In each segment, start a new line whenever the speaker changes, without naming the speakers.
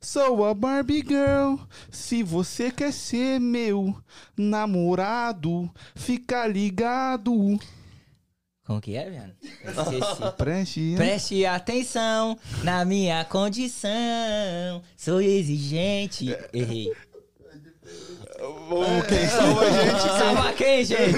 Sou a Barbie Girl. Se você quer ser meu namorado, fica ligado.
Como que é, viado? Eu Esqueci.
Preste.
Preste atenção na minha condição. Sou exigente. Errei.
Vamos, quem salva a gente?
Salva quem, gente?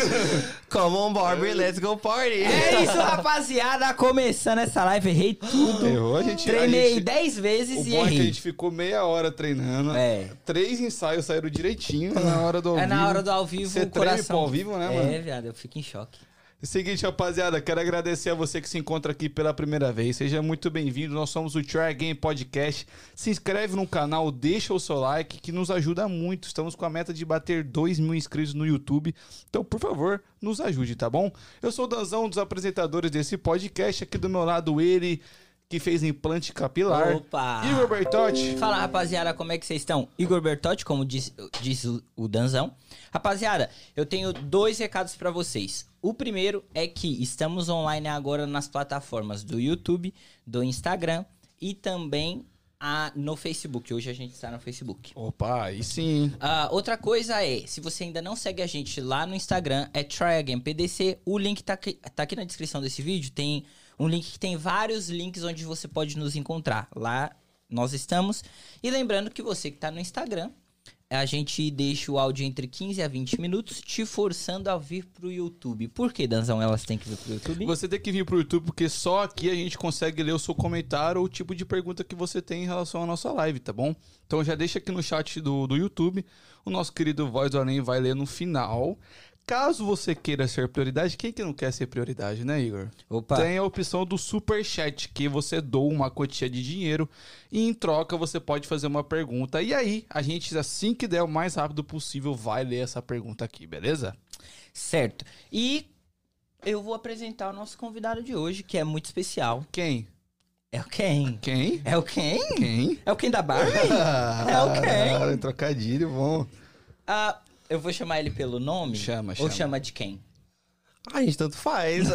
Come
um
on, Barbie, let's go party.
É isso, rapaziada. Começando essa live, errei tudo.
Errou, a gente- a
Treinei
gente-
10
O
vezes e
bom é que a
errei.
gente ficou meia hora treinando.
É.
Três ensaios saíram direitinho na hora do ao
É na
vivo.
hora do ao vivo,
Você
o
treme
coração.
pro ao vivo, né, mano?
É, viado, eu fico em choque.
Seguinte, rapaziada, quero agradecer a você que se encontra aqui pela primeira vez. Seja muito bem-vindo. Nós somos o Try Game Podcast. Se inscreve no canal, deixa o seu like, que nos ajuda muito. Estamos com a meta de bater 2 mil inscritos no YouTube. Então, por favor, nos ajude, tá bom? Eu sou o Danzão, um dos apresentadores desse podcast. Aqui do meu lado, ele que fez implante capilar.
Opa!
Igor Bertotti.
Fala, rapaziada, como é que vocês estão? Igor Bertotti, como diz, diz o- o Danzão. Rapaziada, eu tenho dois recados pra vocês. O primeiro é que estamos online agora nas plataformas do YouTube, do Instagram e também a- no Facebook. Hoje a gente está no Facebook.
Opa, aí sim.
Ah, outra coisa é, se você ainda não segue a gente lá no Instagram, é TryAgainPDC. O link tá aqui, tá aqui na descrição desse vídeo. Tem um link que tem vários links onde você pode nos encontrar. Lá nós estamos. E lembrando que você que tá no Instagram, a gente deixa o áudio entre 15 a 20 minutos, te forçando a vir pro YouTube. Por que, Danzão, elas têm que vir pro YouTube?
Você tem que vir pro YouTube, porque só aqui a gente consegue ler o seu comentário ou o tipo de pergunta que você tem em relação à nossa live, tá bom? Então já deixa aqui no chat do, do YouTube. O nosso querido Voz do Além vai ler no final. Caso você queira ser prioridade, quem que não quer ser prioridade, né, Igor?
Opa.
Tem a opção do super chat que você doa uma quantia de dinheiro e em troca você pode fazer uma pergunta. E aí, a gente assim que der o mais rápido possível vai ler essa pergunta aqui, beleza?
Certo. E eu vou apresentar o nosso convidado de hoje, que é muito especial.
Quem?
É o Ken.
Quem?
É o Ken?
Quem?
É o Ken da Barbie? É
ok. Trocadilho, bom.
Ah, eu vou chamar ele pelo nome?
Chama,
Ou
chama.
chama de quem?
Ah,
Ai, gente, tanto faz.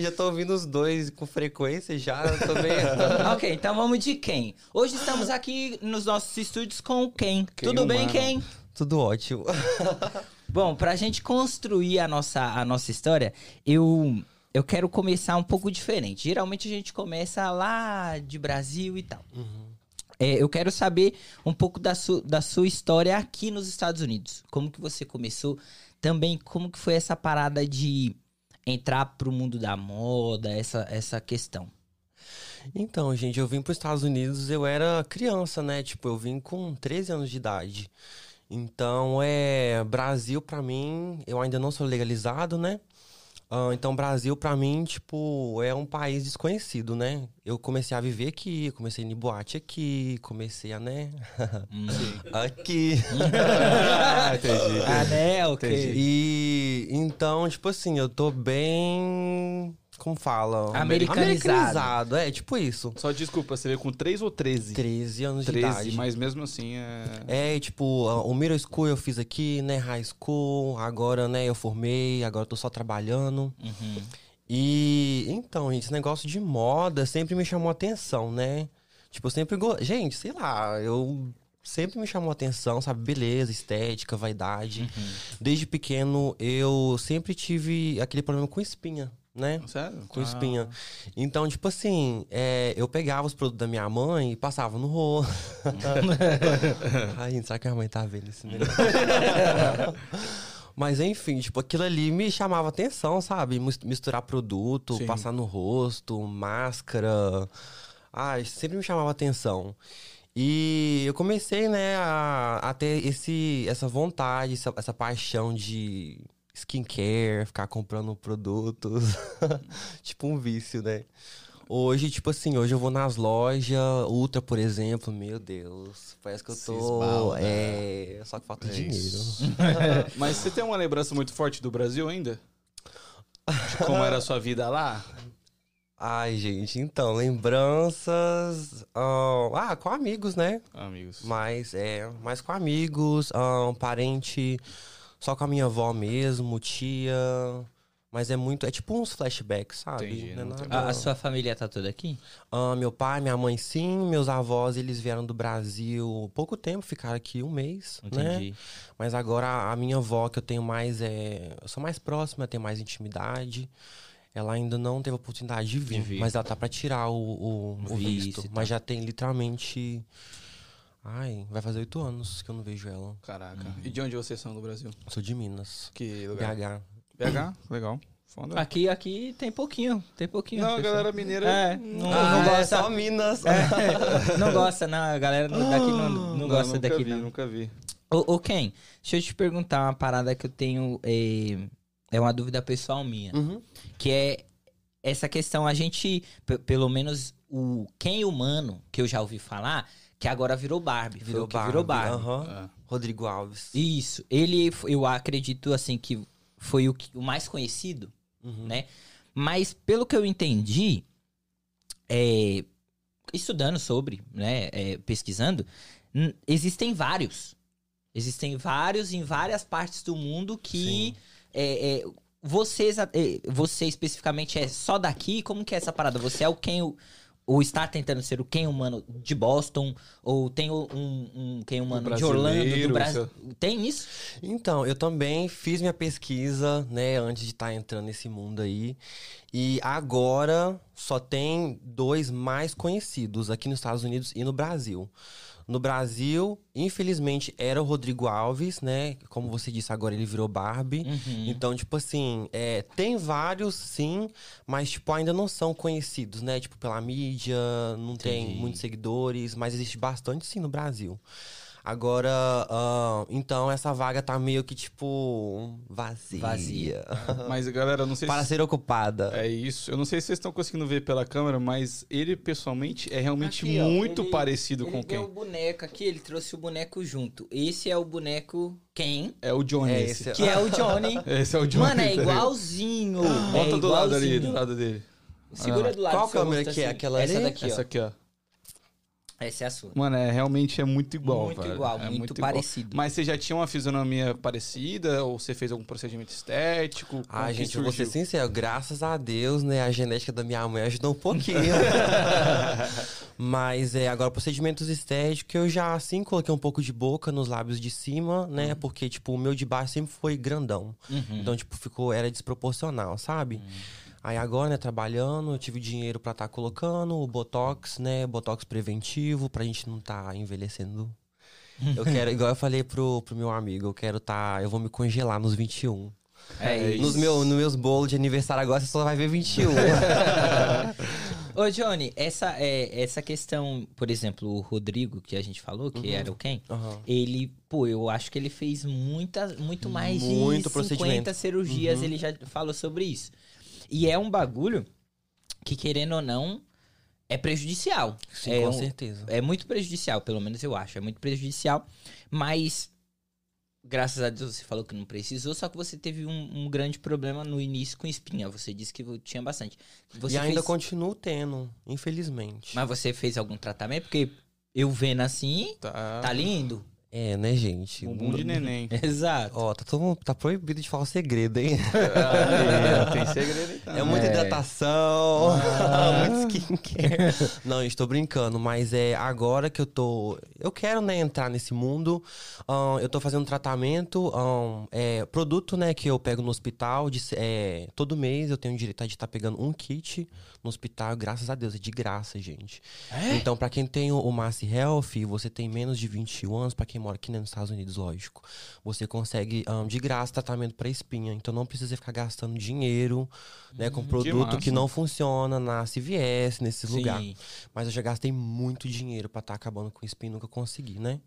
já tô ouvindo os dois com frequência já. Tô meio...
ok, então vamos de quem. Hoje estamos aqui nos nossos estúdios com o Ken.
Ken
Tudo bem,
humano.
Ken?
Tudo ótimo.
Bom, pra gente construir a nossa, a nossa história, eu, eu quero começar um pouco diferente. Geralmente a gente começa lá de Brasil e tal.
Uhum.
É, eu quero saber um pouco da, su- da sua história aqui nos Estados Unidos. Como que você começou? Também como que foi essa parada de entrar pro mundo da moda, essa, essa questão.
Então, gente, eu vim para os Estados Unidos, eu era criança, né? Tipo, eu vim com 13 anos de idade. Então, é. Brasil, pra mim, eu ainda não sou legalizado, né? Ah, então, Brasil, pra mim, tipo, é um país desconhecido, né? Eu comecei a viver aqui, comecei a ir em boate aqui, comecei a, né? aqui.
entendi.
Ah, né? Ok.
E então, tipo assim, eu tô bem. Como fala?
Americanizado.
Americanizado, é, tipo isso.
Só desculpa, você veio com 3 ou 13?
13 anos de
13,
idade.
mas mesmo assim é.
É, tipo, a- o middle school eu fiz aqui, né? High school, agora, né, eu formei, agora eu tô só trabalhando.
Uhum.
E então, gente, esse negócio de moda sempre me chamou atenção, né? Tipo, eu sempre. Go... Gente, sei lá, eu. Sempre me chamou atenção, sabe? Beleza, estética, vaidade. Desde pequeno, eu sempre tive aquele problema com espinha, né?
Sério? Ah,
Com espinha. Então, tipo assim, é, eu pegava os produtos da minha mãe e passava no rosto. Ai, gente, será que minha mãe tá vendo esse negócio? Mas enfim, tipo, aquilo ali me chamava atenção, sabe? Mis- Misturar produto,
Sim.
passar no rosto, máscara. Ai, sempre me chamava atenção. E eu comecei, né, a, a ter esse, essa vontade, essa, essa paixão de skincare, ficar comprando produtos. tipo um vício, né? Hoje, tipo assim, hoje eu vou nas lojas, Ultra, por exemplo, meu Deus, parece que eu tô.
Cismado,
é, só que falta dinheiro.
Mas você tem uma lembrança muito forte do Brasil ainda? De como era a sua vida lá?
Ai, gente, então, lembranças. ahn, ah, com amigos, né?
Amigos.
Mas é, mas com amigos, ahn, parente, só com a minha avó mesmo, tia. Mas é muito. É tipo uns flashbacks, sabe?
Entendi,
Não é
não tem- Ah,
nada-
A, a sua família tá toda aqui?
Ah, meu pai, minha mãe, sim. Meus avós, eles vieram do Brasil pouco tempo, ficaram aqui um mês, né?
Entendi.
Mas agora a- a minha avó, que eu tenho mais. É, eu sou mais próxima, tenho mais intimidade. Ela ainda não teve a oportunidade de vir,
vir.
mas ela tá pra tirar o, o- o
visto
visto.
e tal.
Mas já tem literalmente. Ai, vai fazer oito anos que eu não vejo ela.
Caraca. E de onde vocês são no Brasil?
Sou de Minas.
Que lugar?
BH.
BH? Legal. Foda.
Aqui, aqui tem pouquinho, tem pouquinho.
Não, a
pessoal.
galera mineira.
É, não,
Ah,
não
é
gosta.
só Minas.
É, não gosta, não. A galera não- daqui não, Ah, não, gosta
Ah, nunca
daqui,
vi,
não.
Nunca vi.
Ô, ô, Ken, deixa eu te perguntar uma parada que eu tenho. eh, É, uma dúvida pessoal minha.
Uhum.
Que é essa questão, a gente, pe- pelo menos o quem humano que eu já ouvi falar, que agora virou Barbie. Virou
Virou
foi o que virou
Barbie,
Barbie.
aham.
Ah.
Rodrigo Alves.
Isso. Ele, f- eu acredito, assim, que foi o, que- o mais conhecido,
Uhum.
né? Mas, pelo que eu entendi, é, estudando sobre, né, é, pesquisando, n- existem vários. Existem vários em várias partes do mundo que... é, é, vocês, a- é, você especificamente é só daqui? Como que é essa parada? Você é o quem... o- Ou está tentando ser o quem humano de Boston? Ou tem o- um, um quem humano de Orlando,
brasileiro,
do Brasil?
seu-
Tem isso?
Então, eu também fiz minha pesquisa, né, antes de estar entrando nesse mundo aí. E agora só tem dois mais conhecidos aqui nos Estados Unidos e no Brasil. No Brasil, infelizmente, era o Rodrigo Alves, né? Como você disse, agora ele virou Barbie.
Uhum.
Então, tipo assim, é, tem vários, sim, mas, tipo, ainda não são conhecidos, né? Tipo, pela mídia, não tem
Entendi.
muitos seguidores, mas existe bastante, sim, no Brasil. Agora, ah, então, essa vaga tá meio que, tipo, vazia.
Vazia.
Mas, galera, eu não sei
Para
se.
ser ocupada.
É isso. Eu não sei se vocês estão conseguindo ver pela câmera, mas ele pessoalmente é realmente
Aqui, ó,
muito
ele-
parecido
ele
com
deu
quem?
o boneco aqui, ele trouxe o boneco junto. Esse é o boneco quem?
É o Johnny.
É,
esse.
esse é-
Que é o Johnny.
Esse é o Johnny.
Mano, é
tá ligado?
igualzinho.
Bota
é
do lado ali, do
igualzinho.
lado dele.
Segura do lado.
Qual
seu
câmera
rosto
que é? Aquela
assim. Essa
ali?
daqui,
Essa
ó.
aqui, ó.
Essa é a sua.
Mano, é realmente é muito igual,
muito
velho.
igual,
É
muito, parecido.
Mas você já tinha uma fisionomia parecida? Ou você fez algum procedimento estético? Como
Ah,
que
gente, eu vou ser
surgiu?
sincero, graças a Deus, né? A genética da minha mãe ajudou um pouquinho. Mas é, agora, procedimentos estéticos, eu já assim coloquei um pouco de boca nos lábios de cima, né?
Uhum.
Porque, tipo, o meu de baixo sempre foi grandão.
Uhum.
Então, tipo, ficou, era desproporcional,
Uhum.
sabe? Aí agora, né, trabalhando, eu tive dinheiro pra estar colocando o Botox, né? Botox preventivo, pra gente não tá envelhecendo. Eu quero, igual eu falei pro, pro meu amigo, eu quero tá. Eu vou me congelar nos 21.
É
isso.
Nos meu, nos meus bolos de aniversário agora, você só vai ver 21.
Ô, Johnny, essa, é, essa questão, por exemplo, o Rodrigo, que a gente falou,
Uhum.
que era o quem?
Aham.
Ele, pô, eu acho que ele fez muita, muito mais
Muito
de 50
procedimento. Uhum.
cirurgias, ele já falou sobre isso. E é um bagulho que, querendo ou não, é prejudicial.
Sim,
é,
com
um-
certeza.
é muito prejudicial, pelo menos eu acho, é muito prejudicial. Mas, graças a Deus, você falou que não precisou, só que você teve um, um grande problema no início com espinha. Você disse que tinha bastante. Você
e ainda
fez-
continuo tendo, infelizmente.
Mas você fez algum tratamento? Porque eu vendo assim,
Tá.
Ah.
tá lindo.
É, né, gente?
Bumbum de neném.
Exato.
Ó, tá todo mundo- tá proibido de falar o segredo, hein?
Ah, tem segredo então.
É muita
É.
hidratação, muito skincare. Não, gente, tô brincando, mas é agora que eu tô. Eu quero, né, entrar nesse mundo. ahn, eu tô fazendo um tratamento, ahn, é, produto, né, que eu pego no hospital. de- é, todo mês eu tenho direito de estar pegando um kit no hospital, graças a Deus, é de graça, gente.
É?
Então, pra quem tem o- o Mass Health, você tem menos de 21 anos, pra quem mora aqui né, nos Estados Unidos, lógico, você consegue ahn, de graça tratamento pra espinha. Então, não precisa ficar gastando dinheiro né, com produto
massa.
que, não funciona na CVS, nesse lugar.
Sim.
Mas eu já gastei muito dinheiro pra estar acabando com espinha e nunca consegui, né?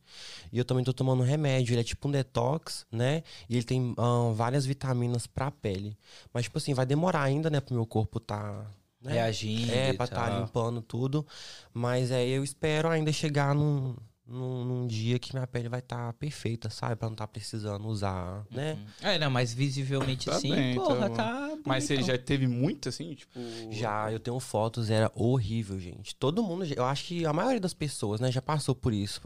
E eu também tô tomando um remédio, ele é tipo um detox, né? E ele tem ahn, várias vitaminas pra pele. Mas, tipo assim, vai demorar ainda, né, pro meu corpo tá. né?
Reagindo.
É,
e
pra estar
tal.
limpando tudo. Mas é, eu espero ainda chegar num, num, num dia que minha pele vai estar perfeita, sabe? Pra não estar precisando usar, né?
É, não, mas visivelmente
Tá
assim,
bem,
porra,
então.
tá.
Mas você
bonitão.
já teve muito, assim, tipo...
Já, eu tenho fotos, era horrível, gente. Todo mundo, eu acho que a maioria das pessoas, né, já passou por isso.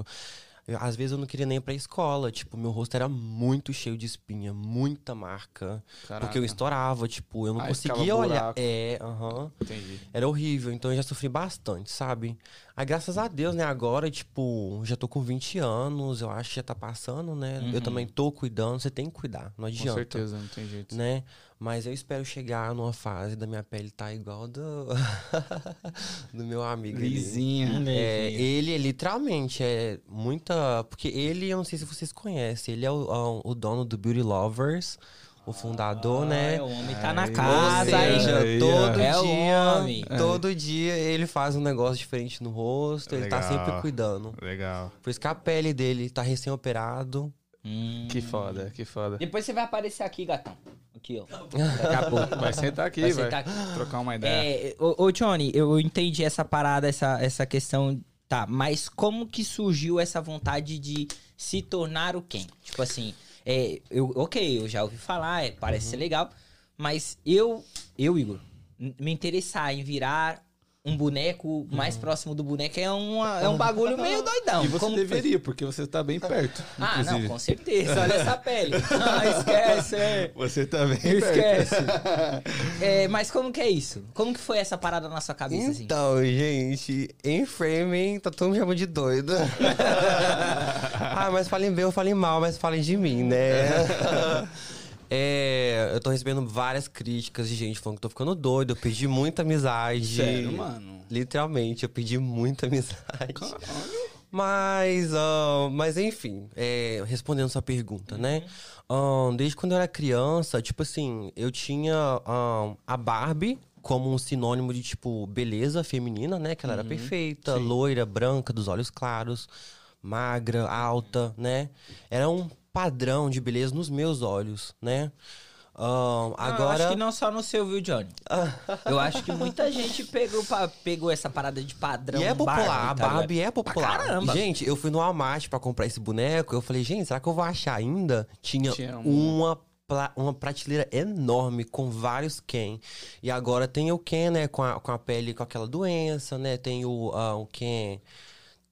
Eu- às vezes eu não queria nem ir pra escola. Tipo, meu rosto era muito cheio de espinha, muita marca.
Caraca.
Porque eu estourava, tipo, eu não
Aí
conseguia
ficava
olhar.
buraco.
É, aham.
Entendi.
Era horrível, então eu já sofri bastante, sabe? Aí, graças a Deus, né, agora, tipo, já tô com 20 anos, eu acho que já tá passando, né? Eu também tô cuidando, você tem que cuidar,
Uhum. Com
não adianta.
certeza, não tem jeito.
Né? Mas eu espero chegar numa fase da minha pele tá igual do, do meu amigo. ali.
Lisinha.
É, ele é literalmente é muita. Porque ele, eu não sei se vocês conhecem, ele é o, a- o dono do Beauty Lovers, o fundador, né?
O homem tá na
Aí,
Ou
casa, hein?
seja,
Aí, ó.
todo
É o homem.
dia, todo dia ele faz um negócio diferente no rosto, ele tá
Legal.
sempre cuidando.
Legal.
Por isso que a pele dele tá recém-operado.
Hum.
Que foda, que foda.
Depois você vai aparecer aqui, gatão. Aqui, ó.
Daqui a pouco. Vai sentar aqui,
Vai
vai.
sentar aqui.
Trocar uma ideia.
É, ô, ô, Johnny, eu entendi essa parada, essa, essa questão. Tá, mas como que surgiu essa vontade de se tornar o quem? Tipo assim, é, eu, ok, eu já ouvi falar, é,
Uhum.
parece ser legal, mas eu, eu, Igor, n- me interessar em virar um boneco mais próximo do boneco é, uma, é um bagulho meio doidão.
Uhum. E você
Como que foi?
deveria, porque você tá bem perto.
Ah,
inclusive.
não, com certeza. Olha essa pele. Ah, esquece. é.
Você tá bem perto.
Esquece. É, mas como que é isso? Como que foi essa parada na sua cabeça, assim?
Então, gente, em framing, tá todo mundo chamando de doido. ah, mas falem bem ou falem mal, mas falem de mim, né? É, eu tô recebendo várias críticas de gente falando que eu tô ficando doido, eu perdi muita amizade.
Sério, mano?
Literalmente, eu perdi muita amizade. Mas, ah, mas enfim, é, respondendo sua pergunta, né?
Uhum.
Ah, desde quando eu era criança, tipo assim, eu tinha ah, a Barbie como um sinônimo de, tipo, beleza feminina, né? Que ela
Uhum.
era perfeita, loira, branca, dos olhos claros, magra, alta, né? Era um padrão de beleza nos meus olhos, né? Ah,
Não, eu acho
agora.
que não só no seu, viu, Johnny? Eu acho que muita gente pegou, pa- pegou essa parada de padrão.
E é popular, a
Barbie, tá
Barbie
ligado?
é popular.
Pra caramba.
Gente, eu fui no Walmart pra comprar esse boneco, eu falei, gente, será que eu vou achar ainda? Tinha,
Tinha um.
uma pla- uma prateleira enorme com vários Ken. E agora tem o Ken, né, com a, com a pele com aquela doença, né? Tem o, ah, o Ken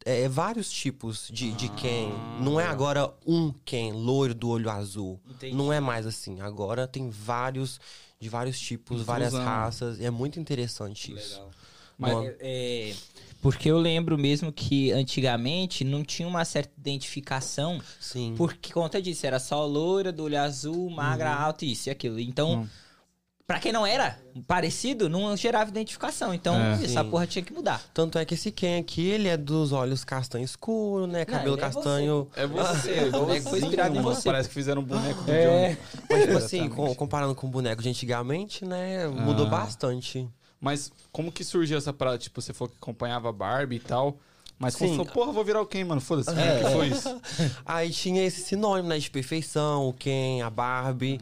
é, vários tipos de,
Ah,
de Ken. Não é agora um Ken, loiro do olho azul.
Entendi.
Não é mais assim. Agora tem vários, de vários tipos, várias
Inclusão.
raças. E é muito interessante isso.
Mas,
Bom.
é, porque eu lembro mesmo que antigamente não tinha uma certa identificação
Sim.
por conta disso. Era só loira, do olho azul, magra,
Uhum.
alta, isso e aquilo. Então, pra quem não era parecido, não gerava identificação. Então,
É.
essa
Sim.
porra tinha que mudar.
Tanto é que esse Ken aqui, ele é dos olhos castanho escuro, né? Cabelo
ele é
castanho.
É você, é
Ah, boneco foi inspirado em
mano.
você.
Parece que fizeram um boneco do
É.
Johnny.
Mas, tipo assim, com- comparando com o boneco de antigamente, né? Mudou
Ah.
bastante.
Mas como que surgiu essa parada? Tipo, você falou que acompanhava a Barbie e tal. Mas
Sim.
como você falou, porra, vou virar o Ken, mano? Foda-se. Como
É.
que foi isso?
Aí tinha esse sinônimo, né? De perfeição, o Ken, a Barbie.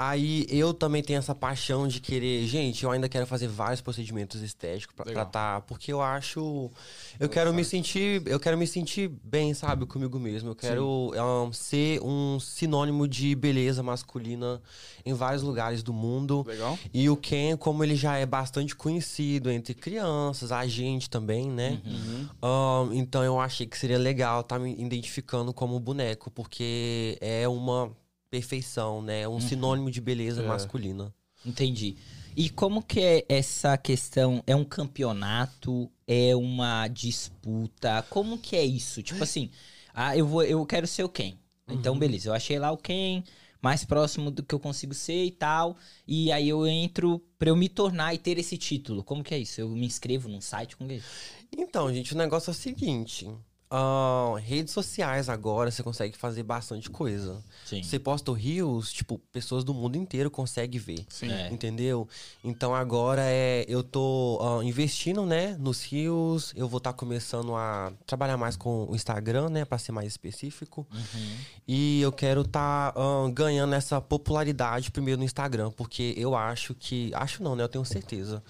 Aí eu também tenho essa paixão de querer. Gente, eu ainda quero fazer vários procedimentos estéticos pra
Legal.
tratar. Porque eu acho. Eu quero me sentir. Eu quero me sentir bem, sabe, comigo mesmo. Eu quero ahn, ser um sinônimo de beleza masculina em vários lugares do mundo.
Legal.
E o Ken, como ele já é bastante conhecido entre crianças, a gente também, né?
Uhum.
Ahn, então eu achei que seria legal estar me identificando como boneco, porque é uma perfeição, né? Um sinônimo de beleza
Uhum. É.
masculina.
Entendi. E como que é essa questão? É um campeonato? É uma disputa? Como que é isso? Tipo assim, ah, eu vou, eu quero ser o quem. Então, beleza, eu achei lá o quem, mais próximo do que eu consigo ser e tal. E aí eu entro pra eu me tornar e ter esse título. Como que é isso? Eu me inscrevo num site como que é isso?
Então, gente, o negócio é o seguinte. ahn, redes sociais agora você consegue fazer bastante coisa.
Sim.
Você posta o Rios, tipo, pessoas do mundo inteiro conseguem ver.
Sim.
É.
Entendeu? Então agora é, eu tô ah, investindo, né, nos rios. Eu vou estar começando a trabalhar mais com o Instagram, né, Pra ser mais específico.
Hum. Uhum.
E eu quero estar ganhando essa popularidade primeiro no Instagram, porque eu acho que, acho não, né, eu tenho certeza.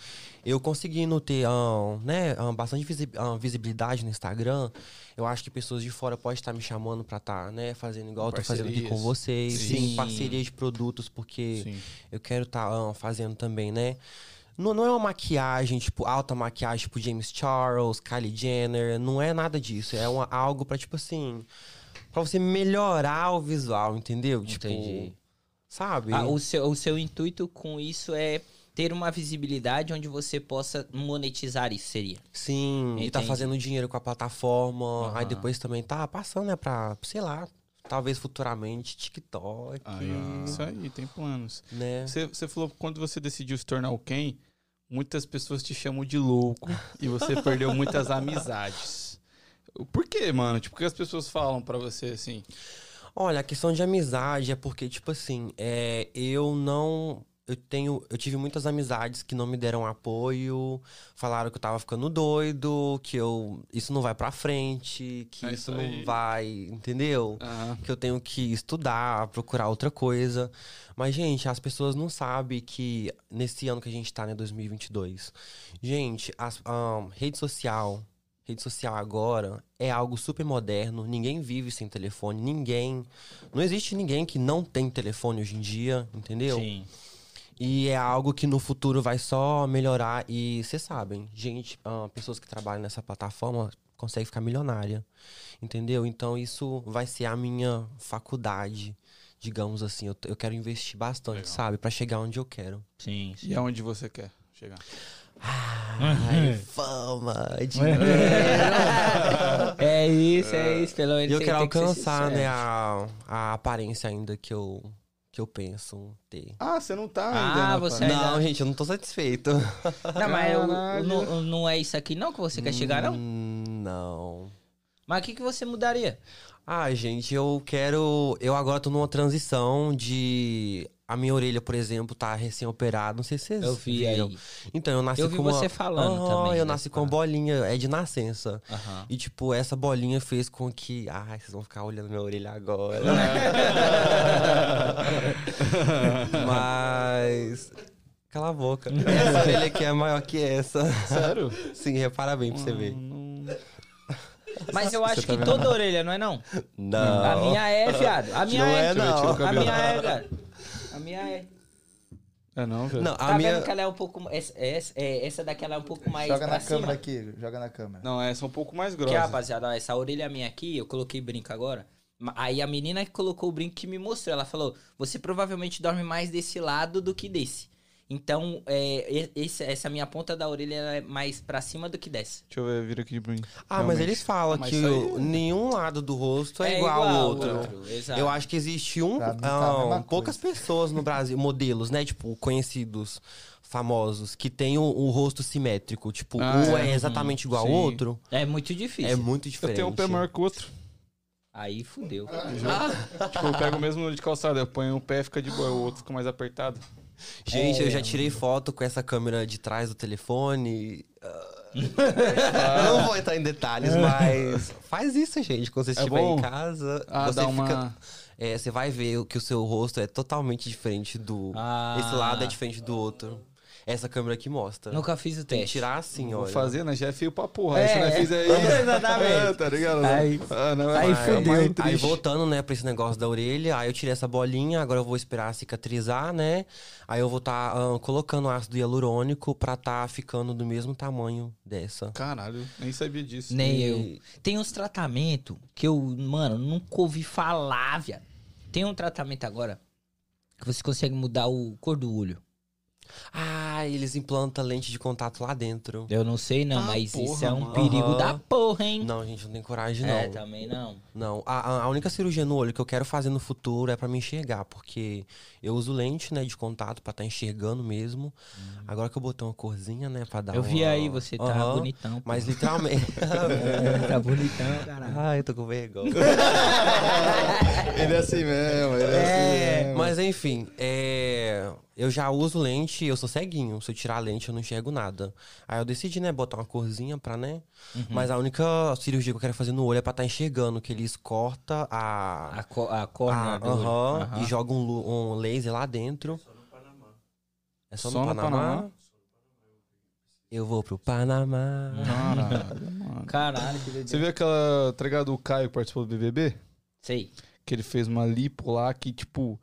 Eu conseguindo ter, ah, né, ah, bastante visi- ah, visibilidade no Instagram, eu acho que pessoas de fora podem estar me chamando pra estar, né, fazendo igual eu tô fazendo aqui com
Parcerias.
vocês.
Sim.
Sim, parceria de produtos, porque
Sim.
eu quero estar fazendo tá, ah, também, né? Não, não é uma maquiagem, tipo, alta maquiagem, tipo James Charles, Kylie Jenner. Não é nada disso. É uma, algo pra, tipo assim. Pra você melhorar o visual, entendeu?
Entendi.
Tipo. Sabe?
Ah, o, seu, o seu intuito com isso é ter uma visibilidade onde você possa monetizar isso, seria?
Sim, e tá
Entendi.
fazendo dinheiro com a plataforma. Aí
Aham.
depois também tá passando, né, pra, sei lá, talvez futuramente TikTok,
Aí, Ah, Isso é aí, tem planos.
né?
Você, você falou que quando você decidiu se tornar o Ken, muitas pessoas te chamam de louco e você perdeu muitas amizades. Por quê, mano? Tipo, o que as pessoas falam pra você assim?
Olha, a questão de amizade é porque, tipo assim, é, eu não. Eu tenho. Eu tive muitas amizades que não me deram apoio, falaram que eu tava ficando doido, que eu. Isso não vai pra frente, que
É
isso
isso aí.
não vai. Entendeu?
Aham.
que eu tenho que estudar, procurar outra coisa. Mas, gente, as pessoas não sabem que nesse ano que a gente tá, né, 2022. Gente, as, ahn, rede social, rede social agora é algo super moderno. Ninguém vive sem telefone, ninguém. Não existe ninguém que não tem telefone hoje em dia, entendeu?
Sim.
E é algo que no futuro vai só melhorar. E vocês sabem, gente, ah, pessoas que trabalham nessa plataforma conseguem ficar milionária. Entendeu? Então isso vai ser a minha faculdade, digamos assim. Eu, eu quero investir bastante,
Legal.
sabe? Pra chegar onde eu quero.
Sim, sim.
E aonde você quer chegar?
Ai, fama, é dinheiro.
É isso, é isso, pelo
E
menos.
eu
você
quero
tem que ser
alcançar, né,
sincero.
a, a aparência ainda que eu, que eu penso ter.
Ah, você não tá
Ah,
ainda. rapaz.
você ainda-
Não, gente, eu não tô satisfeito.
Não, mas eu-
Caralho.
não, não é isso aqui não que você quer chegar, não?
Hum, Não.
Mas o que, que você mudaria?
Ah, gente, eu quero. Eu agora tô numa transição de. A minha orelha, por exemplo, tá recém-operada. Não sei se vocês.
Eu vi aí.
viram. Então, eu nasci
Eu vi
com uma...
você falando
Aham,
também
Eu
dessa
nasci com
parada.
bolinha, é de nascença.
Aham.
E, tipo, essa bolinha fez com que. Ai, vocês vão ficar olhando minha orelha agora. Mas. Cala a boca. Essa orelha aqui é maior que essa.
Sério?
Sim, repara bem pra você ver.
Hum. Mas eu acho
tá
que
vendo?
toda orelha, não é não?
Não.
A minha é, viado. A minha
Tá, Não
é.
é, não.
Tira o
A
cabelo.
minha é, cara. A minha é.
É não, velho.
Não, a
tá
minha.
vendo que ela é um pouco. Essa, essa, é, essa daqui ela é um pouco mais.
Joga
pra
na
cima.
câmera aqui, joga na câmera.
Não, essa é um pouco mais
Que,
grossa.
rapaziada, ó, essa orelha minha aqui, eu coloquei brinco agora. Ma- Aí a menina que colocou o brinco que me mostrou, ela falou: Você provavelmente dorme mais desse lado do que desse. Então, é, e- esse- essa minha ponta da orelha ela é mais pra cima do que desce.
Deixa eu ver, vira aqui pra mim.
Ah, mas eles falam
Mas
que
isso aí-
o- nenhum lado do rosto é, igual, ao outro.
Tá.
exato.
Eu acho que existe um.
Pra mim tá a
ah,
mesma
poucas pessoas no Brasil, modelos, né? Tipo, conhecidos, famosos, que têm o, o rosto simétrico. Tipo,
Ah,
um
é.
é, exatamente igual ao
Sim.
outro.
É muito difícil.
É muito
Eu
diferente.
tenho um pé maior que o outro.
Aí fudeu.
Ah,
Ah,
Tipo, eu pego o mesmo de calçada, eu ponho um pé, fica de boa, o outro fica mais apertado.
Gente,
é.
eu já tirei foto com essa câmera de trás do telefone. Ah, Não vou entrar em detalhes, mas faz isso, gente. Quando você
É
estiver
bom?
em casa,
Ah,
você
dá
fica-
uma-
é, você vai ver que o seu rosto é totalmente diferente do.
Ah.
Esse lado é diferente do outro. Essa câmera aqui mostra.
Nunca fiz o
Tem que
teste.
tirar assim,
Vou
olha.
fazer, né? Já é feio pra porra.
É,
aí se não
é.
fizer isso.
Exatamente.
É, tá ligado?
Aí-
ah, não,
aí
mais-
fudeu.
mais
Aí
triste.
voltando, né, pra esse negócio da orelha, aí eu tirei essa bolinha, agora eu vou esperar cicatrizar, né? Aí eu vou estar colocando ácido hialurônico pra tá ficando do mesmo tamanho dessa.
Caralho, nem sabia disso.
Nem
E-
eu. Tem uns tratamentos que eu, mano, nunca ouvi falar, viado. Tem um tratamento agora que você consegue mudar o cor do olho.
Ah, eles implantam lente de contato lá dentro.
Eu não sei não,
Ah,
mas
porra,
isso é um
mano.
perigo
Aham.
da porra, hein?
Não, é gente, não tem coragem, não.
É, também não.
Não, a, a- a única cirurgia no olho que eu quero fazer no futuro é pra me enxergar, porque eu uso lente, né, de contato pra tá enxergando mesmo. Agora que eu botei uma corzinha, né, pra dar
Eu vi
uma-
aí, você tá
Aham.
bonitão. pô.
Mas literalmente.
tá bonitão, caralho.
Ai, eu tô com vergonha.
Ele é assim mesmo, ele
É,
Mas enfim, é, eu já uso lente, eu sou ceguinho. Se eu tirar a lente, eu não enxergo nada. Aí eu decidi, né, botar uma corzinha pra, né? Mas a única cirurgia que eu quero fazer no olho é pra tá enxergando, que eles cortam a.
A, co a córnea
a-
do olho.
Ah, aham,
Aham.
E jogam um, lu- um laser lá dentro. É só no
Só no
Panamá.
Panamá?
Eu vou pro Panamá.
Uhum. Caralho, mano.
Caralho, que
Você
doideira.
viu aquela tá ligado o Caio que participou do BBB?
Sei.
Que ele fez uma lipo lá que, tipo.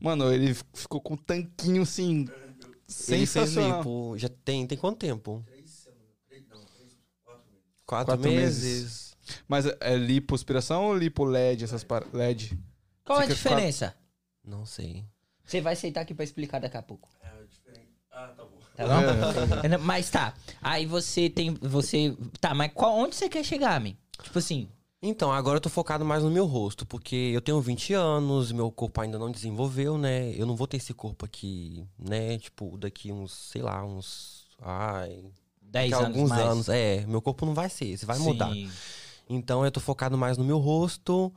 Mano, ele ficou com um tanquinho assim.
Ele fez
Sensacional.
lipo. Já tem, tem quanto tempo? Quatro,
Quatro
meses.
meses. Mas é- é lipoaspiração ou lipo LED, essas par... LED?
Qual a
Fica
diferença?
Não sei.
Você vai sentar aqui pra explicar daqui a pouco. Tá
É.
bom? Não, Mas tá. Aí você tem. Você. Tá, mas qual, onde você quer chegar, man? Tipo assim.
Então, agora eu tô focado mais no meu rosto, porque eu tenho 20 anos, meu corpo ainda não desenvolveu, né? Eu não vou ter esse corpo aqui, né? Tipo, daqui uns, sei lá, uns. Ai.
10
daqui a
anos.
alguns
mais.
anos. É, meu corpo não vai ser, esse vai
Sim.
mudar. Então eu tô focado mais no meu rosto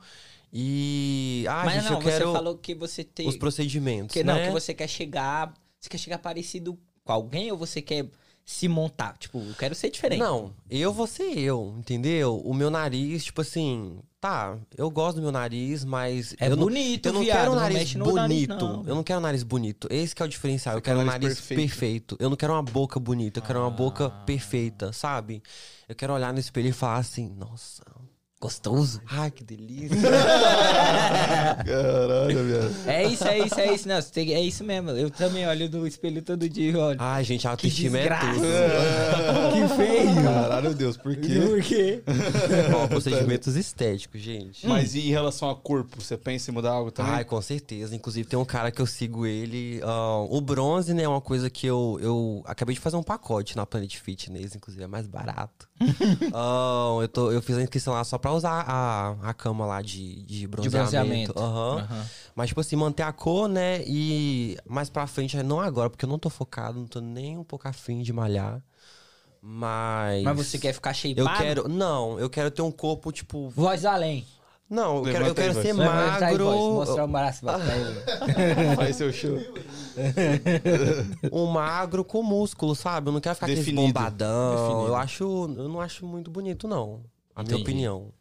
e. Ah,
mas
gente,
não,
eu
você
quero
falou que você tem.
os procedimentos.
que,
né?
Não, que você quer chegar. Você quer chegar parecido com alguém ou você quer se montar? Tipo, eu quero ser diferente.
Não, eu vou ser eu, entendeu? O meu nariz, tipo assim, tá, eu gosto do meu nariz, mas
É
eu não,
bonito,
eu não
viado.
quero um
não
nariz
mexe no
bonito.
nariz, não.
Eu não quero um nariz bonito. Esse que é o diferencial.
Você
eu quero
quer
um nariz perfeito. Ah. Eu não quero uma boca bonita, eu quero uma boca perfeita, sabe? Eu quero olhar no espelho e falar assim, nossa,
Gostoso.
ai que delícia.
Caralho, viado.
É isso, é isso, é isso. Não, você tem- é isso mesmo. Eu também olho no espelho todo dia e olho.
ai, gente,
que
a Ah, autoestima é
desgraça.
tudo.
que feio.
Caralho, Deus, por quê?
Por quê?
Ó, procedimentos estéticos, gente.
Mas e em relação a corpo, você pensa em mudar algo também?
Ai, com certeza. Inclusive, tem um cara que eu sigo ele. ah, o bronze, né, é uma coisa que eu, eu acabei de fazer um pacote na Planet Fitness, inclusive, é mais barato. Ah, eu, tô, eu fiz a inscrição lá só pra usar a, a cama lá de, de bronzeamento.
bronzeamento.
Aham.
Aham.
Mas, tipo assim, manter a cor, né? E mais pra frente, não agora, porque eu não tô focado, não tô nem um pouco afim de malhar. Mas.
Mas você quer ficar cheio
Eu quero. Não, eu quero ter um corpo, tipo.
Voz além.
Não, eu quero, eu
Levanta aí,
quero
vai.
ser
Levantar aí,
magro.
voz. Mostrar o braço pra ele.
Faz seu show.
um magro com músculo, sabe? Eu não quero ficar aquele
Definido.
bombadão.
Definido.
Eu acho, eu não acho muito bonito não, a minha
Entendi.
opinião.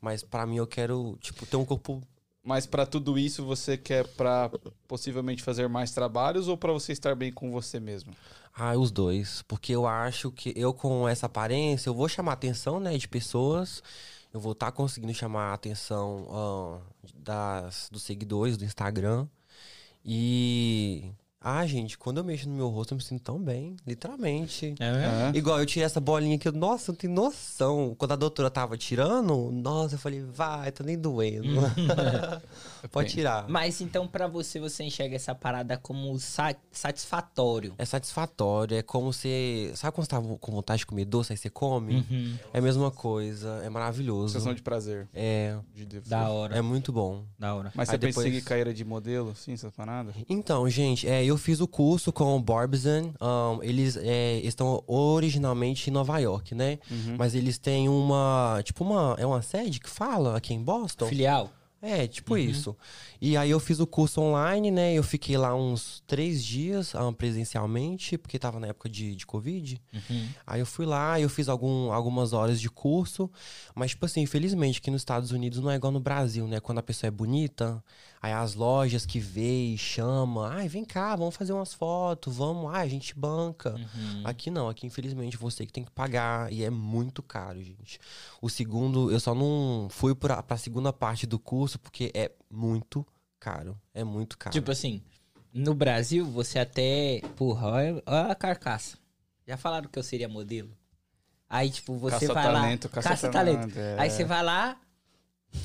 Mas pra mim eu quero, tipo, ter um corpo
Mas pra tudo isso, você quer pra possivelmente fazer mais trabalhos ou pra você estar bem com você mesmo?
Ah, os dois, porque eu acho que eu com essa aparência eu vou chamar atenção, né, de pessoas. Eu vou estar conseguindo chamar a atenção ah, das dos seguidores do Instagram. E ah, gente, quando eu mexo no meu rosto eu me sinto tão bem, literalmente.
É mesmo?
Hã?
Igual eu tirei essa bolinha aqui, eu, nossa, não tem noção. Quando a doutora tava tirando, nossa, eu falei, vai, tá nem doendo. Pode tirar.
Mas então, pra você, você enxerga essa parada como sa- satisfatório.
É satisfatório, é como você. Sabe quando você tá vo- com vontade de comer doce, aí você come?
Uhum.
É a mesma coisa, é maravilhoso.
Sensação de prazer.
É,
De
Da hora,
é muito bom.
da hora.
Mas
Aí
você pensa em
depois-
seguir carreira de modelo, assim, essas paradas?
Então, gente, é, eu fiz o curso com o Barbizon. ahn, eles é, estão originalmente em Nova York, né? Mas eles têm uma. Tipo, uma. É uma sede que fala aqui em Boston?
Filial?
É, tipo isso. E aí eu fiz o curso online, né? Eu fiquei lá uns três dias ah, presencialmente, porque tava na época de, de Covid. Aí eu fui lá, eu fiz algum, algumas horas de curso. Mas, tipo assim, infelizmente, que nos Estados Unidos não é igual no Brasil, né? Quando a pessoa é bonita, aí as lojas que vê e chama, ai, vem cá, vamos fazer umas fotos, vamos, ai, a gente banca.
Uhum.
Ah,
Aqui não, aqui infelizmente você que tem que pagar e é muito caro, gente. O segundo, eu só não fui pra, pra segunda parte do curso porque é muito caro. É muito caro.
Tipo assim, no Brasil, você até. Porra, olha, olha a carcaça. Já falaram que eu seria modelo? Aí, tipo, você vai
Caça-talento,
lá. Caça-talento.
caça-talento, é.
Aí você vai lá.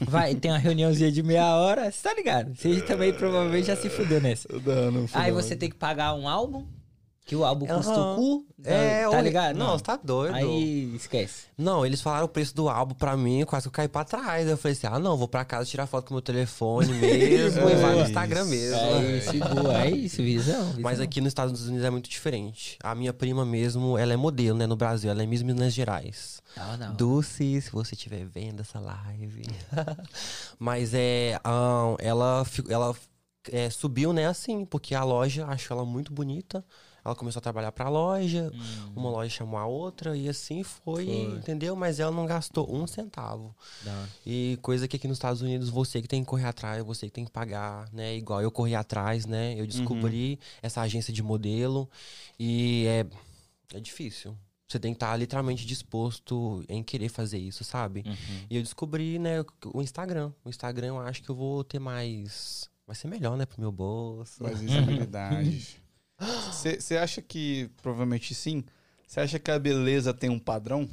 Vai, tem uma reuniãozinha de meia hora, você tá ligado? Você também provavelmente já se fudeu nessa.
Não, não
Aí você tem que pagar um álbum, que o álbum custa o
Aham.
cu.
é,
tá
olha-
ligado?
Não, você tá doido.
Aí esquece.
Não, eles falaram o preço do álbum pra mim, quase que eu caí pra trás. Eu falei assim: ah, não, vou pra casa tirar foto com meu telefone mesmo e vai no
É
Instagram
isso.
mesmo.
É isso, boa. É isso, visão. visão.
Mas aqui nos Estados Unidos é muito diferente. A minha prima mesmo, ela é modelo, né, no Brasil. Ela é Miss Minas Gerais.
Não, não.
Dulce, se você estiver vendo essa live. Mas é. ahn, ela fi- ela é, subiu, né, assim, porque a loja achou ela muito bonita. Ela começou a trabalhar pra loja,
Hum.
uma loja chamou a outra, e assim foi, entendeu? Mas ela não gastou um centavo.
Da hora.
E coisa que aqui nos Estados Unidos você que tem que correr atrás, você que tem que pagar, né? Igual eu corri atrás, né? Eu descobri essa agência de modelo e é, é difícil. Você tem que estar literalmente disposto em querer fazer isso, sabe?
Uhum.
E eu descobri, né, o Instagram. O Instagram eu acho que eu vou ter mais. Vai ser melhor, né, pro meu bolso.
Mais visibilidade. é Você acha que, provavelmente sim, você acha que a beleza tem um padrão?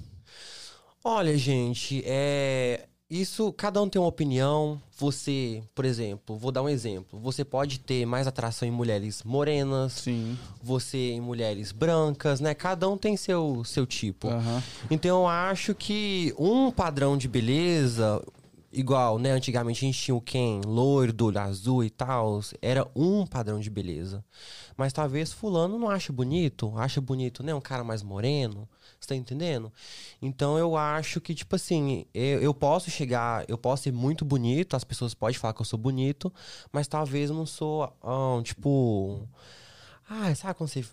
Olha, gente, é. Isso, cada um tem uma opinião. Você, por exemplo, vou dar um exemplo. Você pode ter mais atração em mulheres morenas,
Sim.
você em mulheres brancas, né? Cada um tem seu, seu tipo. Então eu acho que um padrão de beleza, igual, né? Antigamente a gente tinha o Ken, loiro, do olho azul e tal, era um padrão de beleza. Mas talvez fulano não ache bonito, acha bonito, né? Um cara mais moreno, você tá entendendo? Então eu acho que, tipo assim, eu, eu posso chegar, eu posso ser muito bonito, as pessoas podem falar que eu sou bonito, mas talvez eu não sou, ah, tipo... Ah, sabe quando você...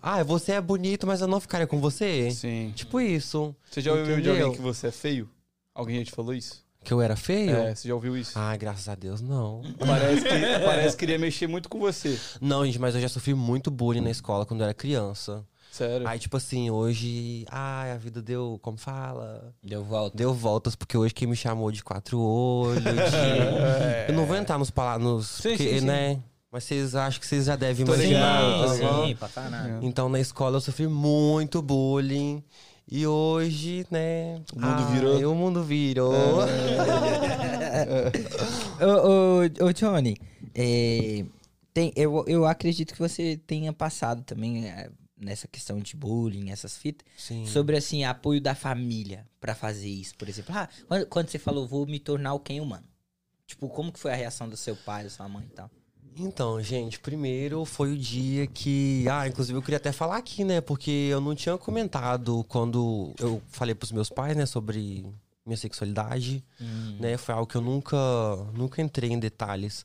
Ah, você é bonito, mas eu não ficaria com
É.
você?
Sim.
Tipo isso.
Você já ouviu de
Entendeu?
alguém que você é feio? Alguém já te falou isso?
Que eu era feio?
É, você já ouviu isso?
Ah, graças a Deus, não.
Parece, que, parece que iria mexer muito com você.
Não, gente, mas eu já sofri muito bullying na escola quando eu era criança.
Sério.
Aí, tipo assim, hoje. Ai, a vida deu. Como fala?
Deu volta.
Deu voltas, porque hoje quem me chamou de quatro olhos. de- Eu não vou entrar nos palavras.
Sim,
porque,
sim, sim.
né? Mas vocês acham que vocês já devem
Tô
imaginar.
ligado. né?
tá bom?
assim, pra caralho.
Então, na escola eu sofri muito bullying. E hoje, né?
O mundo virou. É.
O mundo virou.
Ô, ô, ô, Johnny, é, tem, eu, eu acredito que você tenha passado também é, nessa questão de bullying, essas fitas,
Sim.
sobre, assim, apoio da família pra fazer isso, por exemplo. Ah, quando, quando você falou, vou me tornar o quem humano? Tipo, como que foi a reação do seu pai, da sua mãe e tal?
Então, gente, primeiro foi o dia que. Ah, inclusive eu queria até falar aqui, né? Porque eu não tinha comentado quando eu falei pros meus pais, né, sobre minha sexualidade, né? Foi algo que eu nunca, nunca entrei em detalhes.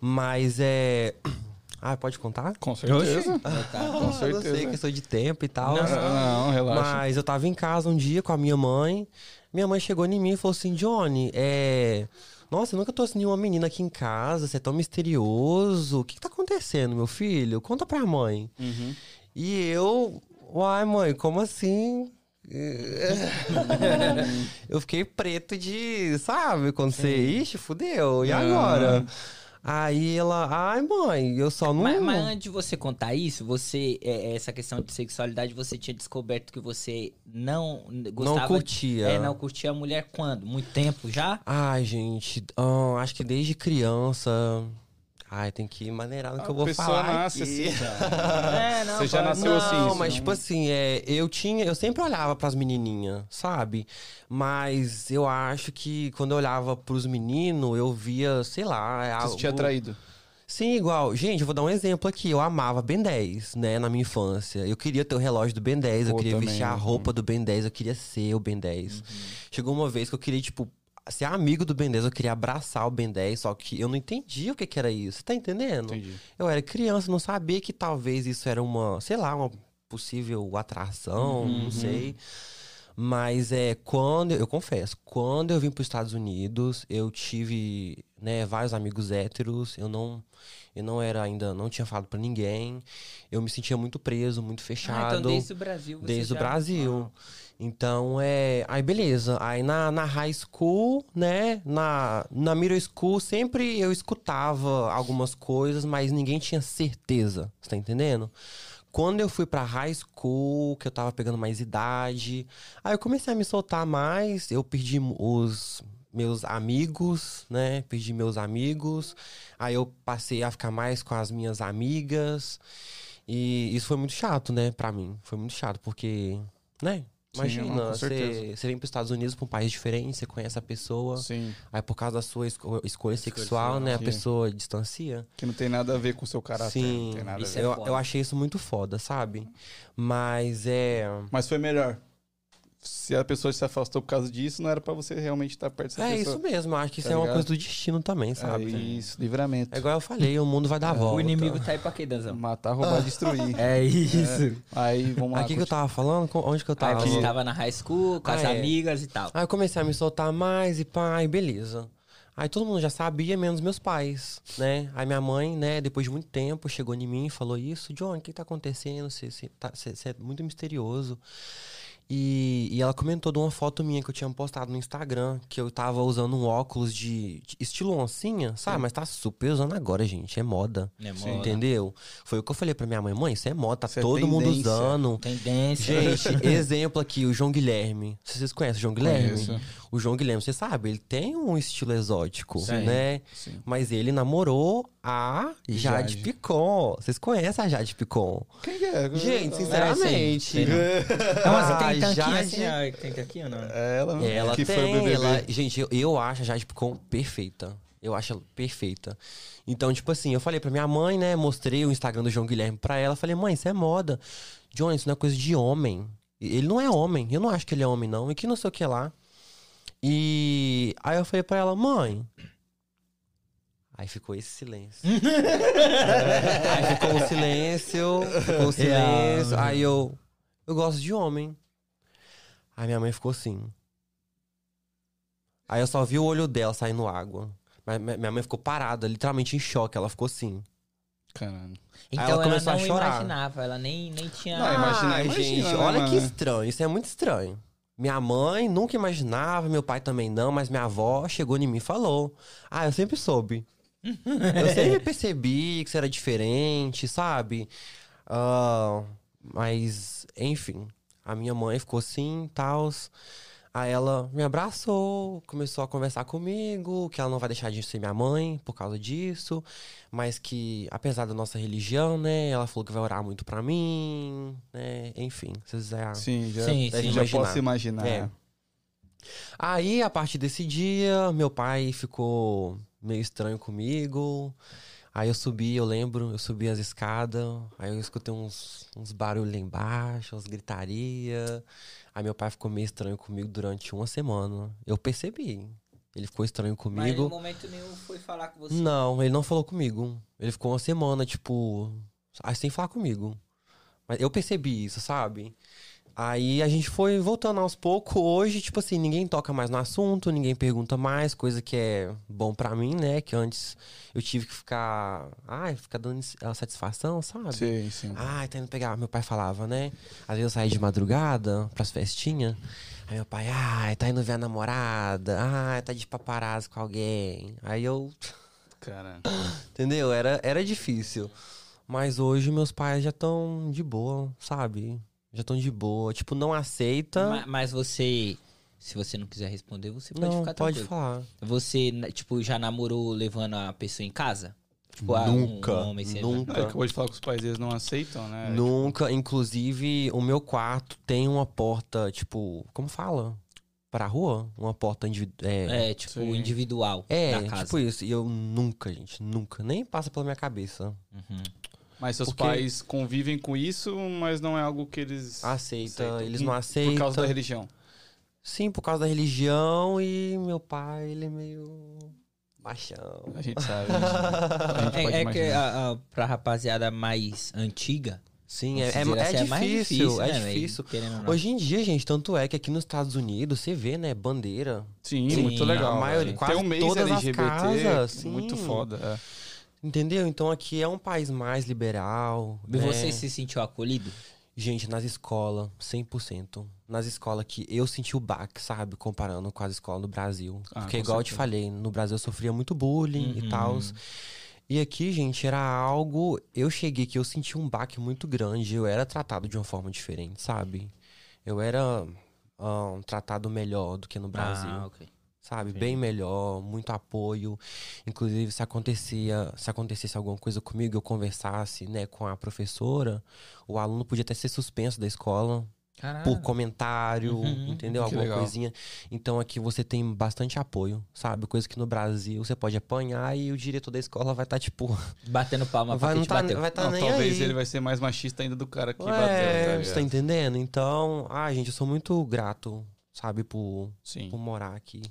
Mas é. Ah, pode contar?
Com certeza. Com
Ah, Eu sei
certeza.
que eu sou de tempo e tal.
Não, relaxa.
Mas eu tava em casa um dia com a minha mãe. Minha mãe chegou em mim e falou assim: Johnny, é. Nossa, eu nunca trouxe nenhuma menina aqui em casa, você é tão misterioso. O que, que tá acontecendo, meu filho? Conta pra mãe.
Uhum.
E eu. Uai, mãe, como assim? eu fiquei preto de. Sabe? Quando você. Ixi, fudeu. E agora? Aí ela. Ai, mãe, eu só não.
Mas, mas antes de você contar isso, você é, essa questão de sexualidade, você tinha descoberto que você não n- gostava...
curtia.
É, não curtia a mulher quando? Muito tempo já? Ah,
Ai, gente, ah, acho que desde criança. Ai, tem que maneirar no que eu vou
pessoa
falar.
nasce
aqui.
assim,
É,
Você já
fala-
nasceu assim,
Não,
isso
mas
não-
tipo assim, é, eu tinha, eu sempre olhava pras menininhas, sabe? Mas eu acho que quando eu olhava pros meninos, eu via, sei lá, é
Você se tinha
algo-
atraído.
Sim, igual. Gente, eu vou dar um exemplo aqui. Eu amava Ben 10, né, na minha infância. Eu queria ter o relógio do Ben 10, eu
Pô,
queria
também,
vestir a
né? Uhum.
roupa do Ben 10, eu queria ser o Ben 10. Chegou uma vez que eu queria, tipo, ser amigo do Ben 10, eu queria abraçar o Ben 10, só que eu não entendia o que, que era isso. Você tá entendendo?
Entendi.
Eu era criança, não sabia que talvez isso era uma, sei lá, uma possível atração, não
Uhum.
sei. Mas é quando, eu confesso, quando eu vim para os Estados Unidos, eu tive, né, vários amigos héteros, eu não eu não era ainda, não tinha falado para ninguém. Eu me sentia muito preso, muito
Ah,
fechado.
então desde o Brasil. você
Desde o
já-
Brasil. Então, é. Aí, beleza. Aí na, na high school, né? Na, na middle school, sempre eu escutava algumas coisas, mas ninguém tinha certeza. Você tá entendendo? Quando eu fui pra high school, que eu tava pegando mais idade, aí eu comecei a me soltar mais, eu perdi os meus amigos, né? Perdi meus amigos. Aí eu passei a ficar mais com as minhas amigas. E isso foi muito chato, né, pra mim. Foi muito chato, porque, né?
Sim, não,
Imagina,
com certeza.
você você vem pros Estados Unidos, pra um país diferente, você conhece a pessoa.
Sim.
Aí por causa da sua esco- escolha sexual,
sexual,
né, a
sim.
pessoa distancia.
Que não tem nada a ver com o seu caráter.
Sim,
não tem nada a
isso
ver.
é
eu,
foda.
eu achei isso muito foda, sabe? Mas é...
Mas foi melhor. Se a pessoa se afastou por causa disso, não era pra você realmente estar perto dessa
É
pessoa.
isso mesmo, eu acho que isso
Tá
é uma
ligado?
coisa do destino também,
É
sabe?
isso, livramento.
É igual eu falei, o mundo vai dar a volta.
O inimigo tá aí pra quê, Danzão?
Matar, roubar, destruir.
É isso.
Aí, vamos lá.
Ah. Aqui que eu
continua.
tava falando, Com- onde que
Ah,
eu
Aí
tava?
você tava na high school, com as
Tá Ah, é.
amigas e tal.
Aí eu comecei a me soltar mais e pai, beleza. Aí todo mundo já sabia, menos meus pais, né? Aí minha mãe, né, depois de muito tempo, chegou em mim e falou isso. John, o que tá acontecendo? Você você tá- você- você é muito misterioso. E, e ela comentou de uma foto minha que eu tinha postado no Instagram, que eu tava usando um óculos de, de estilo oncinha, sabe? Mas tá super usando agora, gente. É moda.
É moda.
Entendeu? Foi o que eu falei pra minha mãe, mãe, isso é moda, tá
Isso é
todo mundo
tendência.
usando.
Tendência.
Gente, exemplo aqui, o João Guilherme. Vocês conhecem o João Guilherme?
Conheço.
O João Guilherme, você sabe, ele tem um estilo exótico,
Sim,
né? Mas ele namorou a Jade,
Jade.
Picon. Vocês conhecem a Jade Picon?
Quem que é?
Gente,
Sei
sinceramente. é
não. Não, mas tem
a
tanquinho né? assim,
Jade-
ó, tem tanquinho ou não?
É ela, mesmo
Ela
que
tem,
foi o BBB.
ela- gente, eu, eu acho a Jade Picon perfeita. Eu acho ela perfeita. Então, tipo assim, eu falei pra minha mãe, né? Mostrei o Instagram do João Guilherme pra ela. Falei, mãe, isso é moda. John, isso não é coisa de homem. Ele não é homem. Eu não acho que ele é homem, não. E que não sei o que lá. E aí eu falei pra ela, mãe. Aí ficou esse silêncio. aí ficou um silêncio, ficou um silêncio. Aí eu, eu gosto de homem. Aí minha mãe ficou assim. Aí eu só vi o olho dela saindo água. Mas mi- minha mãe ficou parada, literalmente em choque. Ela ficou assim.
Caralho.
Então
ela
ela,
começou a
não
chorar.
imaginava, ela nem, nem tinha. Ah,
Não, imagina,
Ai,
imagina,
gente,
né,
olha que
mano?
estranho. Isso é muito estranho. Minha mãe nunca imaginava, meu pai também não, mas minha avó chegou em mim e falou. Ah, eu sempre soube. eu sempre percebi que você era diferente, sabe? Ah, mas, enfim, a minha mãe ficou assim, tal. Aí ela me abraçou, começou a conversar comigo, que ela não vai deixar de ser minha mãe por causa disso, mas que, apesar da nossa religião, né, ela falou que vai orar muito pra mim, né, enfim, vocês já...
Sim, já,
Sim,
já
sim.
posso imaginar.
É. Aí, a partir desse dia, meu pai ficou meio estranho comigo. Aí eu subi, eu lembro, eu subi as escadas, aí eu escutei uns, uns barulhos lá embaixo, umas gritaria. Aí meu pai ficou meio estranho comigo durante uma semana. Eu percebi. Ele ficou estranho
Mas em
comigo.
momento nenhum foi falar com você.
Não, ele não falou comigo. Ele ficou uma semana, tipo, aí sem falar comigo. Mas eu percebi isso, sabe? Aí a gente foi voltando aos poucos. Hoje, tipo assim, ninguém toca mais no assunto, ninguém pergunta mais, coisa que é bom pra mim, né? Que antes eu tive que ficar. Ai, ficar dando eh, satisfação, sabe?
Sim, sim.
Ai, tá indo pegar. Meu pai falava, né? Às vezes eu saía de madrugada pras festinhas. Aí meu pai, ai, tá indo ver a namorada. Ai, tá de paparazzo com alguém. Aí eu. Ah.
Cara.
Entendeu? Era, era difícil. Mas hoje meus pais já estão de boa, sabe? Já estão de boa. Tipo, não aceita.
Ma- Mas, você. Se você não quiser responder, você pode
não,
ficar
pode
tranquilo.
falar.
Você, na- tipo, já namorou levando a pessoa em casa? Tipo, ah, um-
nunca.
um homem, sei lá.
É,
nunca.
acabou de falar que os pais deles não aceitam,
É,
né?
tipo,
Nunca. Inclusive, o meu quarto tem uma porta, tipo, como fala? Pra rua? Uma porta individual. É,
É, tipo,
Sim.
individual
é,
da casa.
tipo isso. E eu nunca, gente, nunca. Nem passa pela minha cabeça.
Uhum.
Mas seus
Porque-
pais convivem com isso, mas não é algo que eles
Aceita,
aceitam.
eles
Hum,
não aceitam.
Por causa da religião.
Sim, por causa da religião e meu pai, ele é meio baixão.
A gente sabe. A gente, a gente
É,
pode
é que
imaginar.
a, a, pra rapaziada mais antiga,
Sim,
vamos
é, é,
dizer
é
assim,
difícil,
mais
é
né, velho?
difícil.
Querendo ou não.
Hoje em dia, gente, tanto é que aqui nos Estados Unidos você vê, né, bandeira.
Sim,
Sim,
muito legal.
a maioria-
velho.
quase
Tem um mês
todas as
LGBT,
casas,
muito
sim.
foda. é.
Entendeu? Então aqui é um país mais liberal.
E
né?
você se sentiu acolhido?
Gente, nas escolas, 100%. Nas escolas que eu senti o baque, sabe? Comparando com as escolas do Brasil.
Ah,
Porque,
com
igual eu te
certeza.
falei, no Brasil eu sofria muito bullying
Uhum.
e tal. E aqui, gente, era algo. Eu cheguei que eu senti um baque muito grande. Eu era tratado de uma forma diferente, sabe? Eu era ah, tratado melhor do que no Brasil
Ah, ok.
sabe? Bem melhor, muito apoio. Inclusive, se acontecia, se acontecesse alguma coisa comigo, eu conversasse, né, com a professora, o aluno podia até ser suspenso da escola por comentário,
Uhum.
entendeu?
Ah. Que
Alguma
legal.
coisinha. Então aqui você tem bastante apoio, sabe? Coisa que no Brasil você pode apanhar e o diretor da escola vai estar tipo,
Batendo palma pra
vai
quem
não
te
tá,
bateu.
vai tá
Não,
nem
talvez
aí.
ele vai ser mais machista ainda do cara que
Ué,
bateu. tá
você
ligado?
tá entendendo? Então, ah, gente, eu sou muito grato, sabe, por,
Sim.
por morar aqui.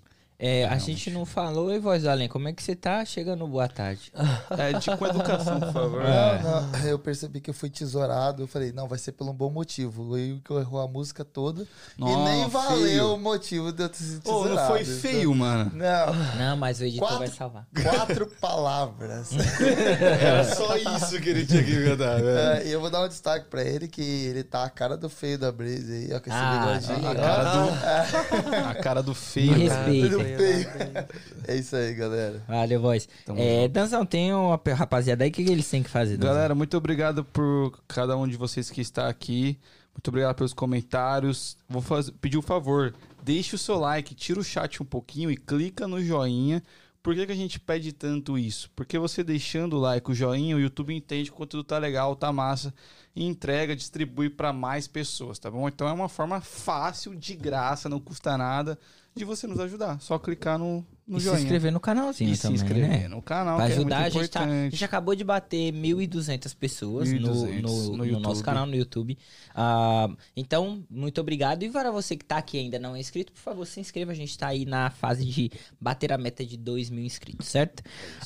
É, a gente não falou, e voz do além, como é que você tá chegando? Boa tarde.
É, de com educação, por favor.
É.
Não, não, eu percebi que eu fui tesourado. Eu falei, não, vai ser por um bom motivo. E que eu errou a música toda. e
Nossa,
nem valeu
feio.
o motivo de eu ter sido
Ô,
tesourado.
não foi
então-
feio, mano.
Não,
Não, mas o editor
Quatro-
vai salvar.
quatro palavras.
É.
Era só isso que ele tinha que né? inventar, velho.
É, e eu vou dar um destaque pra ele, que ele tá a cara do feio da Breeze aí, ó, com esse
Ah,
bigodinho.
A
ó.
cara
É.
do, a cara do feio.
Me
cara.
respeita.
né?
Ele é feio. É isso aí, galera.
Valeu, voz. É, Danzão, tem uma pe- rapaziada aí, o que, que eles têm que fazer, Danzão?
Galera, muito obrigado por cada um de vocês que está aqui. Muito obrigado pelos comentários. Vou faz- pedir um favor. Deixe o seu like, tira o chat um pouquinho e clica no joinha. Por que, que a gente pede tanto isso? Porque você deixando o like, o joinha, o YouTube entende que o conteúdo tá legal, tá massa, e entrega, distribui para mais pessoas, tá bom? Então é uma forma fácil, de graça, não custa nada, de você nos ajudar. Só clicar no, no
e se
joinha.
inscrever no canalzinho
e
também,
se inscrever
né?
no canal,
Pra
que
ajudar,
é
a,
muito
gente tá, a
importante.
gente acabou de bater 1.200 pessoas no-
1.200
no,
no
no
YouTube.
nosso canal no YouTube. Ah, então, muito obrigado. E para você que tá aqui e ainda não é inscrito, por favor, se inscreva. A gente tá aí na fase de bater a meta de 2 mil inscritos, certo?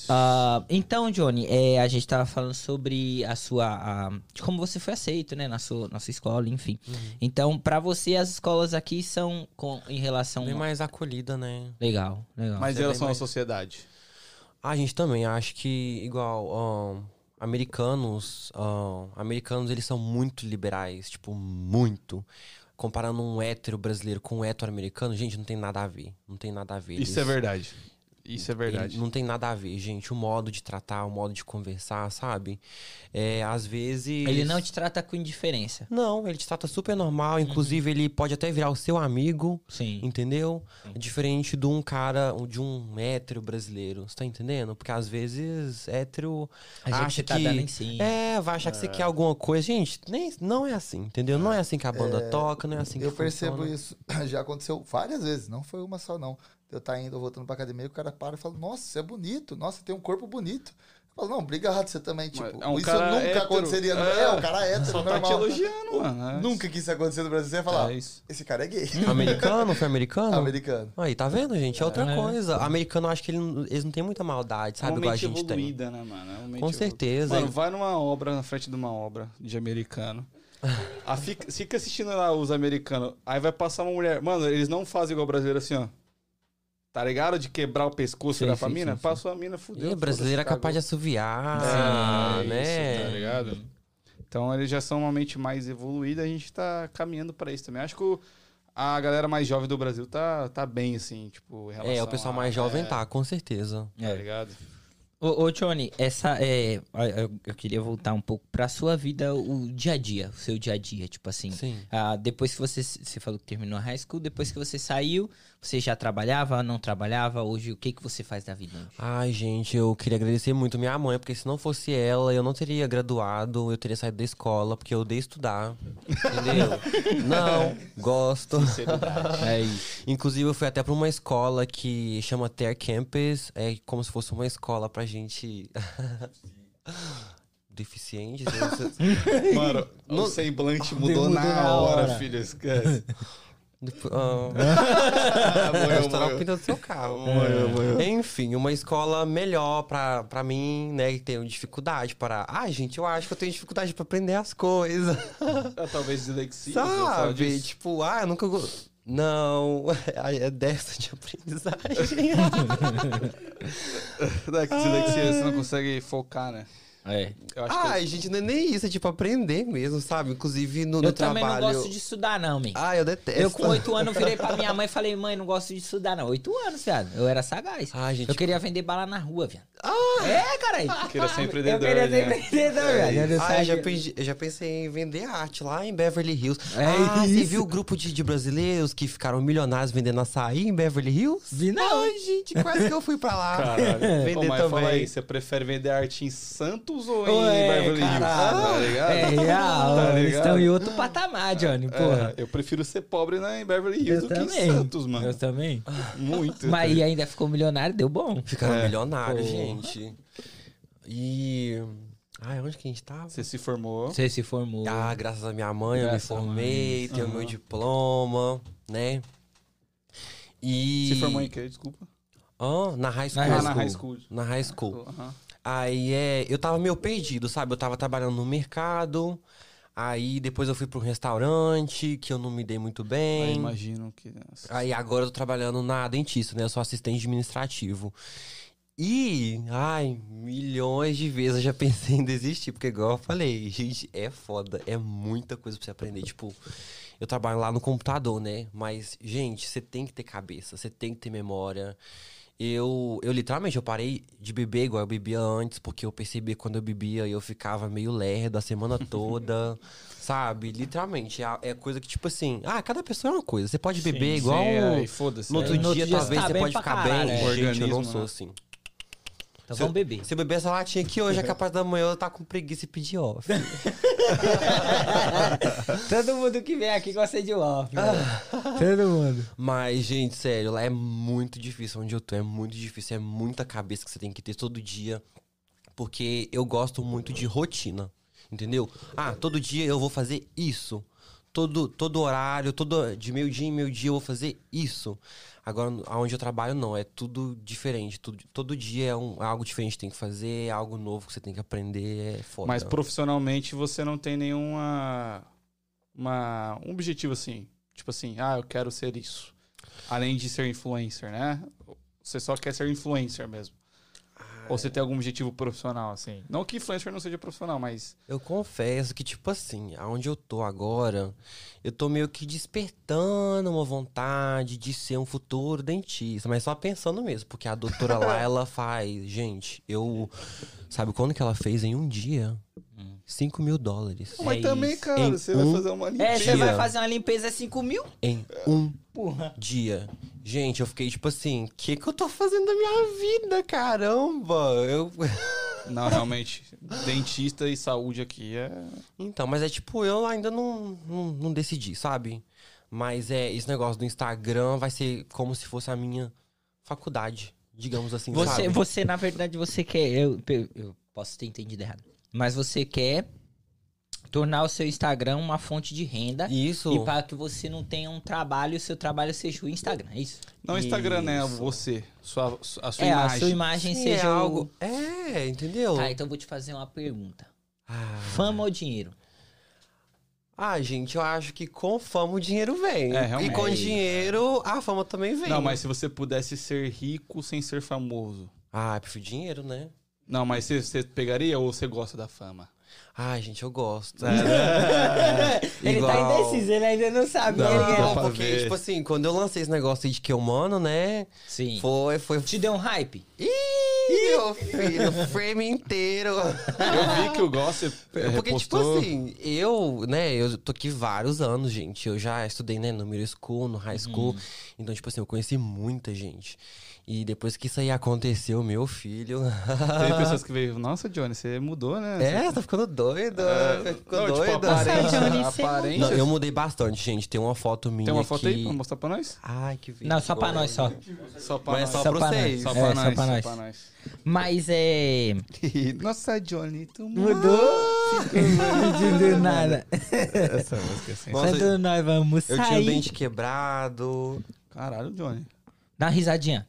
Ah, então, Johnny, é, a gente tava falando sobre a sua. a- de como você foi aceito, né? Na sua, na sua escola, enfim.
Uhum.
Então, para você, as escolas aqui são com, em relação.
Bem mais acolhida, né?
Legal, legal.
Mas em
Você
relação
tem
à
mais-
sociedade.
A gente também acho que igual ahn, americanos, ahn, americanos eles são muito liberais, tipo muito. Comparando um hétero brasileiro com um hétero americano, gente, não tem nada a ver, não tem nada a ver.
Isso é
Eles-
verdade. Isso é verdade.
Ele Não tem nada a ver, gente. O modo de tratar, o modo de conversar, sabe? É, às vezes.
Ele não te trata com indiferença.
Não, ele te trata super normal. Inclusive, ele pode até virar o seu amigo,
Sim.
entendeu? Diferente de um cara, de um hétero brasileiro. Você tá entendendo? Porque às vezes hétero.
A gente
acha
tá
que...
dando em cima.
É, vai achar que você quer alguma coisa. Gente, nem... não é assim, entendeu? Não é assim que a banda toca, não é assim que
eu percebo
então, né?
funciona.
isso. Já aconteceu várias vezes, não foi uma só, não. Eu tá indo, voltando pra academia, o cara para e fala, nossa, você é bonito, nossa, tem um corpo bonito. Eu falo, não, obrigado, você também, tipo,
é um
isso
cara
nunca
hétero.
aconteceria.
É.
É, o cara é hétero,
Só tá
normal.
te elogiando,
é
mano.
Nunca que isso acontecer no Brasil, você ia
falar. um
falar, esse cara é gay.
Americano? Foi americano?
Americano.
Aí, tá vendo, gente? É outra
É.
coisa. Americano, eu acho que ele não- eles não têm muita maldade, sabe? Igual a gente tem.
né, mano? É uma mente
Com
evoluída.
certeza.
Mano, vai numa obra, na frente de uma obra de americano. A fica, fica assistindo lá os americanos. Aí vai passar uma mulher. Mano, eles não fazem igual o brasileiro assim, ó. Tá ligado? De quebrar o pescoço
Sim,
da
sim,
família.
sim, sim.
Passou a mina,
E
fudeu.
o brasileiro é
foda-se,
capaz de assoviar,
cagou. É,
né?
isso, tá ligado? Então eles já são uma mente mais evoluída. A gente tá caminhando pra isso também. Acho que o- a galera mais jovem do Brasil tá, tá bem, assim, tipo, em relação
é, o pessoal
a-
mais jovem tá, com certeza.
Tá ligado?
É. Ô, ô Johnny, essa é, a- eu, eu queria voltar um pouco pra sua vida, o dia a dia, o seu dia a dia, tipo assim.
Sim.
Ah, depois que você, você falou que terminou a high school, depois que você saiu, você já trabalhava, não trabalhava? Hoje, o que que você faz da vida? hoje?
Ai, gente, eu queria agradecer muito minha mãe, porque se não fosse ela, eu não teria graduado, eu teria saído da escola, porque eu odeio estudar. Entendeu? não, gosto.
É isso.
Inclusive, eu fui até pra uma escola que chama Ter Campus. É como se fosse uma escola pra gente. Deficiente?
Mano, o semblante mudou,
mudou
na,
na
hora,
hora.
filho. Esquece.
Vai estourar o pneu do seu carro. É. Enfim, uma escola melhor pra, pra mim, né? Que tenho dificuldade para. Ah, gente, eu acho que eu tenho dificuldade pra aprender as coisas.
Ah, Talvez dislexia.
Sabe? Tipo, ah, eu nunca. go- Não, é dessa de aprendizagem.
Né, que dislexia você não consegue focar, né?
É.
Eu acho que.
Ai, gente, não é nem isso, é tipo aprender mesmo, sabe? Inclusive no, no
eu também
trabalho.
não gosto de estudar, não, men.
Ah, eu detesto.
Eu com oito anos virei pra minha mãe e falei, mãe, não gosto de estudar, não. Oito anos, viado. Eu era sagaz.
Ah, gente. Ah!
Eu queria vender bala na rua, viado. É, caralho.
Queria ser
Eu
empreendedor.
queria ser
né?
empreendedor, velho. Eu
Ah, eu já,
sabia.
pensei, eu já pensei em vender arte lá em Beverly Hills.
É
ah, você
isso.
viu o grupo de, de brasileiros que ficaram milionários vendendo açaí em Beverly Hills?
Vi não.
Ai, gente, quase que eu fui pra lá.
Caralho.
Vender
Ô, mas fala aí,
também.
você prefere vender arte em Santos ou em
Ué,
Beverly Hills?
caralho.
Tá ligado?
É real,
Tá
eles
ligado?
estão em outro patamar, Johnny, porra.
É, eu prefiro ser pobre né, em Beverly Hills do que em Santos, mano.
Eu também.
Muito.
Mas e ainda ficou milionário, deu bom.
Ficaram milionários,
Pô.
gente. E. Ai, onde que a gente tava?
Você se formou.
Você se formou.
Ah, graças à minha mãe eu me
Graças à mãe.
formei, tenho meu diploma, né? E...
Se formou em quê? Desculpa.
Ah, na high school.
Ah, na high school.
Na high school.
Aham.
Aí é, eu tava meio perdido, sabe? Eu tava trabalhando no mercado. Aí depois eu fui pra um restaurante que eu não me dei muito
Eu
bem.
imagino que.
Aí agora eu tô trabalhando na dentista, né? Eu sou assistente administrativo. E, ai, milhões de vezes eu já pensei em desistir, porque igual eu falei, gente, é foda, é muita coisa pra você aprender. Tipo, eu trabalho lá no computador, né? Mas, gente, você tem que ter cabeça, você tem que ter memória. Eu, eu literalmente, eu parei de beber igual eu bebia antes, porque eu percebi que quando eu bebia, eu ficava meio lerdo a semana toda, sabe? Literalmente, é, é coisa que, tipo assim, ah, cada pessoa é uma coisa. Você pode beber
Sim,
igual...
é, foda-se.
No
é.
outro
no outro
dia,
dia você
talvez,
tá
você
bem
pode
pra
ficar
caralho,
bem.
é.
Gente, eu
Organismo,
não
né?
sou assim.
Então
Se eu-
vamos beber.
Se eu beber essa latinha aqui hoje, é capaz da manhã eu tá com preguiça e pedir off.
Todo mundo que vem aqui gosta de off. Todo mundo.
Mas, gente, sério, lá é muito difícil onde eu tô. É muito difícil, é muita cabeça que você tem que ter todo dia. Porque eu gosto muito de rotina, entendeu? Ah, todo dia eu vou fazer isso. Todo, todo horário, todo de meio dia em meio dia eu vou fazer isso. Agora, aonde eu trabalho, não. É tudo diferente. Tudo, todo dia é, um, é algo diferente que tem que fazer, é algo novo que você tem que aprender. É foda.
Mas profissionalmente você não tem nenhuma. Uma, um objetivo assim. Tipo assim, ah, eu quero ser isso. Além de ser influencer, né? Você só quer ser influencer mesmo.
Ah,
Ou
é.
você tem algum objetivo profissional, assim? Não que influencer não seja profissional, mas.
Eu confesso que, tipo assim, aonde eu tô agora, eu tô meio que despertando uma vontade de ser um futuro dentista, mas só pensando mesmo, porque a doutora lá, ela faz. Gente, eu. Sabe quando que ela fez em um dia? 5 mil dólares.
Mas Hum. É também, isso.
cara, Em você vai um fazer
uma
É, você vai
Mentira.
fazer uma limpeza 5 mil?
Em um
Porra.
dia. Gente, eu fiquei tipo assim, o que, que eu tô fazendo da minha vida? Caramba! Eu.
Não, realmente. Dentista e saúde aqui é.
Então, mas é tipo, eu ainda não, não, não decidi, sabe? Mas é, esse negócio do Instagram vai ser como se fosse a minha faculdade, digamos assim,
Você,
sabe?
você, na verdade, você quer. Eu, pe- eu posso ter entendido errado. Mas você quer tornar o seu Instagram uma fonte de renda.
Isso.
E para que você não tenha um trabalho, e o seu trabalho seja o Instagram, é isso?
Não, Instagram, né?
Isso.
Você. Sua, a sua
é,
imagem.
a sua imagem
Sim,
seja
é algo.
algo.
É, entendeu?
Tá, então eu vou te fazer uma pergunta.
Ah.
Fama ou dinheiro?
Ah, gente, eu acho que com fama o dinheiro vem.
É, realmente.
E com dinheiro, a fama também vem.
Não, mas se você pudesse ser rico sem ser famoso.
Ah, eu prefiro dinheiro, né?
Não, mas você, você pegaria ou você gosta da fama?
Ah, gente, eu gosto.
ele tá
É, Igual-
indeciso, ele ainda não sabe. né?
Não,
ele-
dá pra
porque,
ver.
tipo assim, quando eu lancei esse negócio aí de que eu mano, né?
Sim.
Foi, foi.
Te deu um hype?
Ih, meu filho, o frame inteiro.
Eu vi que o Gossip é,
Porque,
repostou.
tipo assim, eu, né, eu tô aqui vários anos, gente. Eu já estudei, né, no middle school, no
Uhum.
high school. Então, tipo assim, eu conheci muita gente. E depois que isso aí aconteceu, meu filho.
Tem pessoas que veio, nossa, Johnny, você mudou, né?
é, tá ficando doido.
É,
ficou
não, tipo,
doido.
aparência,
Johnny,
né?
você é um-
aparência.
Não, eu mudei bastante, gente. Tem uma foto minha.
Tem uma foto aí
que-
pra mostrar pra nós?
Ai, que vergonha.
Não, só pra nós só.
Só pra
Mas é
nós.
só,
Só
pra
pra nós.
vocês.
Só
É,
pra
só
nós,
pra
só
nós.
pra nós.
Mas é.
Nossa, Johnny, tu
Mudou? do nada.
Essa música assim.
Nossa,
Quando nós vamos
Eu tinha o
sair.
dente quebrado.
Caralho, Johnny.
Dá uma risadinha.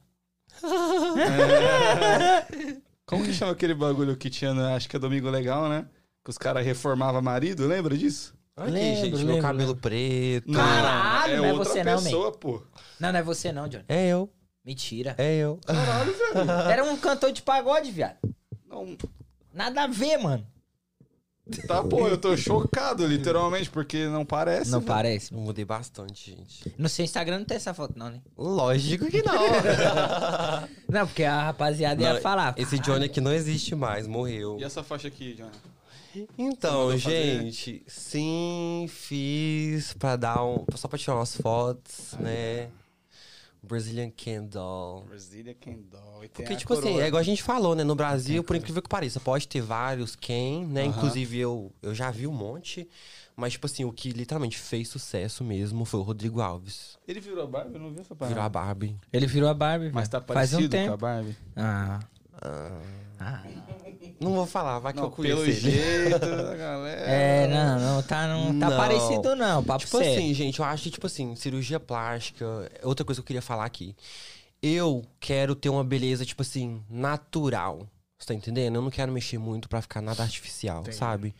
Como que chama aquele bagulho que tinha, na- acho que é Domingo Legal, né? Que os caras reformavam marido, lembra disso?
Olha aqui,
Lembro,
gente,
lembro,
meu cabelo preto.
Caralho,
é
não é
outra
você não, man.
pessoa, pô.
Não, não é você não, Johnny.
É eu,
Mentira.
é eu.
Era um cantor de pagode, viado.
Não,
Nada a ver, mano.
tá, pô, eu tô chocado, literalmente, porque não parece. né?
não
velho.
parece.
Eu mudei bastante, gente.
No seu Instagram não tem essa foto, não, né?
Lógico que não.
Não, porque a rapaziada
Não,
ia falar.
Esse Johnny aqui não existe mais, morreu.
E essa faixa aqui, Johnny?
Então,
Mandou fazer?
gente, sim, fiz pra dar um. Só pra tirar umas fotos, né? Brazilian Candle.
Brasília Kendall. E tem
Porque,
a
tipo assim,
coroa. É
é igual a gente falou, né? No Brasil, por incrível que pareça, pode ter vários quem, né?
Aham.
Inclusive, eu, eu já vi um monte. Mas, tipo assim, o que literalmente fez sucesso mesmo foi o Rodrigo Alves.
Ele virou a Barbie? Eu não vi essa parada.
Virou a Barbie.
Ele virou a Barbie,
Mas
viado.
tá
Faz
parecido
um
com a
tempo.
Barbie?
Ah, Ah,
Não vou falar, vai que eu
Não,
conheço
pelo
ele.
jeito da galera.
é, não, não tá, não tá
Não.
parecido não, papo
Tipo
sério.
assim, gente, eu acho que, tipo assim, cirurgia plástica. é Outra coisa que eu queria falar aqui. Eu quero ter uma beleza, tipo assim, natural. Você tá entendendo? Eu não quero mexer muito pra ficar nada artificial, sabe?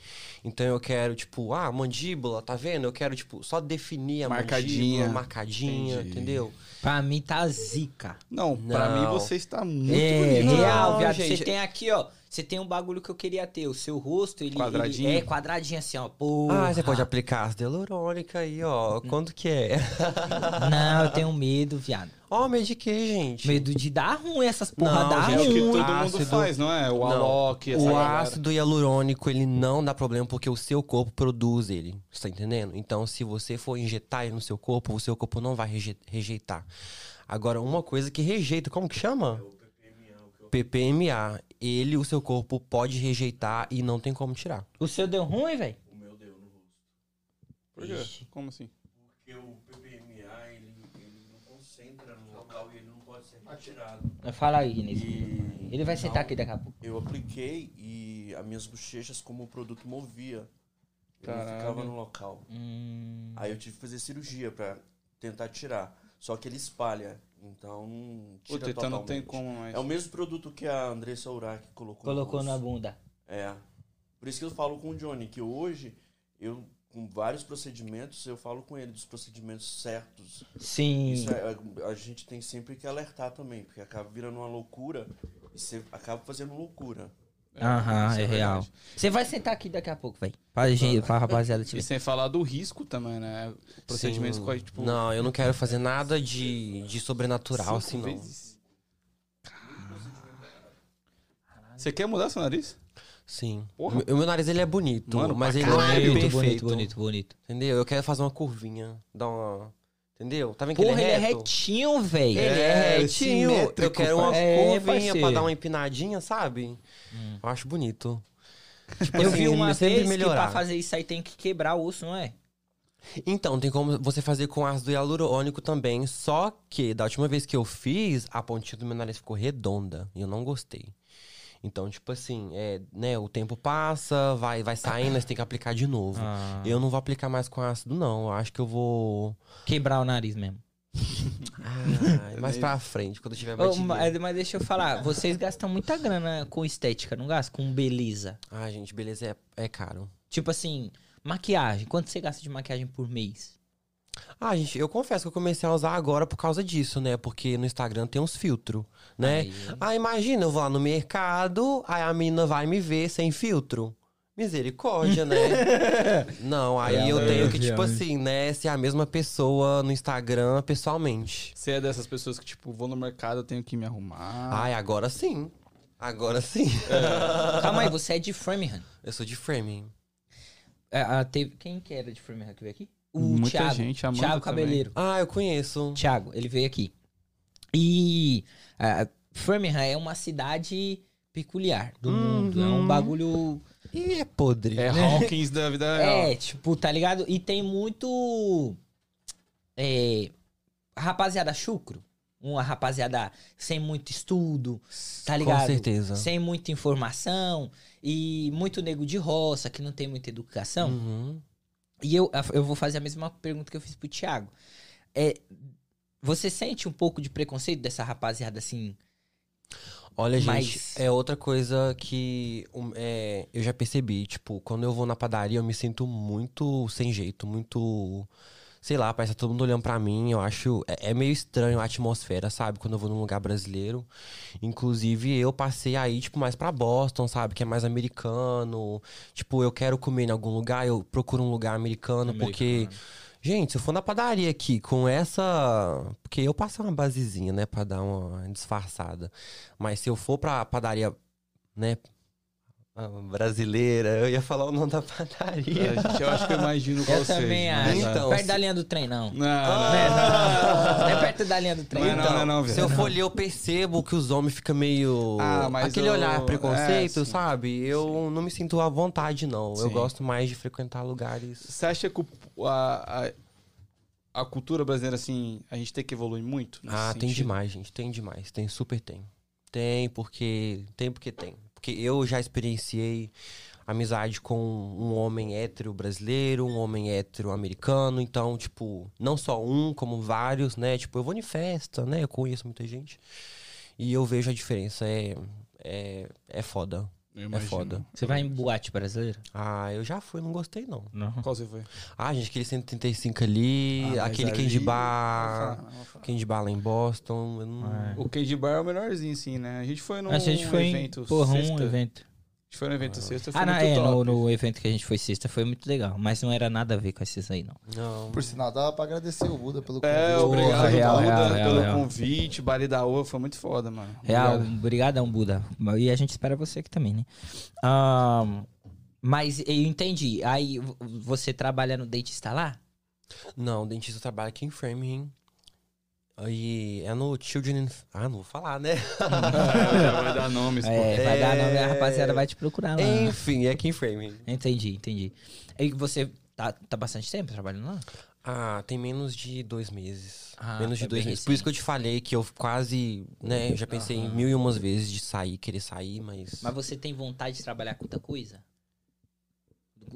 Então eu quero, tipo, ah, mandíbula, tá vendo? Eu quero, tipo, só definir a
Marcadinha.
mandíbula, marcadinha,
Entendi.
entendeu?
Pra mim tá zica.
Não, pra
Não.
mim você está muito
É,
bonito.
real,
Não,
viado.
gente.
Você tem aqui, ó. Você tem um bagulho que eu queria ter. O seu rosto, ele,
Quadradinho.
ele é quadradinho assim, ó. Porra.
Ah, você pode aplicar as hialurônicas aí, ó. Quanto que é?
Não, eu tenho medo, viado.
Ó, medo de quê, gente?
Medo de dar ruim essas porra
Não,
dá
É
gente,
o que
ruim.
todo
Ácido.
mundo faz, não é? O
Não.
Alok, essa
O
galera.
ácido hialurônico, ele não dá problema porque o seu corpo produz ele, você tá entendendo? Então, se você for injetar ele no seu corpo, o seu corpo não vai reje- rejeitar. Agora, uma coisa que rejeita, como que chama? PPMA. Ele, o seu corpo pode rejeitar e não tem como tirar.
O seu deu ruim, velho?
Por quê? Como assim?
Porque o PPMA ele, ele não concentra no local e ele não pode ser retirado.
Fala aí, Inês.
E
Ele vai sentar aqui daqui a pouco.
eu apliquei e as minhas bochechas, como o produto movia, eu não
Caralho.
ficava no local.
Hum,
Aí eu tive que fazer cirurgia pra tentar tirar. Só que ele espalha, então não tira
Puta, então não tem
totalmente.
como mais.
É o mesmo produto que a Andressa Urach colocou.
colocou
no
na
rosto.
bunda.
É. Por isso que eu falo com o Johnny, que hoje eu, com vários procedimentos, eu falo com ele dos procedimentos certos.
Sim.
Isso é- a, a gente tem sempre que alertar também, porque acaba virando uma loucura e você acaba fazendo loucura.
Aham,
Isso
é, real.
verdade.
Você vai sentar aqui daqui a pouco, velho. Pra, gente- pra rapaziada te
E
ver.
sem falar do risco também, né? Procedimentos
Sim.
com a, tipo.
Não, eu não quero fazer nada de, de sobrenatural, assim,
cinco
não.
vezes. Você quer mudar seu nariz?
Sim. O
Porra.
meu- o meu nariz, ele é bonito,
Mano,
mas
pra
ele não é
Bonito, bonito,
perfeito.
bonito, bonito, bonito.
Entendeu? Eu quero fazer uma curvinha, dar uma... Entendeu? Tá vendo que
Porra, ele é
reto?
retinho, velho.
Ele é, retinho. Eu quero uma
É,
curvinha pra
parceiro.
dar uma empinadinha, sabe?
Hum.
Eu acho bonito. Tipo
Eu
assim,
vi uma
sempre
vez que
melhorar.
pra fazer isso aí tem que quebrar o osso, não é?
Então, tem como você fazer com ácido hialurônico também. Só que da última vez que eu fiz, a pontinha do meu nariz ficou redonda. E eu não gostei. Então, tipo assim, é, né, o tempo passa, vai, vai saindo, aí você tem que aplicar de novo.
Ah.
Eu não vou aplicar mais com ácido, não. Eu acho que eu vou.
Quebrar o nariz mesmo.
Ah, mais pra frente, quando eu tiver mais.
Ô, mas, mas deixa eu falar, vocês gastam muita grana com estética, não gastam? Com beleza.
Ah, gente, beleza, é, é caro.
Tipo assim, maquiagem. Quanto você gasta de maquiagem por mês?
Ah, gente, eu confesso que eu comecei a usar agora por causa disso, né? Porque no Instagram tem uns filtros, né?
Aí.
Ah, imagina, eu vou lá no mercado, aí a mina vai me ver sem filtro. Misericórdia, né? Não,
É
aí eu
Realmente,
tenho que, tipo assim, né? Ser a mesma pessoa no Instagram pessoalmente.
Você é dessas pessoas que, tipo, vou no mercado, eu tenho que me
Ah.
arrumar.
Ai, agora sim. Agora sim.
Calma aí, você é de Framingham.
Eu sou de framing.
É, ah, teve... Quem que era de Framingham que veio aqui? O
Muita
Thiago.
gente, a Amanda
Thiago
também.
Cabeleiro.
Ah, eu conheço.
Thiago, ele veio aqui. E ah, Framingham é uma cidade peculiar do mundo. É um bagulho.
E é podre.
É Hawkins da vida real.
É, tipo, tá ligado? E tem muito. É, rapaziada chucro. Uma rapaziada sem muito estudo, tá ligado?
certeza.
Sem muita informação. E muito nego de roça, que não tem muita educação.
Uhum.
E eu, eu vou fazer a mesma pergunta que eu fiz pro Thiago. É, você sente um pouco de preconceito dessa rapaziada assim?
Olha, gente,
Mas-
é outra coisa que um, é, eu já percebi. Tipo, quando eu vou na padaria, eu me sinto muito sem jeito, muito. Sei lá, parece que tá todo mundo olhando pra mim. Eu acho. É, é meio estranho a atmosfera, sabe? Quando eu vou num lugar brasileiro. Inclusive, eu passei aí, tipo, mais pra Boston, sabe? Que é mais americano. Tipo, eu quero comer em algum lugar, eu procuro um lugar americano, porque. Gente, se eu for na padaria aqui com essa. Porque eu passo uma basezinha, né? Pra dar uma disfarçada. Mas se eu for pra padaria, né? ah, Brasileira, eu ia falar o nome da padaria.
É, gente, eu acho que eu imagino com
Eu
vocês. né?
também
mas-
acho.
Então,
perto
se-
da linha do trem, não.
Não,
Não,
não.
é, não. Não é perto da linha do trem, Então,
Não é não,
não.
não,
se
velho.
eu for ali, eu percebo que os homens ficam meio.
Ah, mas
Aquele
eu-
olhar preconceito,
é, sim.
sabe? Eu não me sinto à vontade, não. Eu
Sim.
gosto mais de frequentar lugares.
Você acha que o- a, a, a cultura brasileira, assim, a gente tem que evoluir muito? nesse
Ah, tem
sentido?
demais, gente. Tem demais. Tem, super tem. tem, porque. Tem porque tem. Porque eu já experienciei amizade com um homem hétero brasileiro, um homem hétero americano. Então, tipo, não só um, como vários, né? Tipo, eu vou em festa, né? Eu conheço muita gente. E eu vejo a diferença. É, é, é foda.
Eu imagino.
foda.
Você vai em boate brasileiro?
Ah, eu já fui, não gostei, não.
Não.
Qual você foi?
Ah, gente, aquele 135 ali,
Ah, mas
aquele
ali-
Candy Bar, Candy Bar lá em Boston. eu não-
O Candy Bar é o melhorzinho, sim, né? A gente foi num
a gente foi
evento
em, porra,
sexta.
um evento.
A gente foi no evento sexta, foi
Ah, não,
muito
é, no,
top.
no evento que a gente foi sexta foi muito legal, mas não era nada a ver com esses aí, não.
Não.
Por sinal, dava pra agradecer o Buda pelo convite.
É, obrigado,
Porra, real,
Buda,
real, real,
pelo
real.
convite. Bari da Ua foi muito foda, mano.
Real,
Obrigado.
brigadão, Buda. E a gente espera você aqui também, né? Ahn, mas eu entendi. Aí vo- você trabalha no dentista lá?
Não, o dentista trabalha aqui em Framingham. Aí é no Children. and- Ah, não vou falar, né?
É, vai dar nomes, pô.
É, vai dar nome, a
É.
rapaziada vai te procurar lá.
Enfim, é aqui em Framingham.
Entendi, entendi. E você tá, tá bastante tempo trabalhando lá?
Ah, tem menos de dois meses.
Ah,
menos de
é
dois
bem
meses. Por isso que eu te falei que eu quase, né, já pensei em mil e umas vezes de sair, querer sair, mas.
Mas você tem vontade de trabalhar com outra coisa?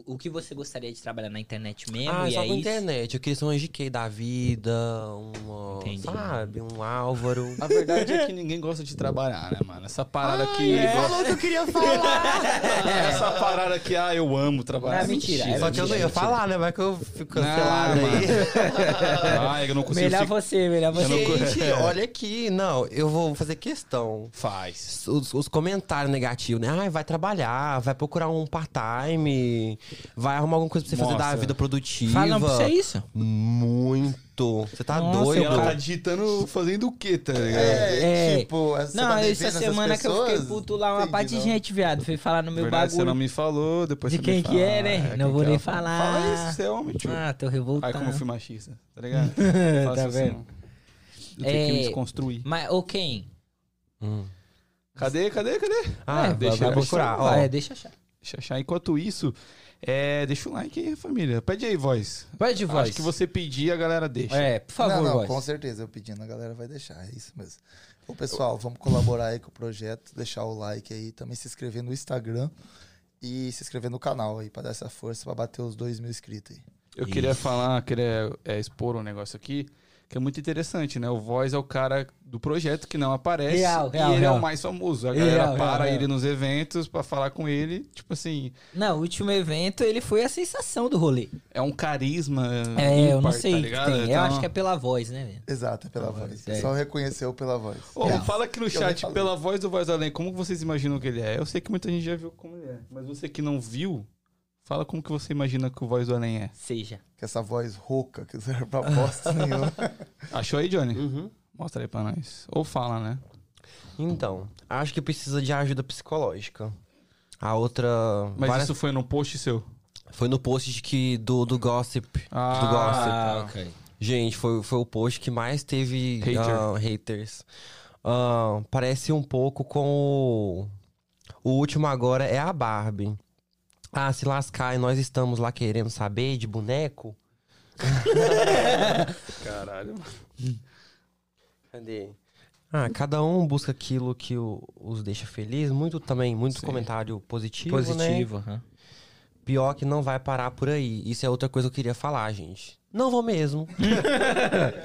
O que você gostaria de trabalhar na internet mesmo?
ah,
e
só
é
com
isso?
internet. Eu queria ser um GK da vida, uma.
Entendi.
Sabe? Um Álvaro.
A verdade é que ninguém gosta de trabalhar, né, mano? Essa parada que.
falou que eu queria falar.
Essa parada que, ah, eu amo trabalhar.
É mentira, é
Só que eu não ia
Mentira.
falar, né? Vai que eu fico
Não,
cancelado aí.
mano. Ah, eu não consigo.
Melhor
ficar-
você, melhor você.
Gente, olha aqui. Não, eu vou fazer questão.
Faz.
Os, os comentários negativos, né? Ai, vai trabalhar, vai procurar um part-time, vai arrumar alguma coisa pra você fazer
Nossa.
da vida produtiva.
Falam pra você isso?
Muito. Você tá
Nossa,
E
doido?
ela tá digitando, fazendo o quê, tá ligado?
É,
É.
tipo, essa
tá
Não,
semana
essa
devendo essas
semana que eu fiquei
pessoas,
puto lá, uma
entendi,
parte de
não.
gente, viado, foi falar no meu
Verdade, você não
bagulho
me falou, depois
de
você me
quem que é,
fala.
né?
É,
não
quem
vou
que
nem
é?
falar.
Fala isso, você é homem, tio.
Ah, tô revoltado.
Aí como eu fui machista, tá ligado?
Tá vendo?
Eu tenho que me
É.
desconstruir.
Mas, ô, quem?
Hum.
Cadê, cadê, cadê?
Ah,
é,
deixa eu
vai
procurar.
achar,
ó.
vai, deixa eu achar.
Deixa eu achar. Enquanto isso, é, deixa o like aí, família. Pede aí, voz.
Vai de voz.
Acho que você pedir, a galera deixa.
É, por favor,
não, não,
voz.
com certeza. Eu pedindo, a galera vai deixar. É isso mesmo. Ô, pessoal, vamos colaborar aí com o projeto, deixar o like aí, também se inscrever no Instagram e se inscrever no canal aí pra dar essa força pra bater os dois mil inscritos aí.
Eu queria falar, queria é, expor um negócio aqui que é muito interessante, né? O Voz é o cara do projeto que não aparece
Real,
e
real,
ele é
real.
o mais famoso. A galera
Real,
para
real, real.
ele nos eventos pra falar com ele, tipo assim,
Não, o último evento, ele foi a sensação do rolê.
é um carisma.
É, eu não
ímpar,
sei
tá
o que
ligado?
tem. Eu
Então-
acho que é pela voz, né, velho?
Exato, é pela
Ah,
voz.
é.
O Só reconheceu pela voz.
Ô, fala aqui no
Eu
chat,
falei.
pela voz do Voz Além, como vocês imaginam que ele é? Eu sei que muita gente já viu como ele é, mas você que não viu, fala como que você imagina que o Voz do Além é.
Seja.
Com essa voz rouca que não serve pra bosta nenhuma.
Achou aí, Johnny?
Uhum.
Mostra aí pra nós. Ou fala, né?
Então, acho que precisa de ajuda psicológica. A outra.
Mas
várias-
isso foi no post seu?
Foi no post de que, do, do gossip. do gossip.
Ah,
ok.
Gente, foi, foi o post que mais teve
Hater.
ah, haters. Ah, parece um pouco com o... o último agora é a Barbie. Ah, se lascar e nós estamos lá querendo saber de boneco.
Caralho.
Cadê? Ah, cada um busca aquilo que o- os deixa feliz. Muito também, muito
Sim.
comentário positivo, né?
Positivo, aham.
Pior que não vai parar por aí. Isso é outra coisa que eu queria falar, gente. Não vou mesmo.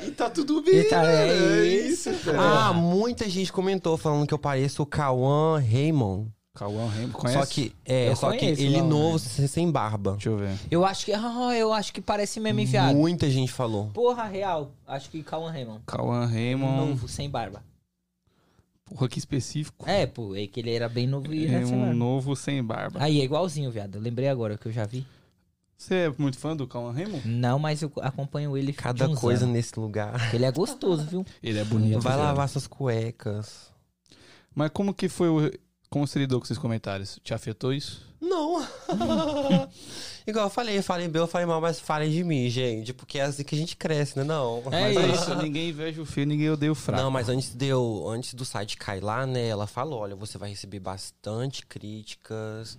E tá tudo bem,
E tá-
né?
é
velho.
Ah, muita gente comentou falando que eu pareço o Cauã Raymond.
Cauã Raymond, conhece?
Só que, é,
Eu
só que
conheço
ele
lá,
novo,
né?
sem sem barba.
Deixa eu ver.
Eu acho que. Ah, eu acho que parece mesmo enviado.
Muita gente falou.
Porra, real. Acho que Calma Raymond.
Cauã Raymond,
Novo, sem barba.
porra que específico.
É, pô, é que ele era bem novo e
É
assim
era sem
um
barba.
novo sem barba.
Aí, é igualzinho, viado. Eu lembrei agora que eu já vi.
Você é muito fã do Cauã Raymond?
Não, mas eu acompanho ele.
Cada
de uns
coisa
anos.
nesse
né?
lugar.
Ele é gostoso, viu?
Ele é bonito.
Vai
velho.
lavar suas cuecas.
Mas como que foi o... Como você lidou com esses comentários? Te afetou isso?
Não. Igual eu falei, eu falei bem, eu falei mal, mas falem de mim, gente. Porque é assim que a gente cresce, né? Não.
É
Mas
isso.
ninguém inveja o feio, ninguém odeia o fraco.
Não, mas antes, de eu, antes do site cair lá, né? Ela falou: olha, você vai receber bastante críticas.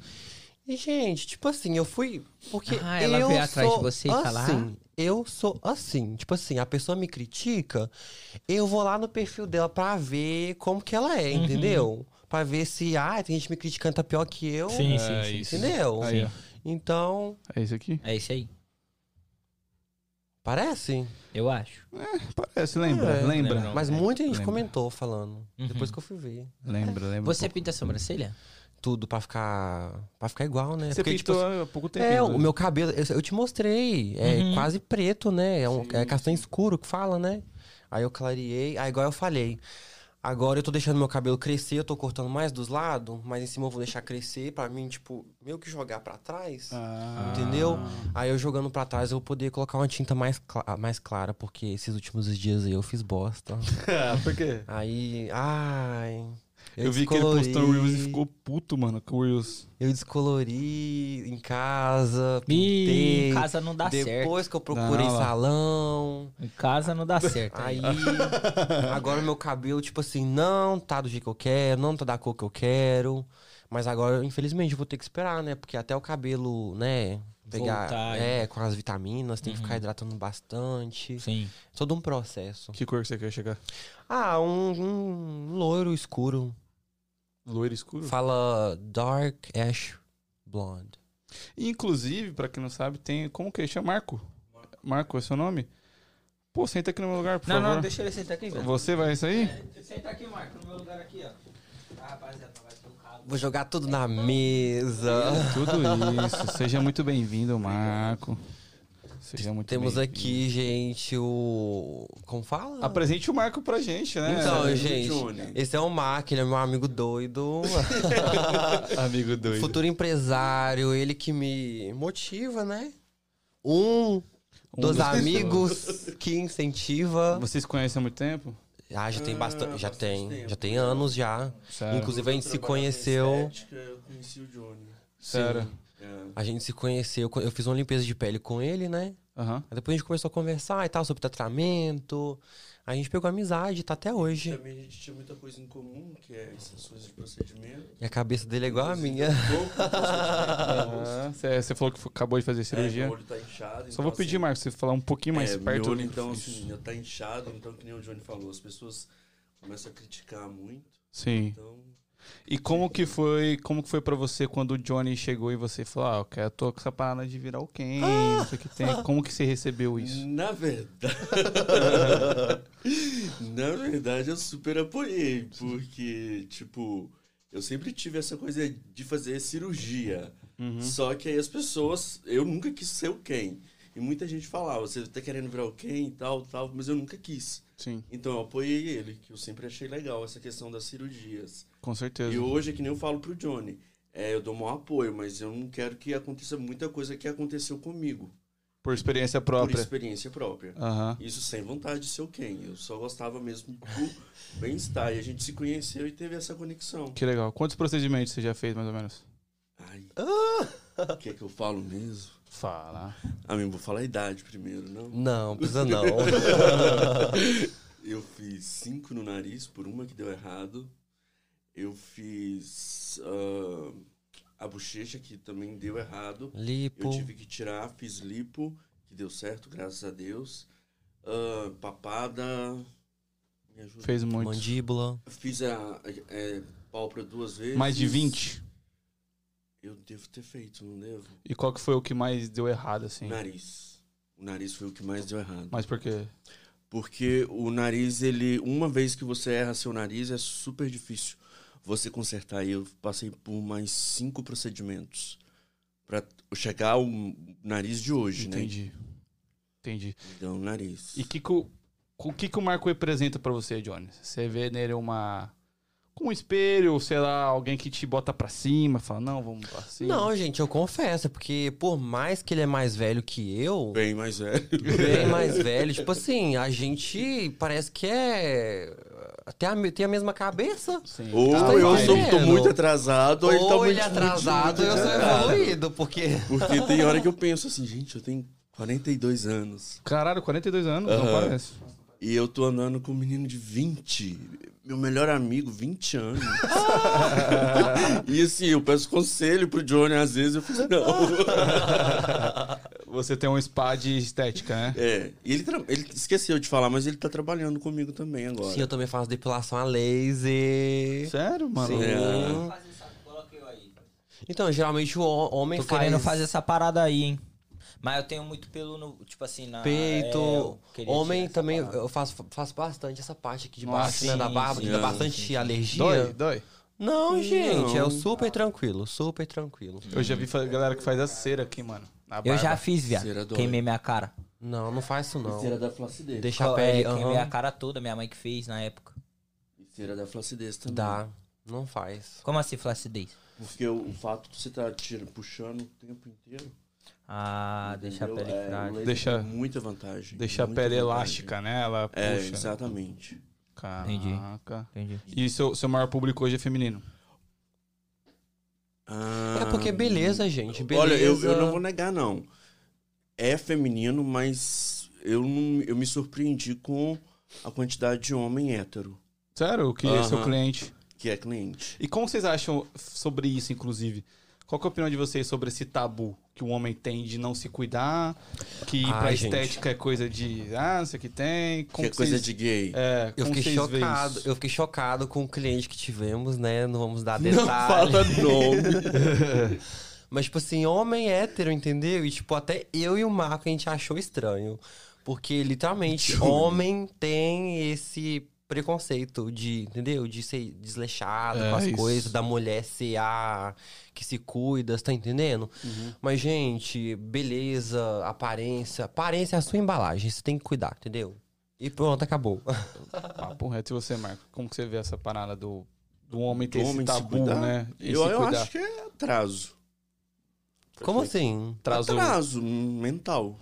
E, gente, tipo assim, eu fui. Porque
Ah,
eu
ela veio atrás de
sou
você e tá
assim,
falar?
Eu sou assim. Tipo assim, a pessoa me critica, eu vou lá no perfil dela pra ver como que ela
Uhum.
é, entendeu? Pra ver se, ah, tem gente me criticando, tá pior que eu.
Sim,
É
sim, sim.
isso.
Entendeu?
Aí, ó.
Então,
É isso aqui?
É isso aí.
parece.
Eu acho.
Parece, lembra,
É,
lembra.
não.
Mas
é,
muita gente
lembra.
comentou falando.
Uhum.
Depois que eu fui ver.
Lembra, lembra.
Você
um pouco.
pinta a sobrancelha?
Tudo pra ficar. para ficar igual, né?
Você
Porque, tipo,
pintou há pouco tempo.
É,
né?
o meu cabelo, eu, eu te mostrei, é
Uhum.
quase preto, né? É, um, é castanho escuro que fala, né? Aí eu clareei, aí igual eu falhei. Agora eu tô deixando meu cabelo crescer, eu tô cortando mais dos lados, mas em cima eu vou deixar crescer pra mim, tipo, meio que jogar pra trás,
Ah.
entendeu? Aí eu jogando pra trás eu vou poder colocar uma tinta mais, cla- mais clara, porque esses últimos dias aí eu fiz bosta.
Ah, por quê?
Aí, ai.
Eu, vi que ele postou o Reels e
descolori.
ficou puto, mano, com o Reels.
Eu descolori em
Ih,
casa, pintei.
em casa não dá certo.
Depois que eu procurei
Não, lá.
salão.
Em casa não dá certo.
Aí. agora meu cabelo, tipo assim, não tá do jeito que eu quero, não tá da cor que eu quero. Mas agora, infelizmente, eu vou ter que esperar, né? Porque até o cabelo, né? Pegar.
Voltar, Uhum.
é, com as vitaminas, tem que ficar hidratando bastante.
Sim.
Todo um processo.
Que cor que você quer chegar?
Ah, um, um loiro escuro.
Loiro escuro?
Fala Dark Ash Blonde.
Inclusive, pra quem não sabe, tem. Como que ele chama? Marco? Marco, é seu nome? Pô, senta aqui no meu lugar, por
Não,
favor.
não, deixa ele sentar aqui, velho.
Você vai isso aí?
Senta aqui, Marco, no meu lugar aqui, ó. Ah, rapaziada, vai tocar.
Vou jogar tudo na mesa.
Tudo isso. Seja muito bem-vindo, Marco. Seja muito
Temos
bem-vindo.
aqui, gente, o. Como fala?
Apresente o Marco pra gente, né?
Então,
amigo
gente,
Johnny.
esse é o Mark, ele é meu amigo doido,
amigo doido.
futuro empresário, ele que me motiva, né? Um, dos
dos-
amigos que incentiva.
Vocês conhecem há muito tempo?
Ah, já tem
Ah,
bastante, já
bastante
tem,
tempo.
já tem anos já.
Sério.
Inclusive a gente
Eu
se
trabalhava com
conheceu,
estética, Eu conheci o Johnny.
Sério.
É.
a gente se conheceu, eu fiz uma limpeza de pele com ele, né?
Aham.
Aí depois a gente começou a conversar e tal sobre tratamento. Aí A gente pegou amizade, tá até hoje.
Também a gente tinha muita coisa em comum, que é essas coisas de procedimento.
E a cabeça dele é igual a
tá
minha.
Ah, Você você falou que foi- acabou de fazer cirurgia.
É, meu olho tá inchado.
Só
então,
vou pedir,
assim,
Marco, você falar um pouquinho mais
é,
perto.
Meu olho,
do-
então, assim, já tá inchado, então, que nem o Johnny falou, as pessoas começam a criticar muito.
Sim.
Então,
E como que foi, como que foi para você quando o Johnny chegou e você falou, ah, eu quero, tô com essa parada de virar o Ken, não sei o que tem. Como que você recebeu isso?
na verdade. na verdade, eu super apoiei, porque, tipo, eu sempre tive essa coisa de fazer cirurgia.
Uhum.
Só que aí as pessoas, eu nunca quis ser o Ken. E muita gente falava, você tá querendo virar o Ken e tal, tal, mas eu nunca quis.
Sim,
Então eu apoiei ele, que eu sempre achei legal essa questão das cirurgias.
com certeza.
E hoje é que nem eu falo pro Johnny. É, eu dou maior apoio, mas eu não quero que aconteça muita coisa que aconteceu comigo.
Por experiência
Por
própria.
experiência própria.
Aham.
Isso sem vontade de ser o quem. Eu só gostava mesmo do bem-estar. E a gente se conheceu e teve essa conexão.
Que legal. Quantos procedimentos você já fez, mais ou menos?
Ai. O que é que eu falo mesmo?
Fala.
Ah, eu vou falar a idade primeiro, não?
Não, precisa não.
Eu fiz cinco no nariz, por uma que deu errado. Eu fiz ah, a bochecha, que também deu errado. Eu
Lipo.
tive que tirar, fiz lipo, que deu certo, graças a Deus. Ah, papada. Me ajuda.
Fez muito.
Mandíbula.
Fiz a, é, pálpebra duas vezes.
Mais de 20?
Eu devo ter feito, não devo?
E qual que foi o que mais deu errado, assim?
Nariz. O nariz foi o que mais deu errado.
Mas por quê?
Porque o nariz, ele. Uma vez que você erra seu nariz, é super difícil você consertar. E eu passei por mais cinco procedimentos pra chegar ao nariz de hoje,
Entendi. Entendi.
né? Então, nariz.
E que que o, o que, que o Marco representa pra você, Johnny? Você vê nele uma. Com um espelho, sei lá, alguém que te bota pra cima, fala, não, vamos pra cima.
Não, gente, eu confesso, é porque por mais que ele é mais velho que eu,
Bem mais velho.
Tá
bem mais velho, tipo assim, a gente parece que é. Tem a, tem a mesma cabeça.
Sim.
Ou
Tá
eu
entendendo?
sou, um- tô muito atrasado, ou, ele tá
Ou
muito
ele é atrasado,
muito
eu sou
adiantado.
evoluído, porque.
Porque tem hora que eu penso assim, gente, eu tenho 42 anos.
Caralho, 42 anos, não
Aham.
parece.
E E eu tô andando com um menino de 20, meu melhor amigo, 20 anos. e assim, eu peço conselho pro Johnny, às vezes eu fiz não.
Você tem um spa de estética, né?
é, e ele, tra- ele esqueceu de falar, mas ele tá trabalhando comigo também agora.
Sim, eu também faço depilação a laser.
Sério, mano?
É.
Faz essa- coloca eu aí.
Então, geralmente o ho- homem
Tô
faz...
querendo fazer essa parada aí, hein? Mas eu tenho muito pelo no. Tipo assim, na. é,
peito.
eu queria
homem
tirar essa
também,
parada.
eu faço, faço bastante essa parte aqui de
Nossa,
baixo, né,
sim,
da barba,
sim,
que dá
sim,
bastante alergia.
Dói, dói.
Não, gente,
Não.
é super tranquilo, super tranquilo.
Eu já vi fa- galera que faz a cera aqui, mano. Na
Eu
barba.
já fiz,
Cera
viado.
dói.
Queimei minha cara.
Não, não faz isso não.
Cera da flacidez.
Deixa a
Co-
pele,
é,
aham.
Queimei a cara toda, minha mãe que fez na época.
Cera da flacidez também.
Dá, não faz.
Como assim, flacidez?
Porque o, o fato de você estar tira, puxando o tempo inteiro.
Ah, deixa a
entendeu?
pele
É, o
frágil.
laser
Deixa-
tem muita vantagem.
Deixa a
muita
pele
vantagem.
elástica, né? Ela puxa.
É, exatamente.
Caraca.
Entendi.
E seu, seu maior público hoje é feminino?
Ah,
É porque beleza, gente, beleza.
Olha, eu, eu não vou negar, não. É feminino, mas eu, não- eu me surpreendi com a quantidade de homem hétero
Sério? O que é seu
Aham.
cliente?
que é cliente.
E como vocês acham sobre isso, inclusive? Qual que é a opinião de vocês sobre esse tabu que o homem tem de não se cuidar? Que
Ai,
pra
gente.
estética é coisa de. Ah, não sei o que tem. Como
que é coisa
vocês-
de gay.
É,
Eu
como
fiquei
vocês veem
chocado,
isso?
eu fiquei chocado com o cliente que tivemos, né? Não vamos dar detalhes.
Não
tá.
fala nome.
Mas, tipo assim, homem hétero, entendeu? E, tipo, até eu e o Marco a gente achou estranho. Porque, literalmente, homem tem esse preconceito de, entendeu? De ser desleixado
É,
com as
isso.
coisas, da mulher ser a que se cuida, você tá entendendo? Mas, gente, beleza, aparência. Aparência é a sua embalagem, você tem que cuidar, entendeu? E pronto, acabou.
Papo reto e você, Marco. Como que você vê essa parada do, do homem ter
Do
esse
homem se
tabu,
cuidar?
né? E
Eu,
se
eu
cuidar.
acho que é atraso.
Como assim?
Traz o-
Atraso mental.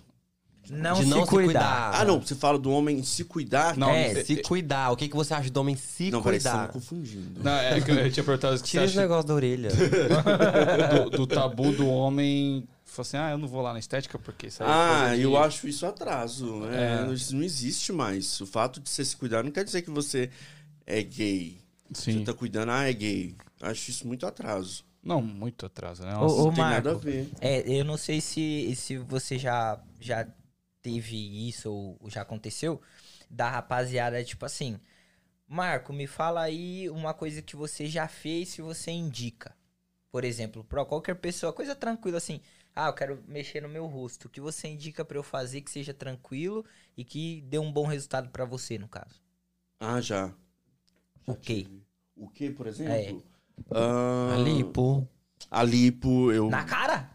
Não,
De
se,
não
cuidar.
Ah, não. Você fala do homem se cuidar.
Não,
É,
é,
Se cuidar. O que, que você acha do homem se
não peraí, vocês estão
cuidar?
me confundindo.
Não, é que eu tinha perguntado o que você
Tira esse
acha
negócio da orelha.
do, do tabu do homem. Fala assim, ah, eu não vou lá na estética porque isso aí é coisa
Ah,
de- É.
eu acho isso atraso. né? Isso não existe mais. O fato de você se cuidar não quer dizer que você é gay.
Sim.
Você tá cuidando, ah, é gay. Acho isso muito atraso.
Não, muito atraso, né?
Ô,
Nossa.
ô,
não tem
Marco,
nada a ver.
É, eu não sei se, se você já, já teve isso ou ou já aconteceu, da rapaziada, tipo assim, Marco, me fala aí uma coisa que você já fez e você indica. Por exemplo, pra qualquer pessoa, coisa tranquila assim, ah, eu quero mexer no meu rosto, o que você indica pra eu fazer que seja tranquilo e que dê um bom resultado pra você, no caso.
Ah, já.
O
Já
quê? É.
tive. O que, por exemplo? Ah,
Ali, pô.
A lipo, eu.
Na cara?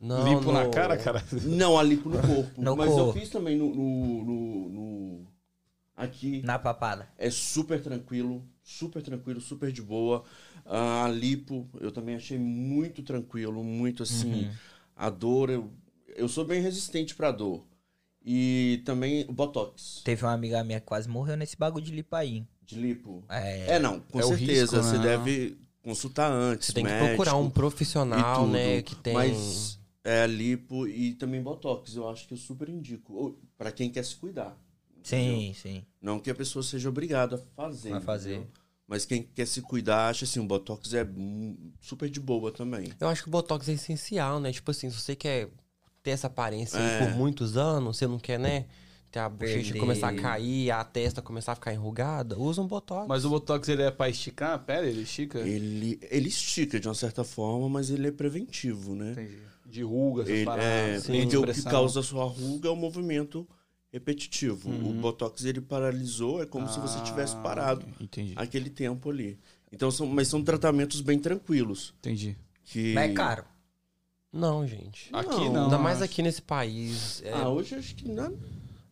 Não,
Limpo na
no-
cara, cara.
Não, a lipo no corpo.
No
mas
corpo.
eu fiz também no. no- no- no- Aqui.
Na papada.
É super tranquilo. Super tranquilo, super de boa. Ah, a lipo, eu também achei muito tranquilo, muito
Uhum.
assim. A dor, eu, eu sou bem resistente pra dor. E também o botox
Teve uma amiga minha que quase morreu nesse bagulho de lipa aí. hein?
de lipo.
É,
É, não, com
É o
certeza.
risco,
você
né?
deve consultar antes.
Você tem que
médico.
procurar um
e
profissional,
tudo.
né? Que tem.
Mas é lipo e também botox, eu acho que eu super indico. Ou, Pra quem quer se cuidar. entendeu?
sim, sim.
Não que a pessoa seja obrigada a fazer.
A fazer.
entendeu? Mas quem quer se cuidar, acha assim, o botox é mu- super de boa também.
Eu acho que o Botox é essencial, né? Tipo assim, se você quer ter essa aparência aí
É.
por muitos anos, você não quer, né? Ter a bochecha
Perder.
começar a cair, a testa começar a ficar enrugada, usa um Botox.
Mas o Botox, ele é pra esticar a pele? Ele estica?
Ele, ele estica de uma certa forma, mas ele é preventivo, né?
Entendi. De ruga, essas
Ele,
paradas.
é,
linha de
porque o que
expressão.
causa a sua ruga é o movimento repetitivo. O botox ele paralisou, é como se você tivesse
Ah,
parado
Entendi,
aquele tempo ali. Então são, mas são tratamentos bem tranquilos
entendi.
que
Mas é caro.
Não, gente.
Aqui não,
Não, ainda mais
acho.
aqui nesse país. é-
Ah, hoje acho que não.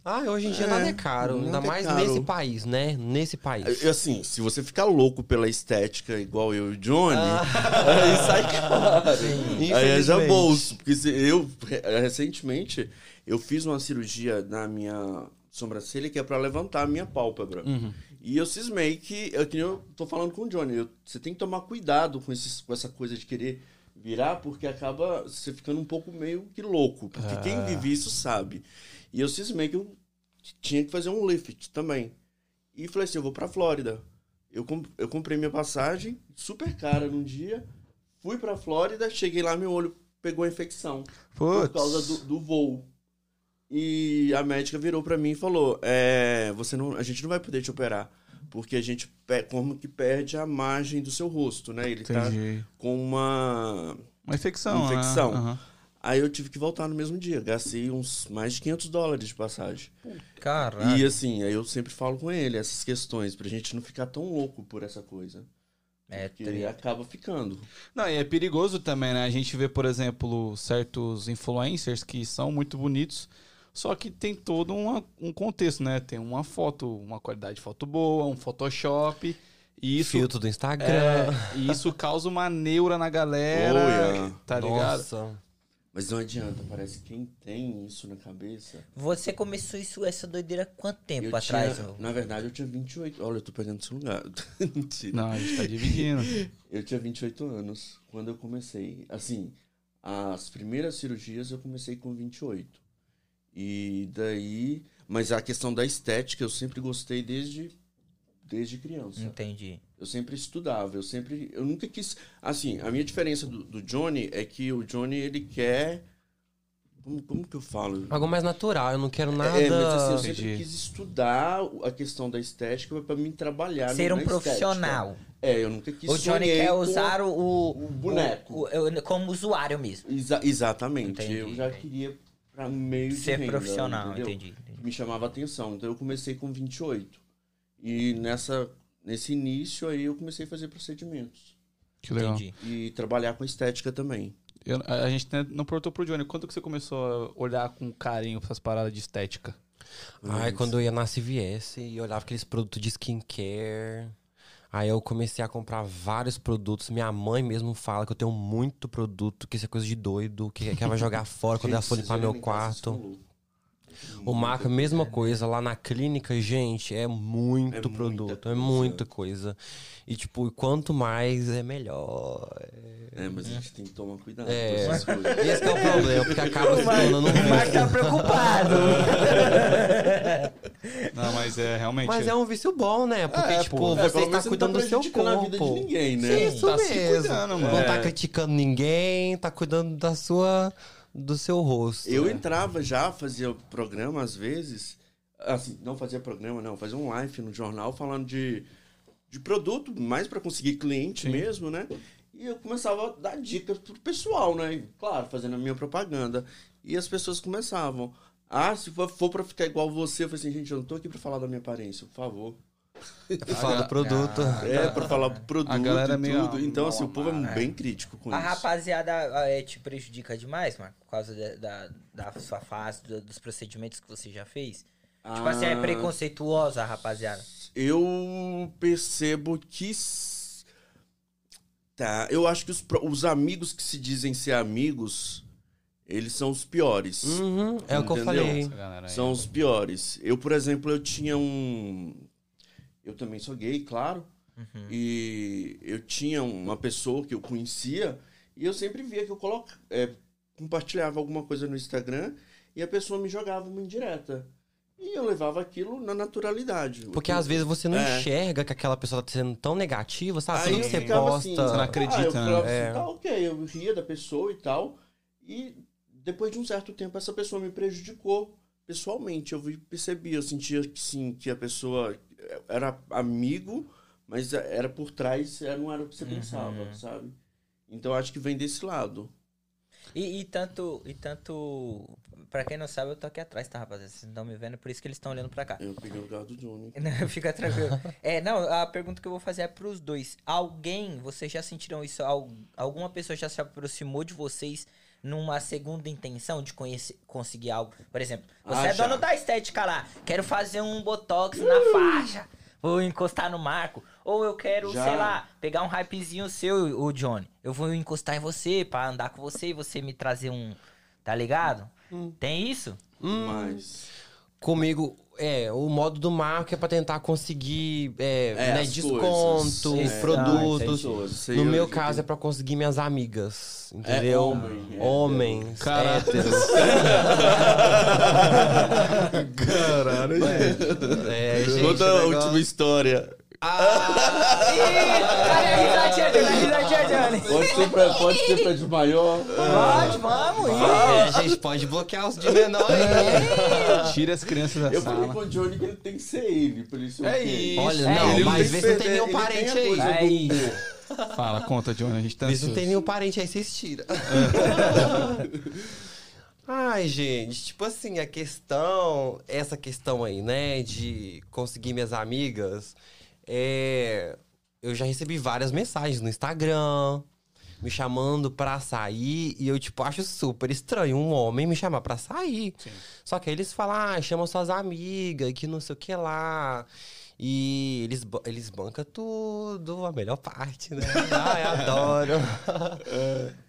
Ah, hoje em dia
é,
nada é caro.
nada
ainda
é
mais
caro.
nesse país, né? Nesse país.
Assim, se você ficar louco pela estética igual eu e o Johnny, aí sai caro. Aí é já
Infelizmente.
bolso. Porque se- eu, re- recentemente, eu fiz uma cirurgia na minha sobrancelha que é pra levantar a minha pálpebra. E eu cismei que, eu, que nem eu tô falando com o Johnny, eu- você tem que tomar cuidado com, esses- com essa coisa de querer virar, porque acaba você ficando um pouco meio que louco. Porque quem vive isso sabe. E eu cismei que eu tinha que fazer um lift também. E falei assim, eu vou pra Flórida. Eu, com- eu comprei minha passagem, super cara num dia, fui pra Flórida, cheguei lá, meu olho pegou a infecção por causa do, do voo. E a médica virou pra mim e falou: é, você não, a gente não vai poder te operar, porque a gente pe- como que perde a margem do seu rosto, né? Ele tá
Entendi.
com uma
Uma infecção. né?
Infecção.
Aham.
Aí eu tive que voltar no mesmo dia. Gastei uns mais de 500 dólares de passagem.
Caralho.
E assim, aí eu sempre falo com ele essas questões, pra gente não ficar tão louco por essa coisa.
É,
Porque ele acaba ficando.
Não, e é perigoso também, né? A gente vê, por exemplo, certos influencers que são muito bonitos, só que tem todo uma- um contexto, né? Tem uma foto, uma qualidade de foto boa, um Photoshop. E isso,
Filtro do Instagram.
é, e isso causa uma neura na galera.
Oh, yeah.
Tá ligado?
Nossa.
Mas não adianta, parece que quem tem isso na cabeça.
Você começou isso, essa doideira quanto tempo
eu
atrás?
tinha-
ô?
na verdade, eu tinha 28. Olha, eu tô pegando esse lugar. Mentira.
Não, a gente tá dividindo.
Eu tinha 28 anos quando eu comecei. Assim, as primeiras cirurgias eu comecei com 28. E daí. Mas a questão da estética eu sempre gostei desde, desde criança.
Entendi.
Eu sempre estudava, eu sempre. Eu nunca quis. Assim, a minha diferença do, do Johnny é que o Johnny, ele quer. Como, como que eu falo?
Algo mais natural, eu não quero nada.
É, mas assim, eu sempre
Entendi.
quis estudar a questão da estética pra mim trabalhar.
Ser
na
um
estética.
profissional.
É, eu nunca quis
o Johnny
sonhei
quer
com-
usar o, o,
o boneco.
o- o- como usuário mesmo.
Exa- exatamente.
Entendi,
eu já
entendi.
queria para um meio de
Ser
renda,
profissional,
entendeu?
entendi. entendi.
Que me chamava atenção. Então eu comecei com 28. E nessa nesse início aí eu comecei a fazer procedimentos
Que legal.
Entendi.
e trabalhar com estética também.
Eu- a, a gente né, não perguntou pro Johnny, quando que você começou a olhar com carinho pra essas paradas de estética?
Ai, quando eu ia na CVS e olhava aqueles produtos de skincare. Aí eu comecei a comprar vários produtos. Minha mãe mesmo fala que eu tenho muito produto, que isso é coisa de doido, que, que ela vai jogar fora quando ela for limpar
é
meu quarto. O Maca, mesma coisa. Lá na clínica, gente, é muito
É muita
produto, é
coisa.
muita coisa. E, tipo, quanto mais é melhor.
É, mas a gente tem que tomar cuidado
É.
com essas coisas.
Esse que é o problema, porque acaba se tornando um
O Marco
vício.
tá preocupado.
Não, mas é realmente.
Mas é um vício bom, né? Porque,
É,
tipo,
pô.
É,
você
pelo
está
menos não
cuidando do seu
prejudicando a vida de
corpo.
ninguém, né?
Sim, isso
Tá se
mesmo.
cuidando, mano.
Não tá
É.
criticando ninguém, tá cuidando da sua do seu rosto.
Eu
né?
entrava já, fazia programa às vezes, assim, não fazia programa não, fazia um live no jornal falando de, de produto, mais pra conseguir cliente
Sim.
mesmo, né? E eu começava a dar dicas pro pessoal, né? E, Claro, fazendo a minha propaganda. E as pessoas começavam. Ah, se for, for pra ficar igual você, eu falei assim, gente, eu não tô aqui pra falar da minha aparência, por favor.
É pra falar do produto.
é, pra falar do produto
A galera é
e
meio
tudo. Então, assim, o povo é
maluca,
bem crítico com
A
isso.
rapaziada é, te prejudica demais, Marco, por causa de- da, da sua fase, do- dos procedimentos que você já fez? Tipo assim, é
Ah,
preconceituosa a rapaziada.
Eu percebo que. s- Tá, eu acho que os, pro- os amigos que se dizem ser amigos, eles são os piores.
Uhum, é o que eu
Entendeu?
falei.
Essa galera aí.
São os piores. Eu, por exemplo, eu tinha um. Eu também sou gay, claro.
Uhum.
Hum.
E eu tinha uma pessoa que eu conhecia e eu sempre via que eu coloca, é, compartilhava alguma coisa no Instagram e a pessoa me jogava uma indireta. E eu levava aquilo na naturalidade.
Porque às vezes você não
É.
enxerga que aquela pessoa tá sendo tão negativa, sabe?
Aí
Tudo que
eu
você
ficava
posta.
assim,
não
ah,
acredita,
eu falava
né?
assim,
É.
tá, ok, eu ria da pessoa e tal. E depois de um certo tempo, essa pessoa me prejudicou pessoalmente. Eu vi- percebi, eu sentia que sim, que a pessoa era amigo, mas era por trás, era- não era o que
Uhum.
você pensava, sabe? Então acho que vem desse lado.
E, e tanto, e tanto. Pra quem não sabe, eu tô aqui atrás, tá, rapaziada? Vocês não estão me vendo, por isso que eles estão olhando pra cá.
É, Eu peguei o lugar do Johnny.
Não, Fica tranquilo. É, não, a pergunta que eu vou fazer é pros dois. Alguém, vocês já sentiram isso? Al- Alguma pessoa já se aproximou de vocês numa segunda intenção de conhecer, conseguir algo? Por exemplo, você
Ah,
é
já. Uh!
dono da estética lá, quero fazer um botox na faixa, vou encostar no Marco. Ou eu quero,
Já.
sei lá, pegar um hypezinho seu, o Johnny. Eu vou encostar em você pra andar com você e você
Hum.
Hum.
me trazer um. Tá ligado? Tem isso?
Mas.
Comigo, É, o modo do marco é pra tentar conseguir é,
É,
né,
as
desconto,
coisas. É,
produtos.
entendi. Isso aí
no
eu
meu
entendi. É
caso é pra conseguir minhas amigas, entendeu?
homem, é.
Homens,
Cara.
héteros.
Caralho, gente.
É, gente,
Conta a
negócio-
última história.
Cadê a risadinha, Johnny? A risadinha, Johnny?
Pode ser pra, pode ser pra de maior.
Pode, vamos ir.
é, gente, pode bloquear os de menor
É.
aí.
Tira as crianças da
Eu falei
sala.
com o Johnny que ele tem que ser ele, pra ele ser
É
o quê?
isso.
Olha,
É,
não,
ele não
mas vê
tem
se não tem
CD,
nenhum
ele tem
parente
a
aí.
coisa.
Aí,
Fala, conta, Johnny. A gente tá
Vê se não tem
ansioso.
nenhum parente aí, vocês tiram. Ai, gente, tipo assim, a questão, essa questão aí, né, de conseguir minhas amigas, é, eu já recebi várias mensagens no Instagram, me chamando pra sair, e eu, tipo, acho super estranho um homem me chamar pra sair. Só que aí eles falam, ah, chama suas amigas, que não sei o que lá. E eles, ba- eles bancam tudo, a melhor parte, né? Ai, adoro.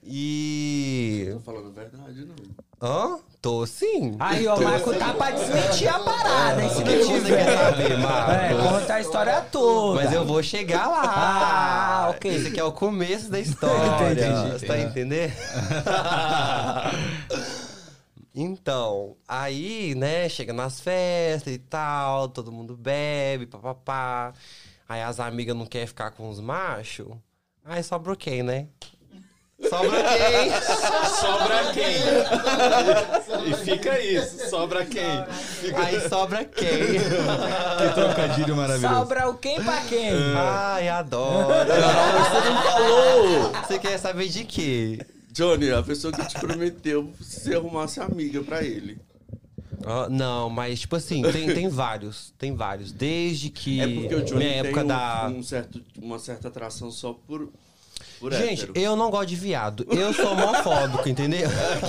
e.
Tô falando a verdade, não.
Hã? Tô sim.
aí ó, o Marco tá pra desmentir a parada, hein? Se
O que que
não
você
tiver.
quer saber, Marcos?
É, conta a história toda.
Mas eu vou chegar lá.
Ah, ok.
Esse aqui é o começo da história.
Entendi,
Você tá entendendo? então, aí, né, chega nas festas e tal, todo mundo bebe, papapá. Aí as amigas não querem ficar com os machos. Aí sobra quem, né? Sobra quem?
Sobra quem? e fica isso. Sobra quem?
Aí sobra quem?
Que trocadilho maravilhoso.
Sobra o quem pra quem?
Ai, adoro.
Você não falou!
Você quer saber de quê?
Johnny, a pessoa que te prometeu se você arrumasse amiga pra ele.
Ah, não, mas tipo assim, tem, tem vários. Tem vários. Desde que.
É porque o Johnny
minha
tem
época
um-
da.
um certo, uma certa atração só por, por
Gente,
hétero.
eu não gosto de viado. Eu sou homofóbico, entendeu?
Ah,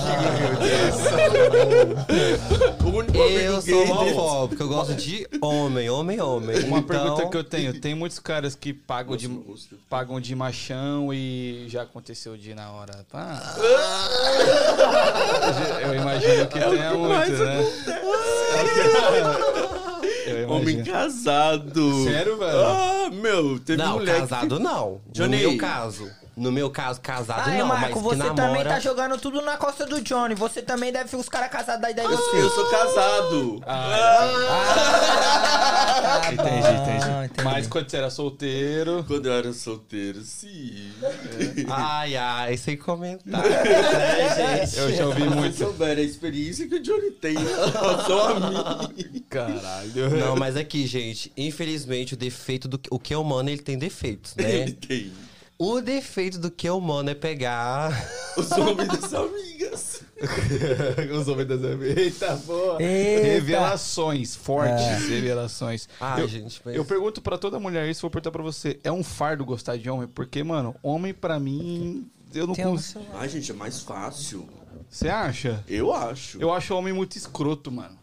O único
eu
amigo
sou
gay dele-
homofóbico. Eu gosto de homem, homem, homem.
Uma
Então,
pergunta que eu tenho. Tem muitos caras que pagam de,
Nossa,
pagam de machão e já aconteceu de ir na hora. pá. eu imagino
É
que tenha muito, né? Eu imagino.
Homem casado.
Sério, velho?
Ah, meu, teve
Não,
mulher
casado não.
Johnny.
No meu caso. No meu caso, casado
Aí,
não,
Marco,
mas
você
que
também
namora.
tá jogando tudo na costa do Johnny. Você também deve ser os caras casados da ideia
Ah,
que... Eu, eu sou casado.
Entendi, entendi.
Ah, entendi.
Mas quando você era solteiro.
Quando eu era solteiro, sim.
Ai, ai, sem comentar. é?
Eu já ouvi
É. Se vocês
muito.
souberem a experiência que o Johnny tem, sou amigo.
Caralho.
Não, mas aqui, gente, infelizmente o defeito do. O que é humano, ele tem defeitos, né?
Ele tem.
O defeito do que é humano é pegar.
Os homens das amigas.
Os homens das Eita, boa.
Eita. É.
Revelações fortes, revelações.
Ai,
eu,
gente, mas.
eu pergunto pra toda mulher isso, vou perguntar pra você. É um fardo gostar de homem? Porque, mano, homem pra mim, eu não
Tem um
consigo.
celular.
Ai, gente, é mais fácil.
Você acha?
Eu acho.
Eu acho homem muito escroto, mano.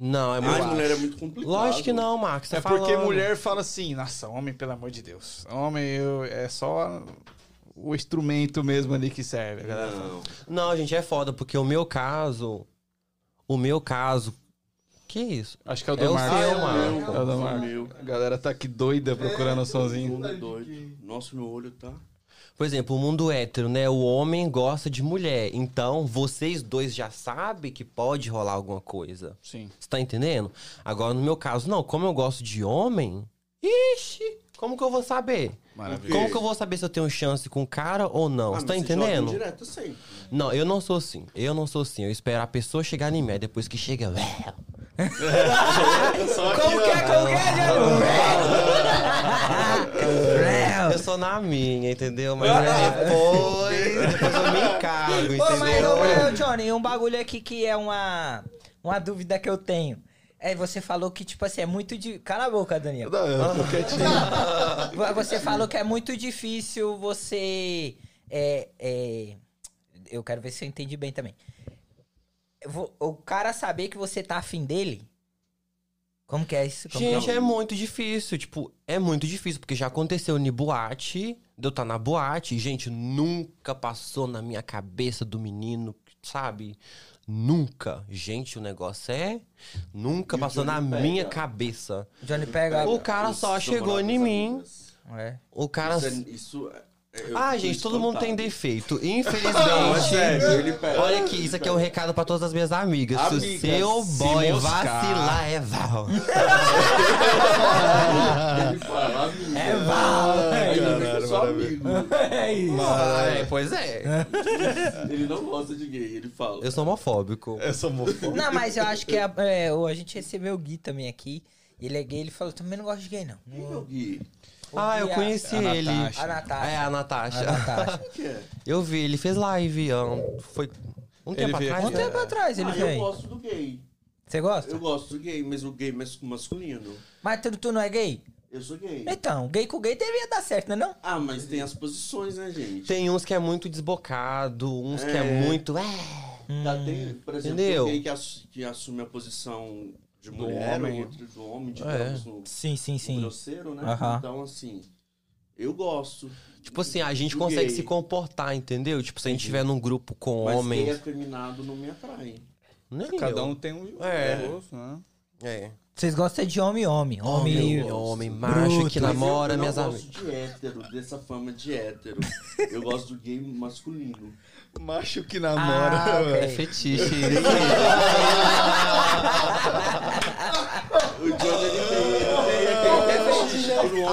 Não, é
Ai,
muito.
mulher é muito complicado.
Lógico que não, Marcos. tá
é porque mulher fala assim, nossa, homem, pelo amor de Deus. Homem eu- é só o instrumento mesmo ali que serve. né?" a galera fala.
Não.
Não, gente, é foda, porque o meu caso. O meu caso. Que isso?
Acho que é o do
É o
Marcos.
seu,
É o do
Marcos.
Marcos.
Meu.
A galera tá aqui doida procurando o somzinho.
Como é doido. Nossa, meu olho tá.
Por exemplo, o mundo hétero, né? O homem gosta de mulher. Então, vocês dois já sabem que pode rolar alguma coisa.
Sim.
Você tá entendendo? Agora, no meu caso, não. Como eu gosto de homem. Ixi! Como que eu vou saber?
Maravilha.
Como que eu vou saber se eu tenho chance com o cara ou não?
Ah,
Você tá
mas
entendendo?
joga direto sempre.
Não, eu não sou assim. Eu não sou assim. Eu espero a pessoa chegar em mim. Aí Depois que chega, velho.
Como que é, como que é,
Ah.
Johnny?
Eu sou na minha, entendeu? Mas aí depois, depois eu me encargo,
Ô, mas, ô,
entendeu?
mas, ô, Johnny, um bagulho aqui que é uma, uma dúvida que eu tenho. É, você falou que, tipo assim, é muito de. Cala a boca, Daniel. Você falou que é muito difícil você. é, é, eu quero ver se eu entendi bem também. Eu vou- O cara saber que você tá afim dele? Como que é isso?
Então,
Como que
Gente, é muito difícil. Tipo, é muito difícil. Porque já aconteceu em boate. De eu estar na boate. E, gente, nunca passou na minha cabeça do menino, sabe? Nunca. Gente, o negócio é. Nunca
E o
passou na
Johnny pega.
minha cabeça.
Johnny pega.
é- O cara só
Isso,
chegou
namorado
em
das
mim.
amigas.
É.
O cara.
Isso é- Isso é- eu
Ah,
fui
gente, todo mundo tem
espantado.
defeito.
Não, é
Infelizmente.
sério, ele pega.
Olha aqui, isso aqui é um recado pra todas as minhas amigas. se o
Amigas,
seu
se
boy
moscar.
vacilar, é Val.
Ele fala, amiga.
É Val.
Aí ele
Caralho,
fica só
maravilha.
amigo.
É isso.
Ah,
É, pois é.
Ele não gosta de gay, ele fala.
Eu sou homofóbico.
Eu sou mofo.
Não, mas eu acho que a, é, o- a gente recebeu o Gui também aqui. E ele é gay, ele falou, também não gosto de gay, não.
Quem é o gay?
O
Ah,
Gui
eu
é a-
conheci
a
ele.
Natasha.
A
É,
Natasha.
a Natasha.
A Natasha.
Quem que é?
Eu vi, ele fez live. ah, Foi um
Ele
tempo
veio
atrás.
Um
aqui,
né?
tempo atrás ele
Ah, eu
veio.
gosto do gay.
Você gosta?
Eu gosto do gay, mas o gay mas masculino.
Mas tu, tu não é gay?
Eu sou gay.
Então, gay com gay deveria dar certo, né não?
Ah, mas tem as posições, né, gente?
Tem uns que é muito desbocado, uns que é
É.
muito. É.
Tá, tem, por exemplo,
Entendeu?
tem gay que, assu- que assume a posição de
Do
mulher,
homem.
outro do homem, digamos, no,
Sim, sim,
no grosseiro, né?
Aham.
Então, assim, eu gosto.
Tipo assim, a gente
Do
consegue
gay.
se comportar, entendeu? Tipo, se a gente estiver num grupo com
Mas gay
homens.
afeminado não me atrai.
Nem
Cada
eu.
um tem um
É.
gosto, né?
É.
Vocês gostam de homem e homem. Homem,
Homem,
e...
homem, macho que
Mas
namora,
eu, eu
minhas
não
amigas.
gosto de hétero, dessa fama de hétero. eu gosto do gay masculino.
Macho que
Ah,
namora.
ok.
É
velho.
É Fetiche.
O Johnny, ele tem, ele tem, ele tem, ele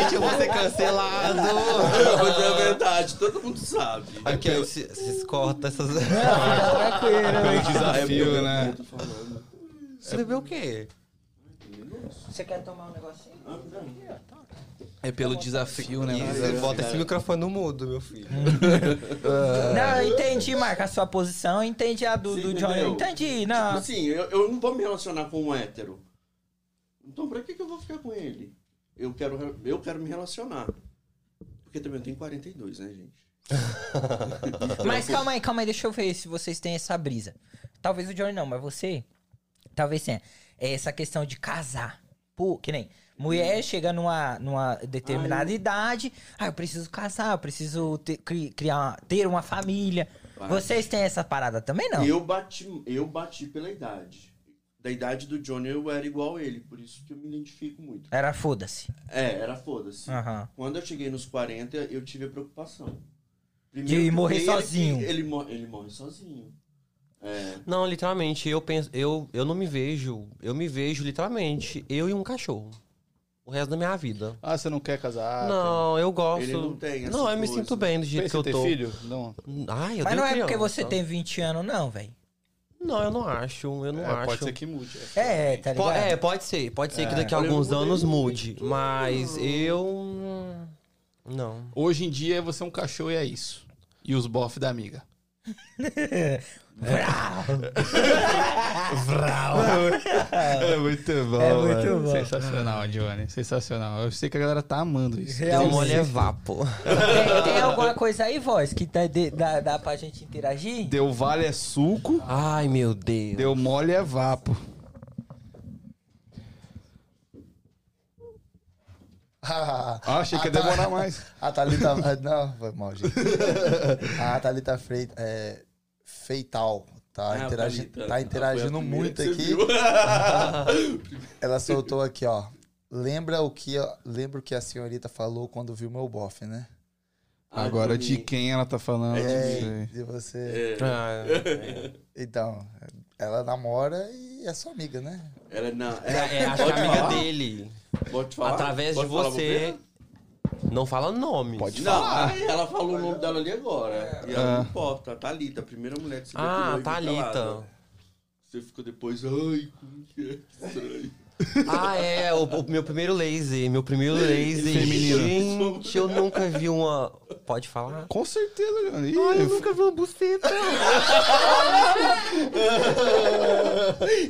tem, ele tem, ele tem, ele tem, ele tem, ele tem, ele tem, ele tem, ele tem, ele tem, ele tem, ele tem, ele tem, ele tem, ele tem,
Ai, gente, eu vou ser cancelado.
Mas é verdade, todo mundo sabe.
Aqui, ó, se- vocês cortam essas.
Pelo
É
desafio,
porque
né?
eu tô falando.
Você bebeu o quê?
Você quer tomar um negocinho?
É pelo desafio, né?
Você bota esse microfone no mudo, meu filho.
Ah.
Não, eu entendi, Marca, a sua posição. eu Entendi a do,
Você
do Johnny.
entendeu?
Entendi, não.
Assim, eu, eu não vou me relacionar com um hétero. Então pra que, que eu vou ficar com ele? Eu quero, re- eu quero me relacionar. Porque também eu tenho 42, né, gente?
Mas calma aí, calma aí, deixa eu ver se vocês têm essa brisa. Talvez o Johnny não, mas você. Talvez tenha. É essa questão de casar. Pô, que nem. Mulher chega numa, numa determinada idade. Ah, eu preciso casar, eu preciso ter, cri- criar, ter uma família.
Vai.
Vocês têm essa parada também, não?
Eu bati, eu bati pela idade. Da idade do Johnny eu era igual a ele, por isso que eu me identifico muito.
Era foda-se.
É, era foda-se.
Aham.
Quando eu cheguei nos 40, eu tive a preocupação.
De morrer
porque ele-
sozinho.
Ele, mor- ele morre sozinho. É.
Não, literalmente, eu penso. Eu, eu não me vejo. Eu me vejo, literalmente, eu e um cachorro. O resto da minha vida.
Ah, você não quer casar?
não, eu gosto.
Ele não tem essa
Não, eu me
coisa.
sinto bem do
Tem...
jeito
Pensa em
que eu
ter
tô.
filho? Não.
Ai, eu
Mas
tenho
não é porque
criança.
você tem 20 anos, não, velho.
Não, eu não acho. Eu não
É,
acho.
pode ser que mude.
É, tá
Po-
ligado?
é, pode ser. Pode ser que daqui a
Olha, eu
alguns
mudei
anos
muito.
mude. Mas eu. hum, Não.
Hoje em dia você é um cachorro e é isso. E os bof da amiga.
É muito bom.
É muito
mano.
bom.
Sensacional, Johnny. Sensacional. Eu sei que a galera tá amando isso.
É um
Realmente.
olho é vapo.
Tem, tem alguma coisa aí, voz, que tá de- dá, dá pra gente interagir?
Deu vale é suco,
Ai, meu Deus.
deu mole é vapo. Ah, achei que ia
tá.
demorar mais.
A Thalita. ah, Não, foi mal, gente. A Thalita Freitas. É, Feital. Tá,
Ah,
interagi-
Thalita,
tá
foi a
interagindo
primeira
muito
que você
aqui.
viu.
Ela soltou aqui, ó. Lembra o que, a- lembra o que a senhorita falou quando viu meu bofe, né?
Agora, de
Johnny.
quem ela tá falando?
É de
não
mim.
sei.
De você.
Ah, então É,
Ah,
Então, ela namora e é sua amiga, né?
ela não.
é,
ela-
é, acho que a
Pode
amiga
falar?
dele.
Pode falar?
através
Pode
de
falar
você. Não fala nome.
Pode
Não,
falar.
aí ela falou o nome dela ali agora.
É.
E
Ah.
ela não importa. A Thalita, a primeira mulher que você
Ah,
deu
Thalita.
Você ficou depois, ai, como que é estranho.
Ah, é, o, o meu primeiro laser. Meu primeiro laser.
Feminino.
Gente, eu nunca vi uma. Pode falar?
Com certeza, Johnny. Ih,
Ai, eu nunca vi uma buceta.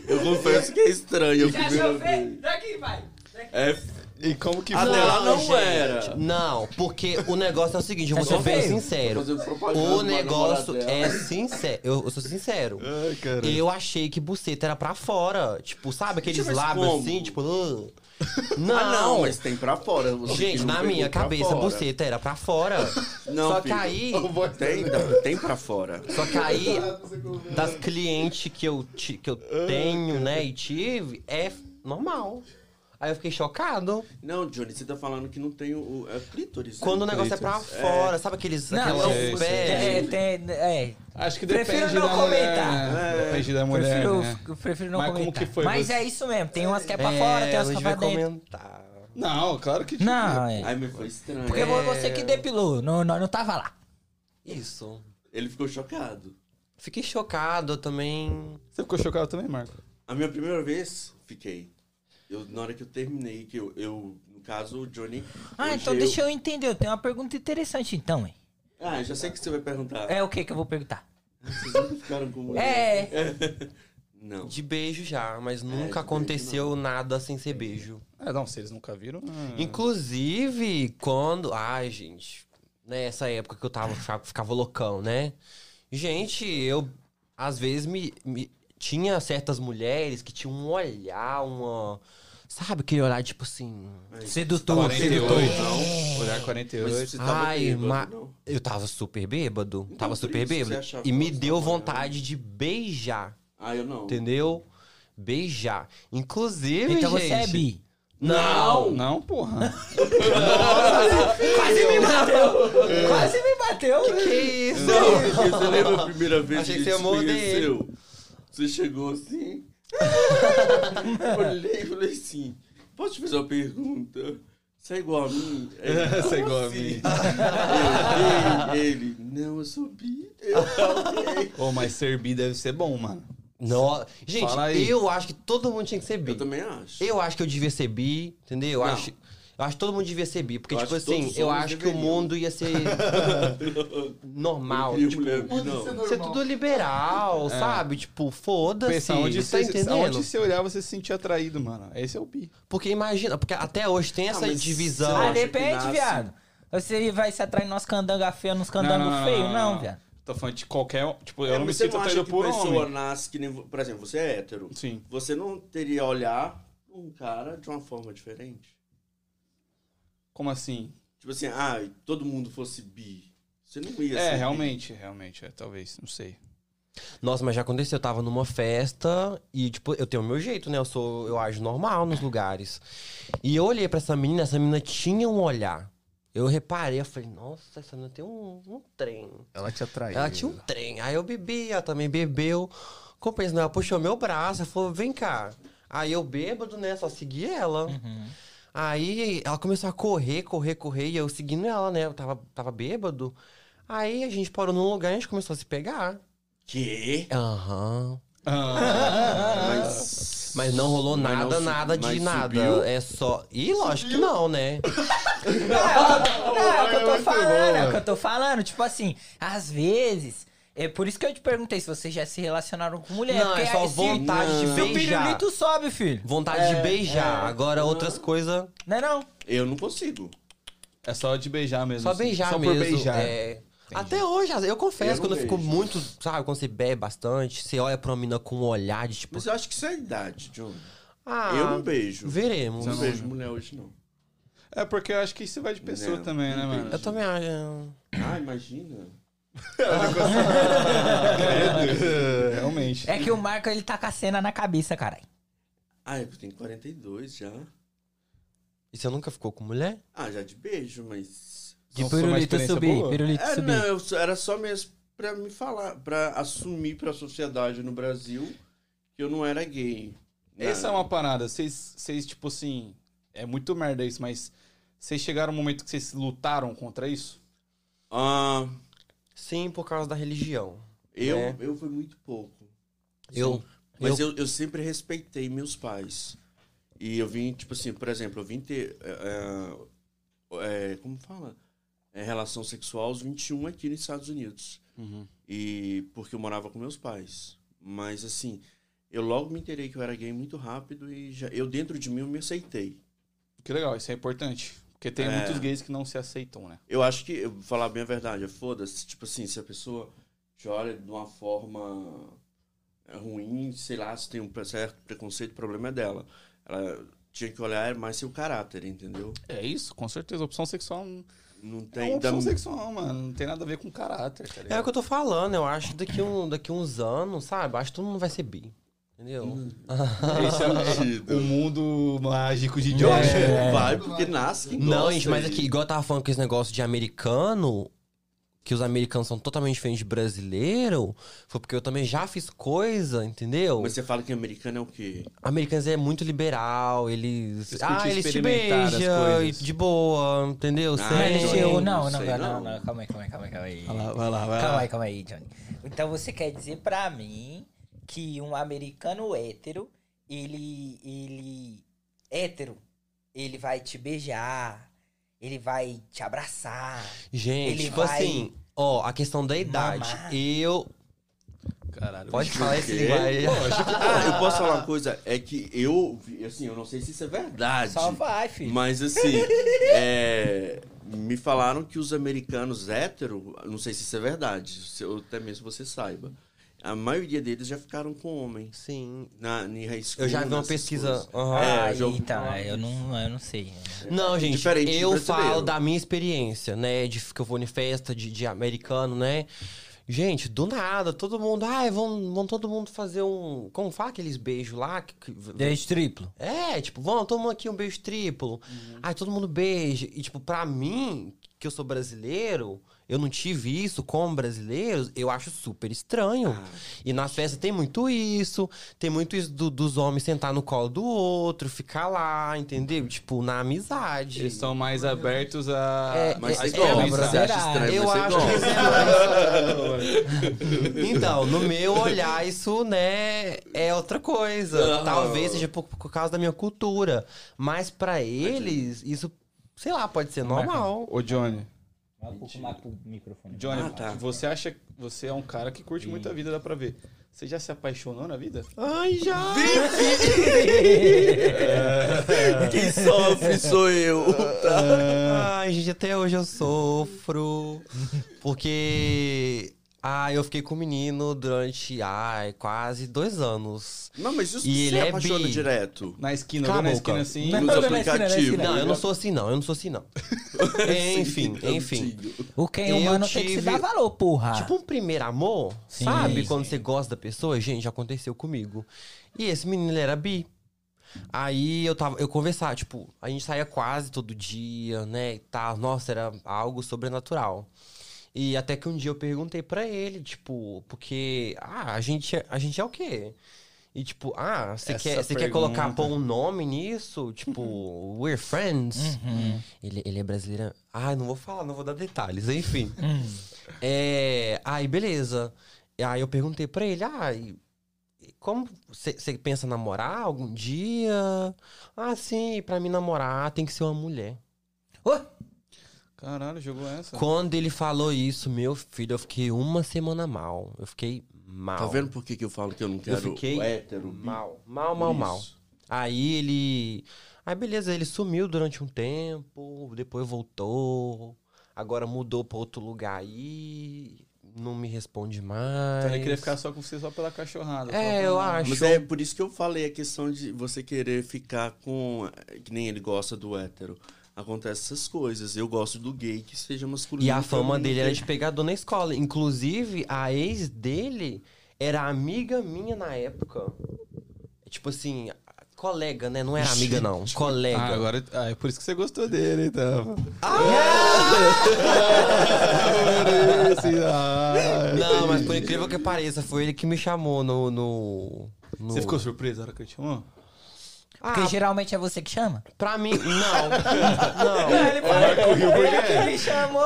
Eu confesso que é estranho. a primeira vez.
Daqui, vai.
É,
E como que
até
foi?
lá Ah, não
gente.
era.
Não, porque o negócio é o seguinte, eu vou
Você
Tá
ser bem
veio?
sincero.
Tô fazendo propaganda
O
pra
negócio
namorada
é
dela.
sincero. Eu, eu sou sincero.
É,
Ai, cara.
Eu achei que buceta era pra fora. Tipo, sabe aqueles
Gente, mas
lábios
como?
assim, tipo. "Ugh". Não,
ah, não, mas tem pra fora. Você que
Gente,
não
na
pegou
minha
pra
cabeça, a
fora.
buceta era pra fora.
Não,
Só que
filho.
aí.
Tem, dá- tem pra fora.
Só que aí, das clientes que eu, ti- que eu tenho, né, e tive, é normal. Aí eu fiquei chocado.
Não, Johnny, você tá falando que não tem o, o é clítoris. né?
Quando o negócio é pra fora, sabe aqueles.
Não,
aquelas
eu- é,
peles?
tem- é,
Acho que depende
Prefiro não
da
comentar.
mulher. né? Depende da mulher.
prefiro,
né?
eu prefiro não
Mas como
comentar.
que foi
Mas
você?
é isso mesmo, tem umas que é pra
É,
fora, tem umas
a
que é
gente
pra
vai
dentro.
comentar.
Não, claro que
Não, é.
Ai, mas foi estranho. É.
Porque foi você que depilou, não, não, não tava lá.
Isso.
Ele ficou chocado.
Fiquei chocado eu também.
tipo, Você ficou chocado também, Marco?
A minha primeira vez, fiquei. Eu, na hora que eu terminei, que eu, eu no caso, o Johnny.
Ah,
hoje
então deixa eu entender, eu tenho uma pergunta interessante então, hein.
Ah, já sei o que você vai perguntar.
É o que que eu vou perguntar?
Vocês nunca ficaram com mulher?
É.
Não.
De beijo já, mas
É, de beijo
nunca aconteceu nada sem ser beijo.
É, não, se eles nunca viram. ah.
Uhum. Inclusive, quando. Ai, gente. Nessa época que eu tava, ficava- ficava loucão, né? Gente, eu. Às vezes me, me- Tinha certas mulheres que tinham um olhar, uma. Sabe aquele olhar tipo assim.
tá
Sedutor.
48.
Não.
Olhar
Mas
48.
você tava
Ai,
bêbado,
ma-
não?
Eu tava super bêbado.
Então,
tava
por
super
isso que
bêbado.
você achava
E me
que ela
deu
tava olhando.
vontade de beijar.
Ah, eu não.
Entendeu? Beijar. Inclusive,
Então
gente.
você é bi.
Não!
Não, porra.
Quase me bateu! Quase me bateu!
Que é? isso?
Não, porque você lembra a primeira vez
Achei
que,
que
a
você
gente se
ia morder
conheceu? Você chegou assim. eu olhei e falei assim: Posso te fazer uma pergunta? Você é igual a mim? Ele,
Você é
"Como
igual a
assim?"
mim.
Eu olhei, ele, não, eu sou bi. Eu falei.
Ô, mas ser bi deve ser bom, mano.
No- Gente,
Fala aí.
eu acho que todo mundo tinha que ser bi.
Eu também acho.
Eu acho que eu devia ser bi, entendeu? Eu
Não.
acho, eu acho que todo mundo devia ser bi. Porque,
Eu
tipo
acho que
assim,
todos os
eu
homens
acho que o
deveriam.
mundo ia ser normal.
E
tipo,
mulher É. bi, não.
ser tudo liberal, sabe? Tipo, foda-se.
Pensa, onde,
Tá
você,
entendendo?
onde você olhar, você se sentir atraído, mano. Esse é o bi.
Porque imagina, porque até hoje tem essa
mas
divisão.
Eu
Ah,
acho que
depende,
nasce.
viado. Você vai se atrair nos candanga feio, nos candango feio, não, viado.
Tô falando de qualquer. Tipo, eu
É,
não me
mas você
sinto
acha
atraído
que
por
pessoa
homem.
nasce que nem. vo- Por exemplo, você é hétero.
Sim.
Você não teria olhar um cara de uma forma diferente?
Como assim?
Tipo assim, ah, todo mundo fosse bi. Você não ia ser
É,
bi.
realmente, realmente. É, talvez, não sei.
Nossa, mas já aconteceu. Eu tava numa festa e, tipo, eu tenho o meu jeito, né? Eu sou, eu ajo normal nos lugares. E eu olhei pra essa menina, essa menina tinha um olhar. Eu reparei, eu falei, nossa, essa menina tem um, um trem.
Ela te atraiu.
Ela tinha um trem. Aí eu bebi, ela também bebeu. Compensa, não, ela puxou meu braço, ela falou, vem cá. Aí eu bêbado, né? Só segui ela.
Uhum.
Aí ela começou a correr, correr, correr, e eu seguindo ela, né? Eu tava, tava bêbado. Aí a gente parou num lugar e a gente começou a se pegar.
Quê?
Aham.
Ah.
Mas.
Ah. Mas não rolou
Mas
nada,
não su-
nada de
mas
nada.
subiu?
É só. Ih, lógico que não,
É,
né?
Não, é o que eu tô falando, é o que eu tô falando. Tipo assim, às vezes. É por isso que eu te perguntei se vocês já se relacionaram com mulher.
não,
porque
é só
aí se-
vontade de
Se o
beijar.
pirulito É, sobe, filho.
Vontade de beijar. Agora outras coisas.
Não é não?
Eu não consigo.
É só de beijar mesmo.
Só
assim.
beijar
só
mesmo.
por beijar.
é. Até hoje, eu confesso,
Eu não
quando eu fico
beijo.
muito. Sabe, quando você bebe bastante, você olha pra uma mina com um olhar de tipo.
Mas eu acho que isso é a idade, John.
Ah,
eu não beijo.
Veremos.
Não beijo mulher hoje, não.
É porque eu acho que isso vai de pessoa
Não,
também, né,
não
mano?
Eu também acho.
Ah, imagina.
É, realmente.
É que o Marco ele tá com a cena na cabeça, caralho.
Ah, eu tenho 42 já.
E você nunca ficou com mulher?
Ah, já de beijo, mas.
De
Não foi uma
pirulito
experiência
subir,
boa?
pirulito
É,
subir.
não, eu só- era só mesmo pra me falar, pra assumir pra sociedade no Brasil que eu não era gay.
Essa é
Não.
uma parada. Vocês, vocês, tipo assim. É muito merda isso, mas. Vocês chegaram um momento que vocês lutaram contra isso?
Ah,
Sim, por causa da religião.
eu,
É.
eu fui muito pouco.
Eu.
Mas eu, eu sempre respeitei meus pais. E eu vim, tipo assim, por exemplo, eu vim ter. eh, eh, eh, como fala? Eh, relação sexual aos 21 aqui nos Estados Unidos. E porque eu morava com meus pais. Mas assim, eu logo me enterei que eu era gay muito rápido e já, eu dentro de mim eu me aceitei.
Que legal, isso é importante. Porque tem
É.
muitos gays que não se aceitam, né?
Eu acho que, eu vou falar bem a verdade, é foda-se. Tipo assim, se a pessoa te olha de uma forma é, ruim, sei lá, se tem um pre- certo preconceito, o problema é dela. Ela tinha que olhar mais seu caráter, entendeu?
É isso, com certeza. Opção sexual não
Não
é
tem.
uma opção
da-
sexual, mano. Não tem nada a ver com caráter, tá
É o
ligado?
que eu tô falando, eu acho que daqui, um, daqui uns anos, sabe? Acho que todo mundo vai ser bi. Entendeu?
Hum.
Esse é o- o mundo mágico de Josh.
Vai, porque nasce quem
É. Não,
gosta
gente, mas
e-
aqui, igual eu tava falando com esse negócio de americano, que os americanos são totalmente diferentes de brasileiro, foi porque eu também já fiz coisa, entendeu?
Mas você fala que americano é o quê?
Americanos é muito liberal, eles.
Eles
ah,
curtem
eles te
experimentar as
beijam
coisas.
de boa, entendeu?
Ah,
Não,
Sem-
então-
deixa eu- não,
não
não,
sei,
não,
não.
não, não, calma aí, calma aí, calma aí, calma aí.
vai lá,
Calma aí, calma aí, Johnny. Então você quer dizer pra mim que um americano hétero, ele. ele. hétero, ele vai te beijar, ele vai te abraçar.
Gente,
Ele
tipo
vai
assim, ó, a questão da idade.
mamar.
Eu.
Caralho.
Pode falar esse
quê?
linguagem.
Ah, eu posso falar uma coisa? É que eu, vi- assim, eu não sei se isso é verdade.
Só vai, filho.
Mas assim, é, me falaram que os americanos hétero, não sei se isso é verdade, se- ou até mesmo você saiba. A maioria deles já ficaram com homens.
Sim.
Na, em high school,
Eu já vi uma
nessas
pesquisa.
coisas.
aham.
É,
Ah,
jogo-
então, eu não, eu não sei.
Não, gente,
Diferente do
eu
brasileiro.
falo da minha experiência, né? De que eu vou em festa de, de americano, né? Gente, do nada, todo mundo. Ai, vão, vão todo mundo fazer um. Como fala aqueles beijos lá? que- que-
Desde triplo.
É, tipo, vamos, todo mundo aqui um beijo triplo. Aí todo mundo beija. E, tipo, pra mim, que eu sou brasileiro, eu não tive isso com brasileiros, eu acho super estranho. E na festa tem muito isso. Tem muito isso do- dos homens sentar no colo do outro, ficar lá, entendeu? Tipo, na amizade.
Eles são mais abertos a.
É,
Mas
é,
vocês
é,
gostam,
é,
você acha estranho,
eu
mas você
acho que
gosta.
isso é mais- Então, no meu olhar, isso, né, é outra coisa.
Não.
Talvez seja por, por causa da minha cultura. Mas pra eles, isso, sei lá, pode ser normal.
Ô, Johnny.
o microfone.
Johnny,
Ah, tá.
você acha. Você é um cara que curte muito a vida, dá pra ver. Você já se apaixonou na vida?
Ai, já! é.
Quem sofre sou eu.
Ai, gente, até hoje eu sofro. Porque... Ah, eu fiquei com o menino durante, ai, quase dois anos.
Não, mas isso
E
você
ele é
apaixona
bi.
direto.
Na esquina,
Cala
lá na
é a
esquina
boca.
assim.
Nos aplicativos.
Não, eu não sou assim, não. Eu não sou assim, não. enfim, enfim.
O quem é
Eu
humano tem que se
tive-
dar valor, porra.
Tipo um primeiro amor,
Ah. Sim,
sabe? Quando
sim.
você gosta da pessoa, gente, já aconteceu comigo. E esse menino ele era bi. Aí eu tava, eu conversava, tipo, a gente saía quase todo dia, né? E tal. Nossa, era algo sobrenatural. E até que um dia eu perguntei pra ele, tipo, porque ah, a gente é- a gente é o quê? E tipo, ah, você
Essa
quer, você quer colocar
pergunta. Uhum.
pôr um nome nisso? Tipo, we're friends.
Uhum, Hum.
Ele, ele é brasileiro. Ai, não vou falar, não vou dar detalhes, enfim.
uhum.
É, aí, beleza. Aí eu perguntei pra ele, ah, e- e como você pensa em namorar algum dia? Ah, sim, pra mim namorar tem que ser uma mulher.
Ué,
Caralho, jogou essa.
Quando ele falou isso, meu filho, eu fiquei uma semana mal. Eu fiquei mal.
Tá vendo por que, que eu falo que eu não quero
Eu fiquei
o hétero? bi?
Mal, mal, mal, mal.
Isso.
Aí ele. Aí beleza, ele sumiu durante um tempo, depois voltou, agora mudou pra outro lugar aí, não me responde mais.
Então ele queria ficar só com você só pela cachorrada.
É,
só
eu
pela-
acho.
Mas é por isso que eu falei a questão de você querer ficar com. Que nem ele gosta do hétero. Acontece essas coisas. Eu gosto do gay que seja masculino.
E a fama
feminino,
dele era de
que-
pegador na escola. Inclusive, a ex dele era amiga minha na época. Tipo assim, colega, né? Não era amiga, não. Colega.
Ah, agora. Ah, é por isso que você gostou dele, então. Ah! Esse- ah.
Não, mas por incrível que pareça, foi ele que me chamou no. no, no...
Você ficou surpreso na hora que eu te chamou?
Ah,
porque geralmente é você que chama.
pra mim, não.
Ele fala que me chamou.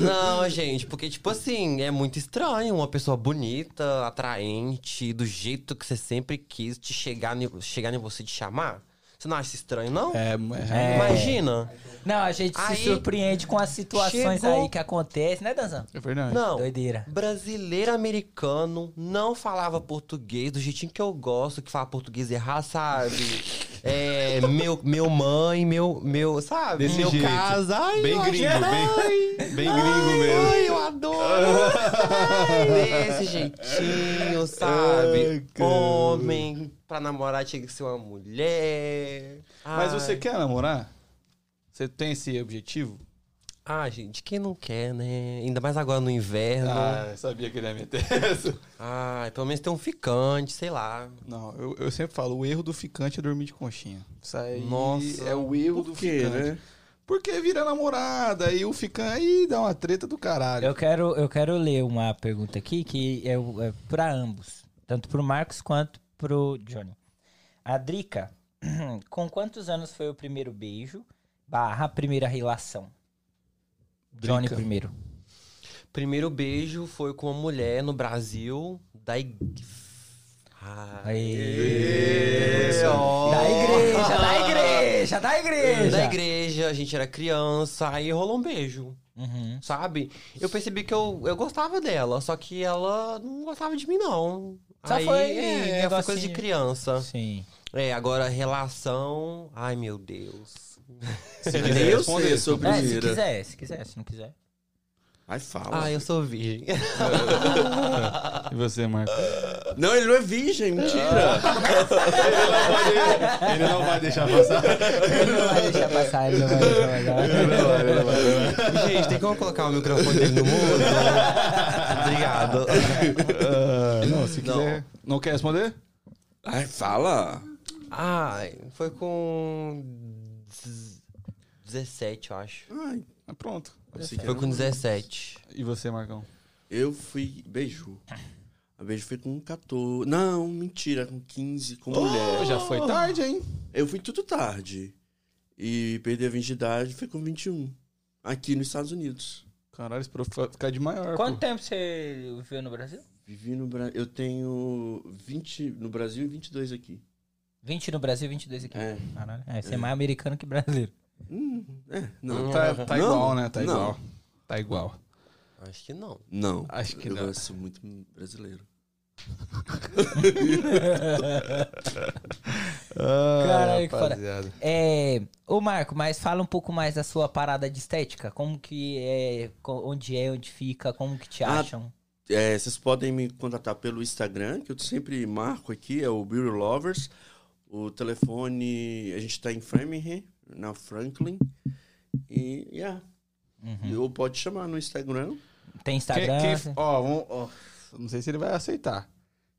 Não, não, gente, porque, tipo assim, é muito estranho uma pessoa bonita, atraente, do jeito que você sempre quis te chegar, ne- chegar em você te chamar. Você não acha isso estranho, não?
É,
É.
Imagina.
Não, a gente se
Aí,
surpreende com as situações
chegou-
aí que acontecem, né, Danzão?
é verdade.
Não.
Doideira.
Brasileiro americano não falava português do jeitinho que eu gosto, que fala português errado, sabe? é, meu, meu mãe, meu, meu, sabe?
Desse
meu
jeito.
casa. Ai,
Bem
eu
gringo,
adoro.
Bem
Ai,
gringo mesmo.
Ai, eu adoro. Ai, desse jeitinho,
Ai,
sabe?
cara.
Homem, pra namorar tinha que ser uma mulher.
Mas
Ai.
você quer namorar? Você tem esse objetivo?
Ah, gente, quem não quer, né? Ainda mais agora no inverno.
Ah, eu sabia que ele ia meter essa.
Ai, pelo menos tem um ficante, sei lá.
Não, eu, eu sempre falo, o erro do ficante é dormir de conchinha. Isso aí
Nossa,
é o erro do
Por quê,
ficante.
né?
Porque vira namorada e o ficante aí dá uma treta do caralho.
Eu quero, eu quero ler uma pergunta aqui que é, o- é para ambos, tanto pro Marcos quanto pro Johnny. A Drica, com quantos anos foi o primeiro beijo barra primeira relação? Johnny
Drica.
primeiro.
Primeiro beijo foi com uma mulher no Brasil da igreja. Ah,
Aê. Da igreja, da igreja, da igreja.
da igreja, a gente era criança, aí rolou um beijo,
Uhum.
sabe? Eu percebi que eu, eu gostava dela, só que ela não gostava de mim, não.
Só
aí,
foi, é,
é, foi coisa
negocinho.
de criança.
Sim.
É, agora relação. Ai, meu Deus.
Se
quiser
eu
responder
sei sobre
É, se
Mira.
quiser, se quiser, se não quiser.
Ai, fala.
Ah, eu sou virgem.
E você, Marco?
Não, ele não é virgem, mentira.
ele não vai deixar passar.
Ele não vai deixar passar, ele não vai deixar passar.
Gente, tem como colocar o microfone dele no mundo? Obrigado.
Ah, não, se quiser. Não, quer responder?
Ai, fala.
Ai, foi com. 17, eu acho.
Ai,
Ah, pronto.
pensei que
Foi
era
com
um-
17.
E você, Marcão?
Eu fui beijo. A beijo foi com 14. Não, mentira, com 15, com mulher.
já foi tarde, hein?
Eu fui tudo tarde. E perder a virgindade foi com 21. Aqui nos Estados Unidos.
Caralho, esse prof vai ficar de maior.
Quanto tempo você viveu no Brasil?
Vivi no Brasil. Eu tenho 20 no Brasil e 22 aqui.
20 no Brasil, 22 aqui.
É.
Caralho. É, você é mais americano que brasileiro.
Hum, é, não.
pô. Tá, tá
Não,
igual, né? Tá
não.
igual. Tá igual.
Acho que não.
Não.
Acho que
eu
não.
gosto muito brasileiro.
Caralho, que foda. É, ô Marco, mas fala um pouco mais da sua parada de estética. Como que é, co- onde é, onde fica, como que te
Ah,
acham?
É, vocês podem me contatar pelo Instagram, que eu sempre marco aqui, é o Beauty Lovers. O telefone, a gente está em Framingham, na Franklin. E, yeah.
Uhum.
Ou pode chamar no Instagram.
Tem
Quem,
Instagram?
quem- ó, vamos- ó, não sei se ele vai aceitar.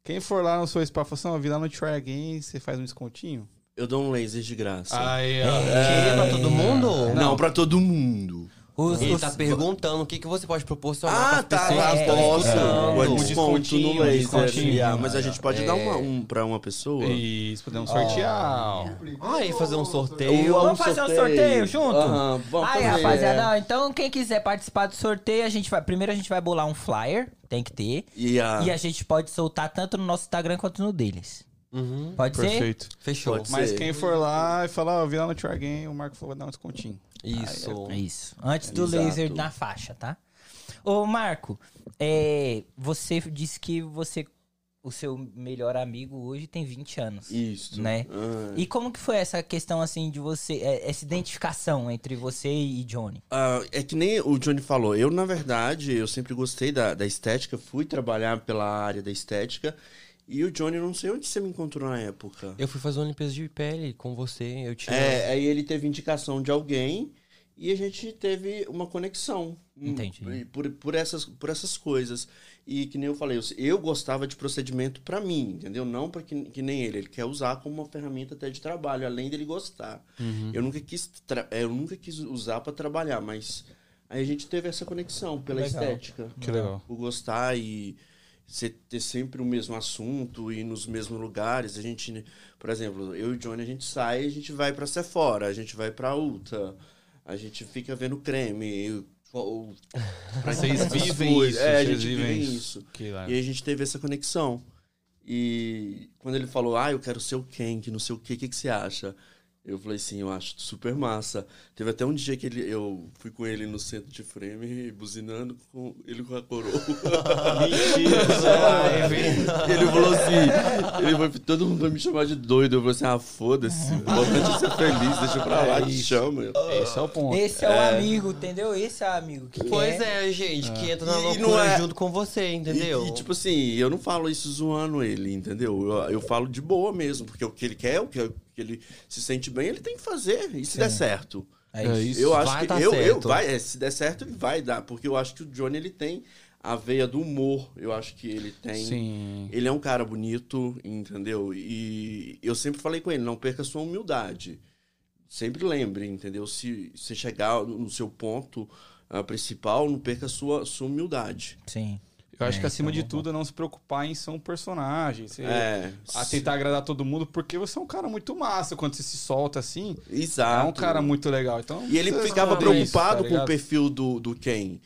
Quem for lá no seu spa, fala assim, ó, vi lá no Try Again, você faz um descontinho?
Eu dou um laser de
Ah,
graça.
Aí, ó. É.
Queria pra todo mundo?
não, pra todo mundo.
Os-
Ele
os-
tá perguntando o que, que você pode proporcionar
Ah,
ah, pras
tá.
pessoas.
Lá,
é,
posso.
é,
o
é. Um
desconto
descontinho,
no
um
laser.
descontinho.
yeah, mas a gente pode
É.
dar uma- um pra uma pessoa.
Isso, podemos sortear.
Ah, e fazer um
Eu
sorteio.
amo
Vamos fazer um sorteio junto?
Aham, vamos
Aí,
fazer.
rapaziada, ó, então quem quiser participar do sorteio, a gente vai. Primeiro a gente vai bolar um flyer, tem que ter.
Yeah.
E a gente pode soltar tanto no nosso Instagram quanto no deles.
Uhum,
Pode ser?
Perfeito.
fechou.
Pode ser.
Mas
Sei.
quem for lá e falar, ó, vi lá no Try Again, o Marco falou, vai dar um descontinho.
Isso.
É Isso. Antes do
Exato.
laser na faixa, tá? Ô, Marco, é, você disse que você. O seu melhor amigo hoje tem 20 anos.
Isso.
Né?
Ah,
E como que foi essa questão, assim, de você. é, Essa identificação entre você e Johnny?
Ah, é que nem o Johnny falou, eu, na verdade, eu sempre gostei da, da estética, fui trabalhar pela área da estética. E o Johnny, eu não sei onde você me encontrou na época.
Eu fui fazer uma limpeza de pele com você. Eu tinha.
né?
É, aí ele teve indicação de alguém e a gente teve uma conexão. Hum,
Entendi.
e Por, por, essas, por essas coisas. E que nem eu falei, eu, eu gostava de procedimento pra mim, entendeu? Não pra que, que nem ele. Ele quer usar como uma ferramenta até de trabalho, além dele gostar.
Uhum.
Eu, nunca quis tra- é, eu nunca quis usar pra trabalhar, mas aí a gente teve essa conexão pela
Legal.
estética.
Que legal.
Por gostar e você ter sempre o mesmo assunto e nos mesmos lugares. A gente, né, por exemplo, eu e o Johnny, a gente sai, a gente vai pra Sephora, a gente vai pra Ulta, a gente fica vendo creme. eu- ou- pra
Vocês
essas
vivem
coisas.
isso,
É, a
vocês
gente
vivem
vive
isso.
isso.
Que legal.
E aí a gente teve essa conexão. E quando ele falou, ah, eu quero ser o Ken, que não sei o que, o que, que você acha? Eu falei assim, eu acho super massa. Teve até um dia que ele, eu fui com ele no centro de frame, buzinando com ele com a coroa. ele falou assim, ele foi, todo mundo vai me chamar de doido. Eu falei assim, ah, foda-se, o importante é ser feliz, deixa eu pra lá, te chama.
Esse é o ponto.
Esse é o amigo, entendeu? Esse é o amigo que
Pois
quer.
é, gente, que entra
E-
na
e não
loucura
é-
junto com você,
E-
entendeu?
E, tipo assim, eu não falo isso zoando ele, entendeu? Eu, eu falo de boa mesmo, porque o que ele quer, o que, o que ele se sente bem, ele tem que fazer. E se der certo.
É
É
isso.
isso.
eu acho
vai
que
dar
eu, eu
certo.
vai, é, se der certo, ele vai dar, porque eu acho que o Johnny ele tem a veia do humor. Eu acho que ele tem.
Sim.
Ele é um cara bonito, entendeu? E eu sempre falei com ele, não perca sua humildade. Sempre lembre, entendeu? Se você chegar no seu ponto ah, principal, não perca sua, sua humildade.
Sim.
Eu acho
É,
que acima
isso é
de
bom.
tudo é não se preocupar em ser um personagem. ser-
É.
A tentar agradar todo mundo, porque você é um cara muito massa quando você se solta assim.
Exato.
É um cara muito legal. Então,
Ah, E ele
você
ficava
sabe isso, tá
preocupado com o
ligado?
perfil do, do Ken.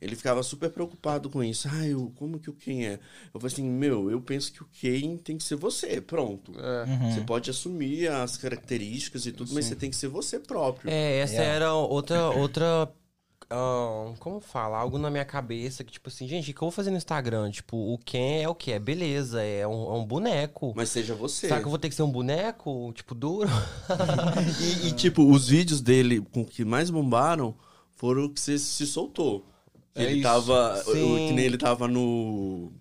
Ele ficava super preocupado com isso. Ah, eu, como que o Ken é? Eu falei assim, meu, eu penso que o Ken tem que ser você, pronto.
É.
Uhum.
Você pode assumir as características e tudo, mas você tem que ser você próprio.
É, essa
É.
era outra. outra ahn, como falar? Algo na minha cabeça que, tipo assim, gente, o que eu vou fazer no Instagram? Tipo, o Ken é o que? É beleza, é um, é um boneco.
Mas seja você.
Será que eu vou ter que ser um boneco, tipo, duro?
E, e, tipo, os vídeos dele com que mais bombaram foram o que você se soltou.
É
ele
isso.
tava. o-
Sim.
que nem ele tava no.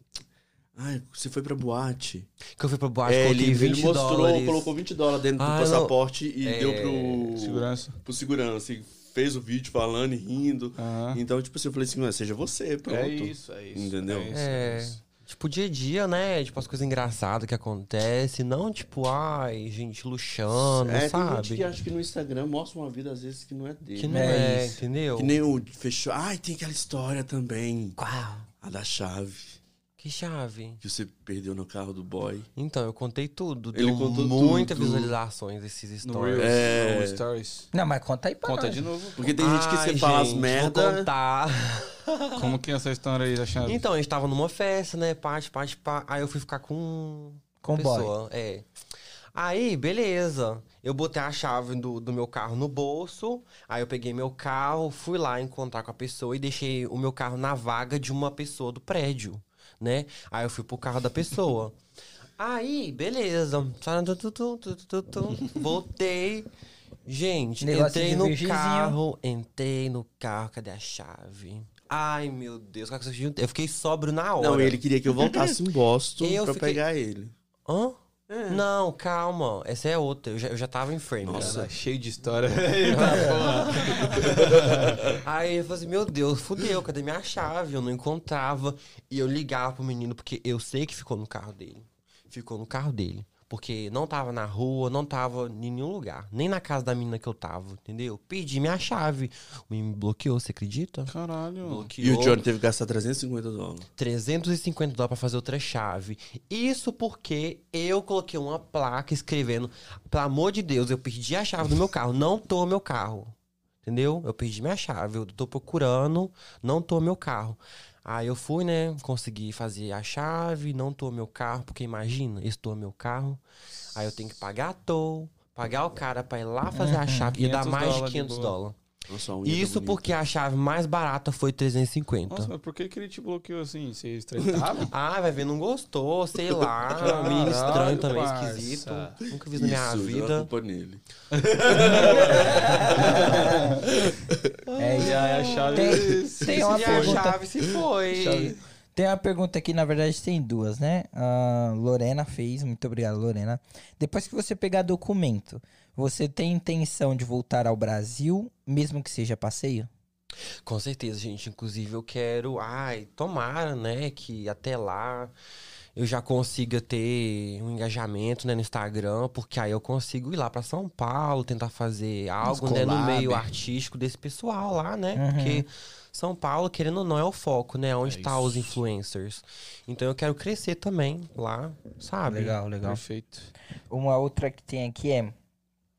Ai, você foi pra boate.
Que eu fui pra boate,
É,
coloquei
ele,
20
ele mostrou,
dólares.
colocou 20 dólares dentro
Ah,
do
eu não-
passaporte e
É,
deu pro
Segurança.
pro segurança. E fez o vídeo falando e rindo.
Aham.
Então, tipo assim, eu falei assim, "Ué, seja você, pronto.
É isso, é isso.
Entendeu?
É isso, é
É.
isso.
Tipo, dia a dia, né? Tipo, as coisas engraçadas que acontecem. Não, tipo, ai, gente, luxando,
É, tem
sabe?
gente que acha que no Instagram mostra uma vida, às vezes, que não é dele.
Que não
É
é,
isso.
entendeu?
Que nem o fechou. Ai, tem aquela história também.
Uau,
A da chave.
que chave.
Que você perdeu no carro do boy.
Então, eu contei tudo.
Ele
Deu
contou
muitas
tudo.
visualizações desses
No
stories.
Reels,
É.
no Stories.
Não, mas conta aí pra
Conta
nós.
de novo.
Porque tem gente que você
Ai,
fala as
gente, Vou
merda.
contar.
Como que é essa história aí da chave?
Então, a gente tava numa festa, né? Parte, parte, pá. Aí eu fui ficar com
Com o boy.
pessoa, é. Aí, beleza. Eu botei a chave do, do meu carro no bolso. Aí eu peguei meu carro, fui lá encontrar com a pessoa e deixei o meu carro na vaga de uma pessoa do prédio, né? Aí eu fui pro carro da pessoa. Aí, beleza. Taran, tu, tu, tu, tu, tu, tu. Voltei. Gente,
Negócio de
entrei no
virgenzinho.
carro. Entrei no carro. Cadê a chave? Ai, meu Deus. cara, um Eu fiquei sóbrio na hora.
Não, ele queria que eu voltasse em Boston
Eu
pra
fiquei-
pegar ele.
Hã?
É.
Não, calma. Essa é outra. Eu já, eu já tava em frame. né?
Nossa, cheio é de história. é
cara. Aí eu falei assim, meu Deus, fudeu, cadê minha chave? Eu não encontrava. E eu ligava pro menino, porque eu sei que ficou no carro dele. Ficou no carro dele. Porque não tava na rua, não tava em nenhum lugar. Nem na casa da menina que eu tava, entendeu? Pedi minha chave. O menino me bloqueou, você acredita?
Caralho.
E o Johnny teve que gastar 350 dólares.
350 dólares pra fazer outra chave. Isso porque eu coloquei uma placa escrevendo: pelo amor de Deus, eu perdi a chave do meu carro, não tô meu carro. Entendeu? Eu perdi minha chave, eu tô procurando, não tô meu carro. Aí eu fui, né? Consegui fazer a chave, não tô meu carro, porque imagina, estou meu carro. Aí eu tenho que pagar a toll, pagar o cara pra ir lá fazer a chave e
500
dar mais de
Uhum. dólares de
500
boa.
dólares.
Nossa, a unha tá
Isso
bonita.
porque a chave mais barata foi 350.
Nossa, mas por que, que ele te bloqueou assim? Vocês tretavam?
Ah, vai ver, não gostou, sei lá.
Caralho,
Menino estranho também,
parça.
esquisito. Nunca vi isso na minha
Isso, joga a
vida.
culpa nele.
É isso.
E aí a chave.
Tem, tem uma
E a
pergunta.
chave se foi.
Tem uma pergunta aqui, na verdade tem duas, né? A Lorena fez, muito obrigado, Lorena. Depois que você pegar documento, você tem intenção de voltar ao Brasil, mesmo que seja passeio?
Com certeza, gente. Inclusive, eu quero. Ai, tomara, né? Que até lá eu já consiga ter um engajamento né, no Instagram, porque aí eu consigo ir lá pra São Paulo, tentar fazer algo né, no
collab.
meio artístico desse pessoal lá, né? Porque São Paulo, querendo ou não, é o foco, né? Onde tá os influencers. Então eu quero crescer também lá,
Ah,
sabe?
legal.
Perfeito.
Uma outra que tem aqui é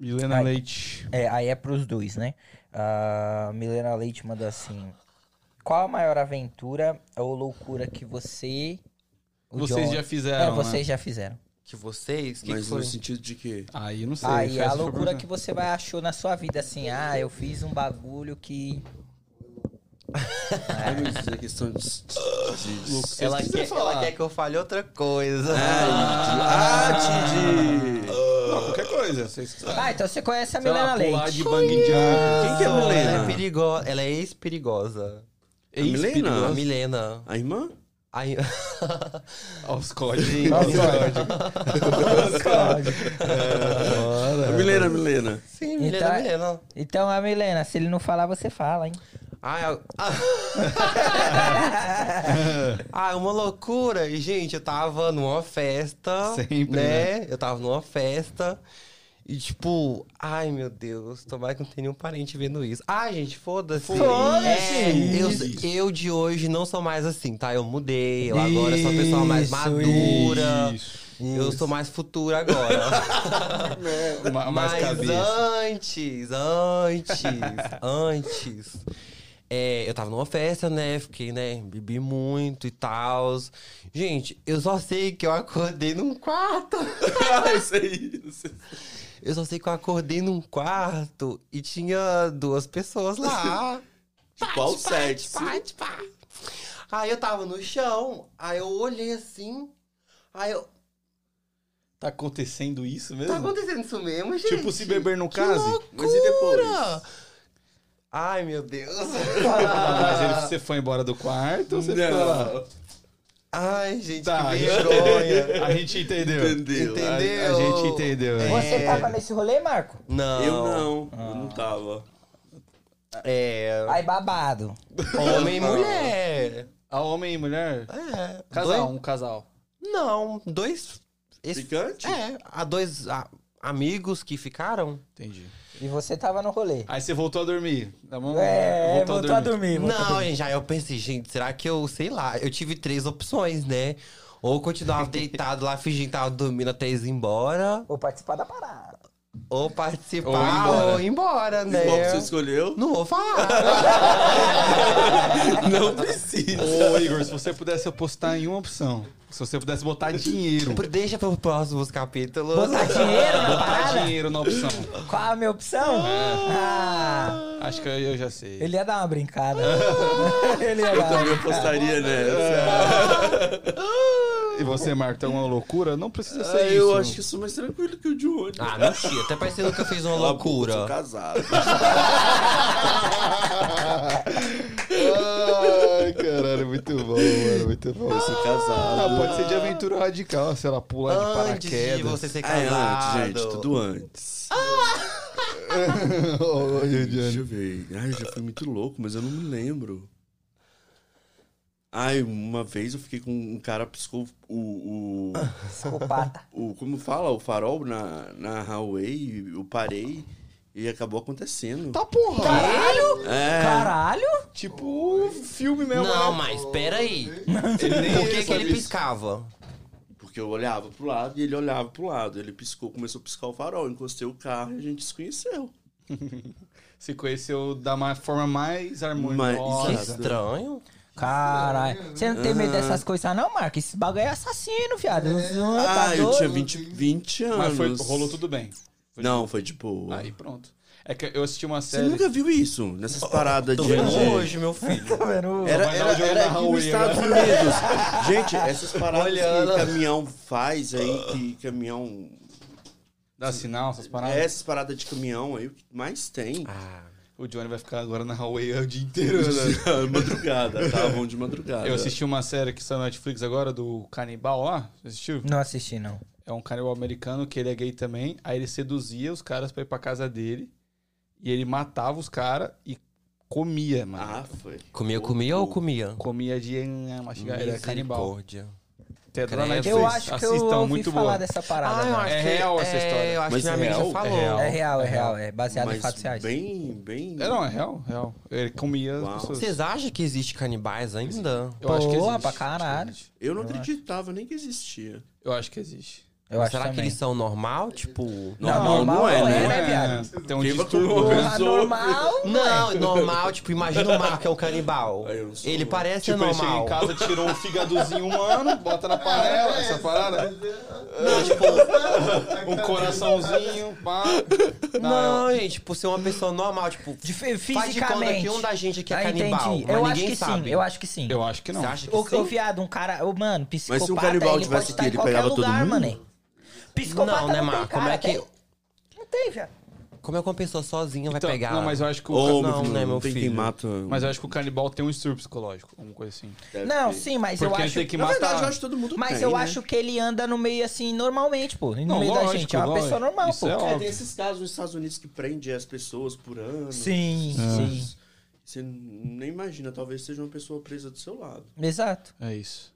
Milena
Ai.
Leite.
É, aí é pros dois, né? A Milena Leite manda assim: Qual a maior aventura ou loucura que você. o
Vocês
John-
já
É,
fizeram. né?
vocês já fizeram.
que vocês. Que
Mas
que foi?
no sentido de que.
Aí não sei.
Aí
Festa
a
foi
loucura
perguntar.
que você vai achou na sua vida, assim, ah, eu fiz um bagulho que.
Ai, meu Deus, é questão de. de-
Vocês
Ela
quiserem
quer,
falar.
ela quer que eu fale outra coisa.
É, Ah, de. Ah, de.
Não, qualquer coisa. Vocês quiserem.
Ah, então você conhece a
Sei lá,
Milena
pular
Leite.
de bang jump.
Quem que é a
Ela
Milena?
é perigosa. Ela é ex-perigosa. É
A Milena?
A Milena.
A irmã?
A...
Ó, os códigos.
A Milena, a Milena.
Sim, Milena,
Então é-
Milena.
Então, a Milena, se ele não falar, você fala, hein?
Ah, é... ah, é uma loucura. E, gente, eu tava numa festa.
Sempre,
né? Eu tava numa festa. E, tipo, ai meu Deus, tomara que não tenha nenhum parente vendo isso. Ah, gente, foda-se.
Foda-se.
É, eu, eu de hoje não sou mais assim, tá? Eu mudei, eu agora sou uma pessoa mais
Isso,
madura.
isso.
Eu sou mais futura agora.
Ma- mais
Mas
cabeça.
antes, antes, antes. é, eu tava numa festa, né? Fiquei, né? Bebi muito e tal. Gente, eu só sei que eu acordei num quarto.
Ah, isso
é
aí.
Eu só sei que eu acordei num quarto e tinha duas pessoas lá.
De qual Tipo,
Tipo,
sete?
Pá, de pá. Aí eu tava no chão, aí eu olhei assim. Aí eu.
Tá acontecendo isso mesmo?
Tá acontecendo isso mesmo, gente?
Tipo, se beber no
Que
case?
Mas e depois?
loucura! Ai, meu Deus.
Mas ele, você foi embora do quarto ou Então você ficou lá?
Não.
Ai, gente,
Tá, a
que
gente
vergonha.
entendeu. A gente entendeu.
Entendeu.
A, a
Entendeu?
gente entendeu. né?
É.
Você tava nesse rolê, Marco?
Não.
Eu não. Eu não tava.
É.
Aí babado.
Homem e mulher.
A homem e mulher?
É.
Casal,
Dois-
um casal.
Não, dois. esse-
Ficante?
É, há dois ah, amigos que ficaram.
Entendi.
E você tava no rolê.
Aí você voltou a dormir. Tá bom?
É, voltou, a dormir. voltou a
Não,
dormir.
gente, aí eu pensei, gente, será que eu, sei lá, eu tive três opções, né? Ou continuava deitado lá, fingindo que tava dormindo até eles ir embora,
Vou participar da parada.
ou participar,
Ou ir embora.
ou ir embora, né?
Qual que você escolheu?
Não vou falar.
Não precisa.
Ô, Igor, se você pudesse apostar em uma opção. Se você pudesse botar dinheiro.
Deixa pros próximos capítulos.
Botar dinheiro na
Botar
parada?
dinheiro na opção.
Qual a minha opção? Ah,
Acho que eu, eu já sei.
ele ia dar uma brincada. ele ia
Ah. Eu
dar uma
também apostaria nessa.
E você, Marco, tem uma loucura? Não precisa ser
Ah,
isso.
eu acho que eu sou mais tranquilo que o Johnny.
Ah, mentira. Até parecendo que eu fiz uma
Cala a boca, eu Sou um
loucura.
casado.
Ai, caralho, muito bom, mano, muito bom.
Eu sou casado.
Ah, pode ser de aventura radical, sei lá, pular de
Antes de
paraquedas.
você ser
Ah, é
casado.
antes, gente. Tudo antes.
Olha,
Deixa
Johnny.
eu ver. Ai, eu já fui muito louco, mas eu não me lembro. Ai, uma vez eu fiquei com um cara piscou o. o,
psicopata.
o- como fala? O farol na, na highway, eu parei e acabou acontecendo.
Tá porra!
É.
Caralho!
Tipo, filme mesmo.
Não,
né?
mas peraí.
Ele nem
Por que, que
sabe
ele
isso.
piscava?
Porque eu olhava pro lado e ele olhava pro lado. Ele piscou, começou a piscar o farol, encostei o carro e a gente se conheceu.
Se conheceu da ma- forma mais
Que
harmoniosa.
Mas- é
estranho.
Caralho. Você não tem medo
Ah.
dessas coisas, não, Marco? Esse bagulho é assassino, viado. Não, tá
Ah, eu
doido?
tinha 20, 20 anos.
Mas foi, rolou tudo bem.
Não, foi de boa.
Aí pronto. É que eu assisti uma
Você
série.
nunca viu isso? Nessas paradas
Tô
de.
vendo
de-
hoje, meu filho.
Tá vendo?
Era,
Mas não
era,
jogando
era
um na
aqui
rua,
nos Estados Unidos. Gente, essas paradas
Olhando.
que caminhão faz aí, que caminhão.
Dá
assim
sinal, essas paradas.
Essas paradas de caminhão aí, o que mais tem?
Ah,
O Johnny vai ficar agora na Huawei o dia inteiro, né?
madrugada, tá bom de madrugada.
Eu assisti uma série que saiu na Netflix agora, do canibal lá. Você assistiu?
Não assisti, não.
É um canibal americano que ele é gay também. Aí ele seduzia os caras pra ir pra casa dele. E ele matava os caras e comia, mano.
Ah, foi.
comia, comia ou comia?
Comia de mastigar. Ele é canibal.
Misericórdia.
Você entra na
Credo.
Netflix,
Eu acho que eu
assistam,
ouvi
muito
falar
boa.
dessa parada.
Ah, eu
mano.
acho
É
que
real essa
é,
história.
Eu acho
Mas
que
é
minha amiga
real?
já
É
falou.
real.
É real, é
É real.
real. É baseado em fatos reais.
Bem, bem.
É, não, é real, real. Ele comia
Uau.
as pessoas.
Vocês acham que existe canibais ainda?
Eu acho que
Porra,
existe.
pra
Acho
caralho.
que existe.
Eu não acreditava nem que existia.
Eu acho que existe.
Eu
Mas
acho
será que
também.
eles são normal? Tipo.
Não, normal não é, né, viado?
Tem um
Quem vai
distúrbio.
comer uma
Porra,
pessoa?
normal,
é?
Não, normal, tipo, imagina o Marco é o canibal.
Aí eu não sou
Ele
normal.
parece
Tipo, ele chega
normal.
em casa, tirou um fígadozinho humano, bota na panela, essa parada. É,
Não, tipo,
Um coraçãozinho, pá.
não, gente, tipo, ser uma pessoa normal, tipo,
De, fi-
faz de
fisicamente.
conta que um da gente aqui é
Ah,
canibal.
entendi.
Mas
Eu acho
ninguém
que
sabe.
sim, eu acho que sim.
Eu acho que não.
Você acha que
Ô, ô,
sim?
viado, um cara. ô, mano, psicopata.
um canibal
ele
tivesse
pode
aqui,
estar em
ele
qualquer
pegava todo
lugar,
mundo?
Mané. Psicopata
Não, né,
tem
Marco?
cara,
Como é que-
tem? Não tem, viado.
Como é que uma pessoa sozinha
Então,
vai pegar?
Não, mas eu acho que o,
Ô,
ca-
Não,
meu filho,
né,
não
meu
tem quem
filho?
mata.
mas eu acho que o canibal tem um distúrbio psicológico, alguma coisa assim.
Deve
Não,
ter.
sim, mas
Porque
eu
ele
acho.
tem que
Na
matar.
verdade, eu acho que todo mundo
Mas
tem,
eu
né?
acho que ele anda no meio assim, normalmente, pô. No
Não,
meio da
lógico,
gente. É uma
lógico.
pessoa normal,
Isso
pô.
é
É,
óbvio.
tem esses casos nos Estados Unidos que prende as pessoas por ano. É.
Sim, sim.
Você nem imagina, talvez seja uma pessoa presa do seu lado.
Exato.
É isso.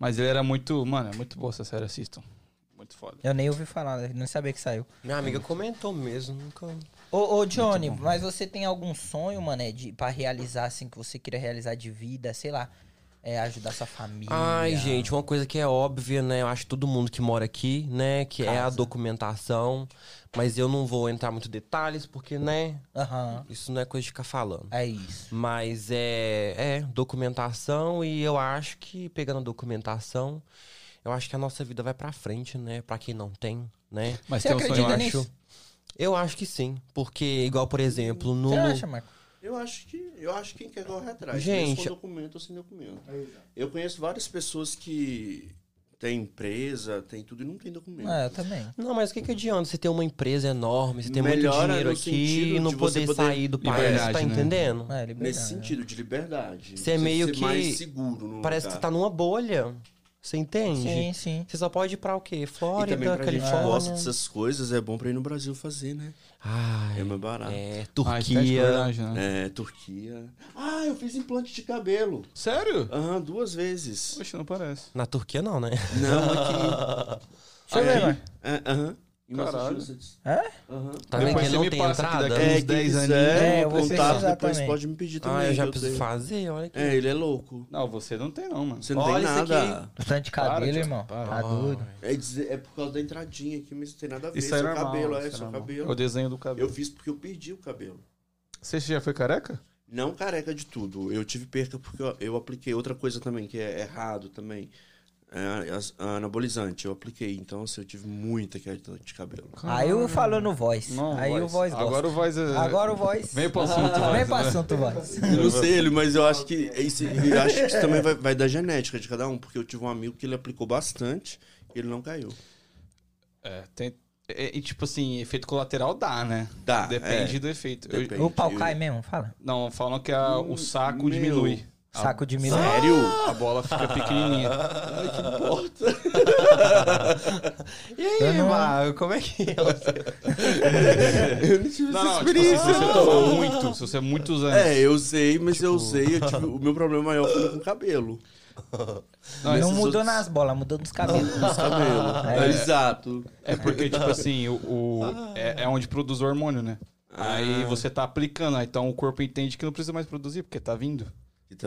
Mas ele era muito. Mano, é muito boa essa série, assistam. Muito foda.
Eu nem ouvi falar, não sabia que saiu.
Minha amiga comentou mesmo, nunca.
Ô, ô Johnny, mas você tem algum sonho, mané, de, pra realizar, assim, que você queira realizar de vida, sei lá, é, ajudar sua família?
Ai, gente, uma coisa que é óbvia, né? Eu acho que todo mundo que mora aqui, né? Que é a documentação. Mas eu não vou entrar muito em detalhes, porque, né?
Aham,
Isso não é coisa de ficar falando.
é isso.
Mas é, é documentação e eu acho que pegando a documentação, eu acho que a nossa vida vai pra frente, né? Pra quem não tem, né?
Mas
Você
tem um sonho,
acredita
eu
nisso?
acho.
Eu acho que sim, porque igual por exemplo no
Você acha, Marco?
Eu acho que eu acho que quem quer correr atrás,
Gente-
mesmo com documento ou sem documento. Eu conheço várias pessoas que têm empresa, tem tudo e não tem documento.
É,
Ah, eu também.
não, mas o que, que adianta você ter uma empresa enorme, você ter muito
Melhora
dinheiro
no
aqui
sentido
e não
de você
poder,
poder-
sair do país,
Liberdade,
tá
né?
entendendo?
É, liberdade,
Nesse
né?
sentido, de liberdade.
Você é meio
ser
que-
mais seguro no
Parece que você tá
lugar.
numa bolha, você entende?
Sim, sim.
Você só pode ir pra o quê?
E também
Flórida,
pra gente que
Califórnia.
gosta dessas coisas, é bom pra ir no Brasil fazer, né?
Ai,
É mais barato.
Ah,
é,
estética,
Turquia.
verdade, né?
É, Turquia. Ah, eu fiz implante de cabelo.
Sério?
Aham, duas vezes.
Poxa, não parece.
Na Turquia não, né?
Não, aqui.
Deixa eu ver, Marco.
É, Aham. Em
Caralho.
Massachusetts.
É?
Aham.
Tá vendo que
Depois
ele
você
não
me
tem
passa aqui
entrada?
daqui.
É,
Uns 10
quem
aninhos.
quiser,
É, eu
o
vou
contato
pesquisar
depois
também.
pode me pedir também.
Ah, eu já
que
preciso
tenho.
fazer, olha aqui.
É, ele é louco.
Não, você não tem, não, mano.
Você não
Olha
tem
isso
nada.
Tanto de
Para,
cabelo,
tio,
irmão.
para. Ah,
Tá doido.
É, dizer- é por causa da entradinha aqui, mas não tem nada a ver.
Isso é
seu
normal.
cabelo, é
isso
seu
normal.
cabelo.
É o desenho do cabelo.
Eu fiz porque eu perdi o cabelo.
Você já foi careca?
Não careca de tudo. Eu tive perca porque eu, eu apliquei outra coisa também, que é errado também. É, as- anabolizante, eu apliquei. Então, assim, eu tive muita queda de cabelo.
Aí eu falo no voz.
Não,
Aí o voz gosta.
Agora o voz é...
Agora o voz.
Vem pro assunto, voz,
Vem pro
né?
assunto, voz.
Eu não sei, ele, mas eu acho que isso, eu acho que isso também vai, vai da genética de cada um, porque eu tive um amigo que ele aplicou bastante e ele não caiu.
É, tem... é, e tipo assim, efeito colateral dá, né?
Dá, é.
Depende do efeito. Eu-
Ah, Depende.
O pau
Eu-
cai mesmo, fala.
Não, falam que a- o saco
Meu.
diminui.
Saco de milho.
Sério?
A bola fica pequenininha.
Ah,
E aí,
Eu não-
Marco, como é que é?
Eu não tive
Não, não,
essa
tipo assim,
experiência.
se você tomar muito, se você muitos anos.
É, eu usei, mas eu
Tipo-
usei. Eu tive, o meu problema maior foi com o cabelo.
Não,
Não
esses
mudou
outros-
nas bolas, mudou nos cabelos.
Os cabelos.
É.
Exato.
É porque, tipo assim, o, o- é, é onde produz o hormônio, né? Aí você tá aplicando, aí então o corpo entende que não precisa mais produzir, porque tá vindo.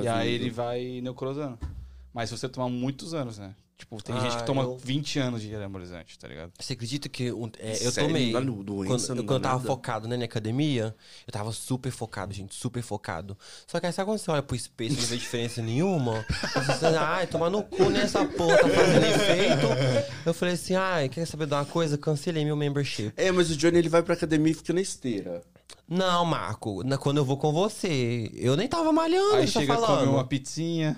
e aí ele vai necrosando. Mas se você tomar muitos anos, né? Tipo, tem gente
Ah,
que toma
eu-
20 anos de anabolizante, tá ligado?
Você acredita que um- é, eu
Sério?
tomei.
Não dá no- doença,
quando eu-
não dá
quando eu tava
nada?
focado né, na academia, eu tava super focado, gente, super focado. Só que aí sabe quando você olha pro espelho e não vê diferença nenhuma? Você fala, assim, ai, tomar no cu nessa porra, tá fazendo efeito. Eu falei assim, ai, quer saber de uma coisa? Cancelei meu membership.
É, mas o Johnny ele vai pra academia e fica na esteira.
Não, Marco, na- quando eu vou com você, eu nem tava malhando,
Aí
eu tô
chega a comer
tá falando.
uma pizzinha.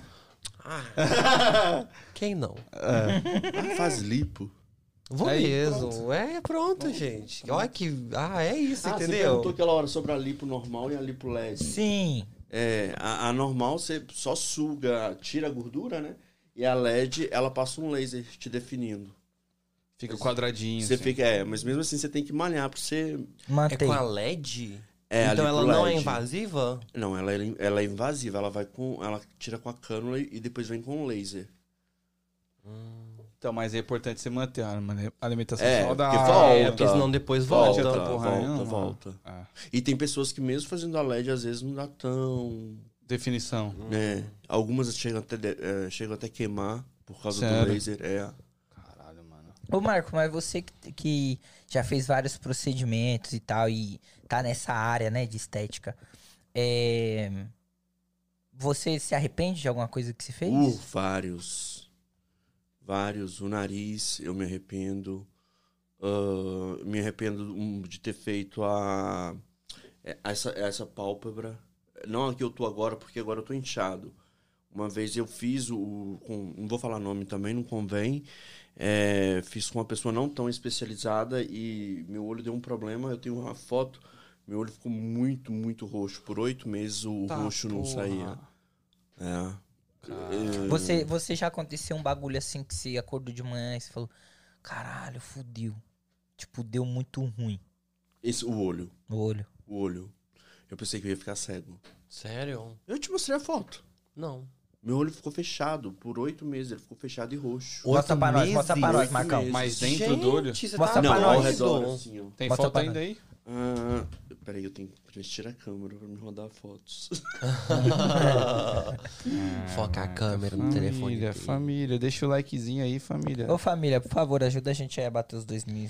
Ah, quem não?
Faz lipo.
Vou
Aí,
mesmo. É, pronto, gente. Olha que. Ah, é isso,
Ah, você
entendeu?
perguntou aquela hora sobre a lipo normal e a lipo LED.
Sim.
É, a, a normal você só suga, tira a gordura, né? E a LED, ela passa um laser te definindo.
Fica quadradinho.
Você
assim.
fica, é, mas mesmo assim você tem que malhar pra você.
É
Mantei.
com a LED?
É, a
então
lipo
ela não é
LED.
invasiva?
Não, ela é, ela é invasiva, ela vai com. Ela tira com a cânula e depois vem com o laser.
Então, mas é importante você manter a alimentação
É,
saudável.
porque volta.
É, porque senão depois
Volta,
volta. né?
Volta,
porra
volta,
nenhuma.
volta.
Ah,
E tem pessoas que mesmo fazendo a LED, às vezes não dá tão.
definição.
Hum.
né? Algumas chegam até, de- eh, chegam até é, queimar por causa
Sério?
do laser. É.
Caralho, mano.
Ô, Marco, mas você que, que já fez vários procedimentos e tal, e tá nessa área, né, de estética, é, você se arrepende de alguma coisa que se fez?
Uh, vários. Vários. O nariz, eu me arrependo. Ah, me arrependo hum, de ter feito a. é, Essa, essa pálpebra. Não a que eu tô agora, porque agora eu tô inchado. Uma vez eu fiz o. com- não vou falar nome também, não convém. É, fiz com uma pessoa não tão especializada e meu olho deu um problema. Eu tenho uma foto. Meu olho ficou muito, muito roxo. Por oito meses o roxo não saía. É.
Você, você já aconteceu um bagulho assim que você acordou de manhã e você falou, caralho, fudeu. Tipo, deu muito ruim
Esse, o olho.
no olho.
O olho. Eu pensei que eu ia ficar cego.
Sério?
Eu te mostrei a foto.
Não.
Meu olho ficou fechado por oito meses. Ele ficou fechado e roxo.
Mostra
Oito
pra nós,
meses?
mostra pra nós,
Oito
Marcão.
meses.
Mas dentro do olho?
Gente, você
Mostra
tá
pra
Não, ao
nós.
redor,
doido.
assim, ó.
Tem
Bota
foto
pra
ainda aí?
Ah, peraí, eu tenho que tirar a câmera pra me rodar fotos.
Foca a
Ah,
câmera no telefone.
Família,
dele.
família. Deixa o likezinho aí, família.
Ô, família, por favor, ajuda a gente aí a bater os dois mil.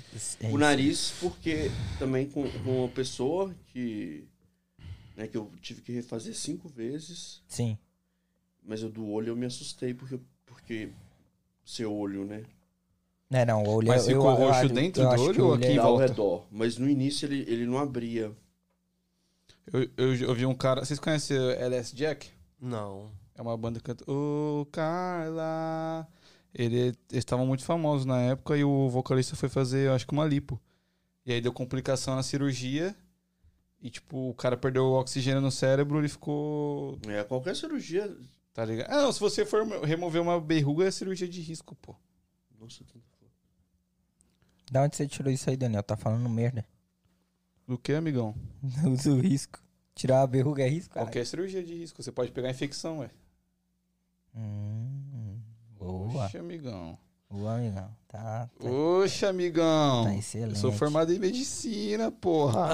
o nariz, porque também com, com uma pessoa que. Né, que eu tive que refazer cinco vezes.
Sim.
Mas eu do olho eu me assustei, porque. porque seu olho, né?
Não, É, não, o olho
Mas
eu,
ficou
eu, eu
roxo
acho-
dentro
eu
do
acho
olho
que o
ou
olho
aqui?
é-
Dá tá ao
volta.
redor. Mas no início ele, ele não abria.
Eu, eu, eu vi um cara. Vocês conhecem o LS Jack?
Não.
É uma banda que canta. Ô, Carla. Ele, eles estavam muito famosos na época e o vocalista foi fazer, eu acho que uma lipo. E aí deu complicação na cirurgia. E, tipo, o cara perdeu o oxigênio no cérebro, ele ficou.
É, qualquer cirurgia.
Tá ligado? Ah, não, se você for remover uma berruga, é cirurgia de risco, pô.
Nossa, tanta foto.
Da onde você tirou isso aí, Daniel? Tá falando merda.
Do que, amigão?
Usa o risco. Tirar a verruga é risco, cara.
Qualquer cirurgia de risco. Você pode pegar infecção, ué.
Hum, boa.
Oxe, amigão.
Boa, amigão. Tá, tá,
Oxe, amigão.
tá
Eu
excelente.
sou formado em medicina, porra.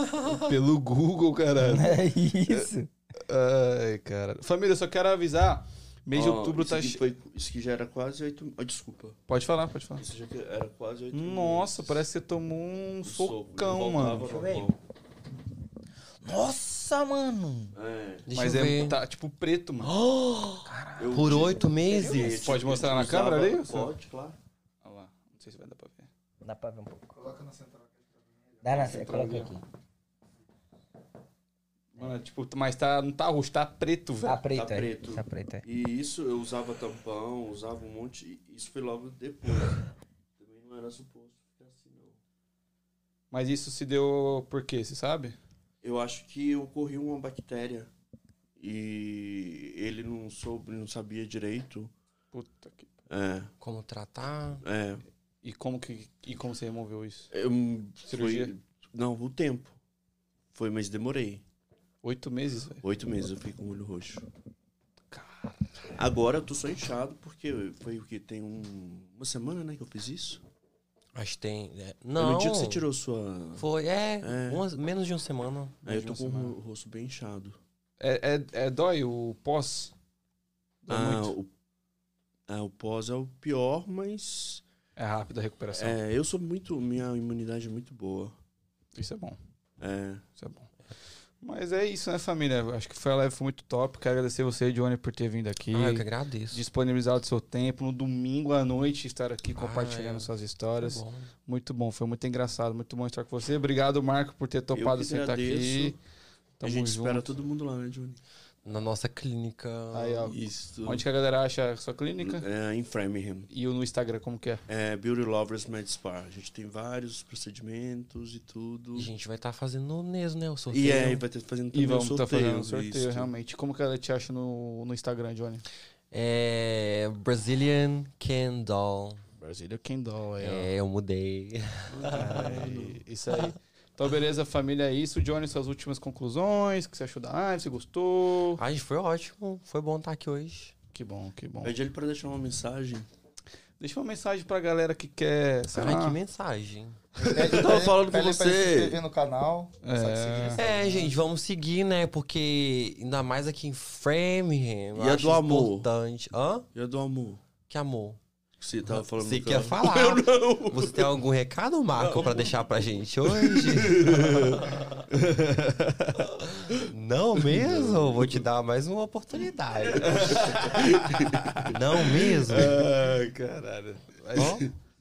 Pelo Google, caralho.
É isso.
Ai, cara. Família, eu só quero avisar. Mês de
Ó,
outubro
isso
tá
aqui
cheio.
foi- Isso que já era quase oito. Ah, desculpa.
Pode falar, pode falar.
Isso já que era quase oito.
Nossa,
meses.
parece que você tomou um
Um
socão,
soco, não
mano.
voltava
Deixa eu
normal.
Nossa, mano.
É,
Deixa
Mas
eu
é,
ver.
tá tipo preto, mano.
eu
Por
tive-
oito
eu
meses?
tive-
Pode mostrar
eu
na
usava-
câmera ali?
Pode, claro.
Olha lá. Não sei se vai dar pra ver.
Dá pra ver um pouco. Dá na central. Coloca aqui.
Mano, tipo, mas tá, não tá roxo, tá preto,
Tá
velho.
preto,
Tá
é.
preto.
Tá preto, é.
E isso eu usava tampão, usava um monte. e Isso foi logo depois. Também não era suposto ficar assim, não.
Mas isso se deu por quê, você sabe?
Eu acho que ocorreu uma bactéria. E ele não soube, não sabia direito.
Puta que.
É,
Como tratar?
é.
E como que. E como você removeu isso?
Eu,
Cirurgia?
Foi, não, o tempo. Foi, mas demorei.
Oito meses, velho.
Oito meses eu fiquei com o olho roxo. Agora eu tô só inchado porque foi o que? Tem um- uma semana, né, que eu fiz isso?
Acho que tem. é,
Foi
Não.
No dia que você tirou sua.
Foi, é.
É.
uma- menos de uma semana.
Aí eu
de uma
tô com
semana.
o rosto bem inchado.
É, é, é dói o pós? Dói
Ah,
muito.
o, ah, o pós é o pior, mas.
É rápido a recuperação.
É, eu sou muito. Minha imunidade é muito boa.
Isso é bom.
É.
Isso é bom. Mas é isso, né, família? Acho que foi a live foi muito top. Quero agradecer você, Johnny, por ter vindo aqui.
Ah, eu que agradeço.
Disponibilizado o seu tempo. No domingo à noite, estar aqui
Ah,
compartilhando
é.
suas
Tá
histórias.
bom.
Muito bom, foi muito engraçado. Muito bom estar com você. Obrigado, Marco, por ter topado
eu que
sentar aqui.
agradeço.
Tamo
a gente
junto.
espera todo mundo lá, né, Johnny?
Na nossa clínica.
Aí, ó.
Isso.
Onde que a galera acha a sua clínica?
É, em Framingham.
E o no Instagram, como que é?
É, Beauty Lovers Med Spa. A gente tem vários procedimentos e tudo.
E a gente vai estar fazendo o mesmo, né? O sorteio.
E aí, vai ter fazendo também
E vamos
o
estar
sorteio.
é
fazendo um sorteio,
isso.
realmente. Como que ela te acha no, no Instagram, Johnny?
É. Brazilian Candle.
Brasília Kendall,
É, eu mudei.
Aí, isso aí. Então, beleza, família, é isso. Johnny, suas últimas conclusões, o que você achou da live, você gostou?
Ai, foi ótimo. Foi bom estar aqui hoje.
Que bom, que bom.
Pede ele pra deixar uma mensagem.
Deixa uma mensagem pra galera que quer, sei
Ai, que
lá,
mensagem.
Eu
tava falando com
Pra se
você.
inscrever no canal.
É.
Só de seguir no
É,
Instagram.
gente, vamos seguir, né? Porque ainda mais aqui em Framingham. eu
E a
acho
do amor?
Importante. Hã?
E a do amor?
Que amor?
Você tava falando.
Você
do
quer
carro.
falar?
Eu não.
Você tem algum recado, Marco, pra deixar pra gente hoje? Não mesmo? Vou te dar mais uma oportunidade. Não mesmo?
É.
Ah, caralho. Mas-
Ó,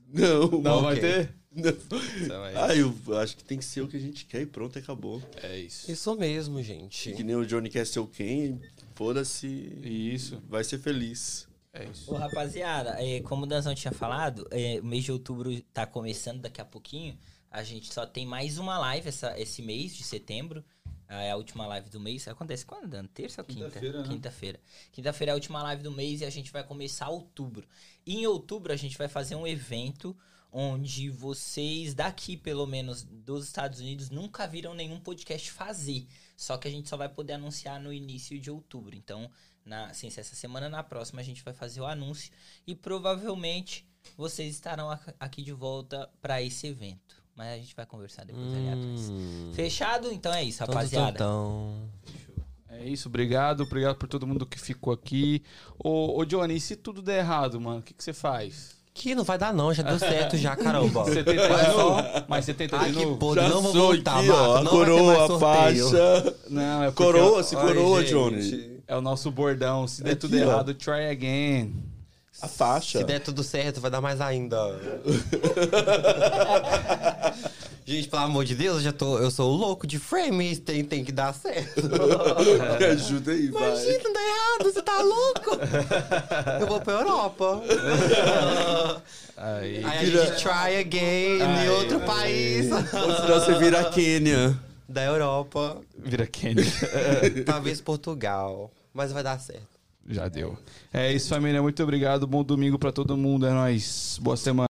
Não,
Não,
ok.
vai ter?
Não. Ah, eu acho que tem que ser o que a gente quer e pronto, acabou.
É isso.
isso mesmo,
Que
gente.
nem o Johnny quer ser o quem, foda-se,
Isso.
vai ser feliz.
É isso.
Ô, rapaziada, é, como o Danzão tinha falado, é, o mês de outubro tá começando daqui a pouquinho. A gente só tem mais uma live essa- esse mês de setembro. Ah, É a última live do mês. Acontece quando, Dan? Terça ou quinta?
Quinta-feira, né?
Quinta-feira. Quinta-feira é a última live do mês e a gente vai começar outubro. E em outubro a gente vai fazer um evento onde vocês daqui, pelo menos dos Estados Unidos, nunca viram nenhum podcast fazer. Só que a gente só vai poder anunciar no início de outubro. Então, na, sem ser essa semana, na próxima a gente vai fazer o anúncio e provavelmente vocês estarão ac- aqui de volta para esse evento. Mas a gente vai conversar depois ali atrás.
Hum.
Fechado? Então é isso,
Tum, tum,
rapaziada.
tum,
É isso, obrigado. Obrigado por todo mundo que ficou aqui. Ô, ô Johnny, e se tudo der errado, mano, o que que você faz?
tum. Que não vai dar não, já deu certo já, caramba.
Você tenta de novo? Mas você tenta
Ai,
de
que
novo?
podre, não vou
sou
voltar,
aqui,
Marco.
ó,
Não vai ter mais
coroa,
sorteio.
faixa.
Não, é porque
Coroa, se
Ai,
coroa,
gente.
Johnny.
É o nosso bordão. Se der
Aqui,
tudo
ó.
errado, try again.
A faixa.
Se der tudo certo, vai dar mais ainda. Gente, pelo amor de Deus, eu já tô. Eu sou o louco de frames, tem, tem que dar certo.
Me ajuda aí, vai.
Imagina, dá errado, você tá louco? Eu vou pra Europa.
Aí.
Aí a gente try again em outro país.
Ou senão você vira Quênia.
Da Europa,
Vira Kenny.
talvez Portugal. Mas vai dar certo.
Já deu. É isso, família. Muito obrigado. Bom domingo pra todo mundo. É nóis. Boa semana.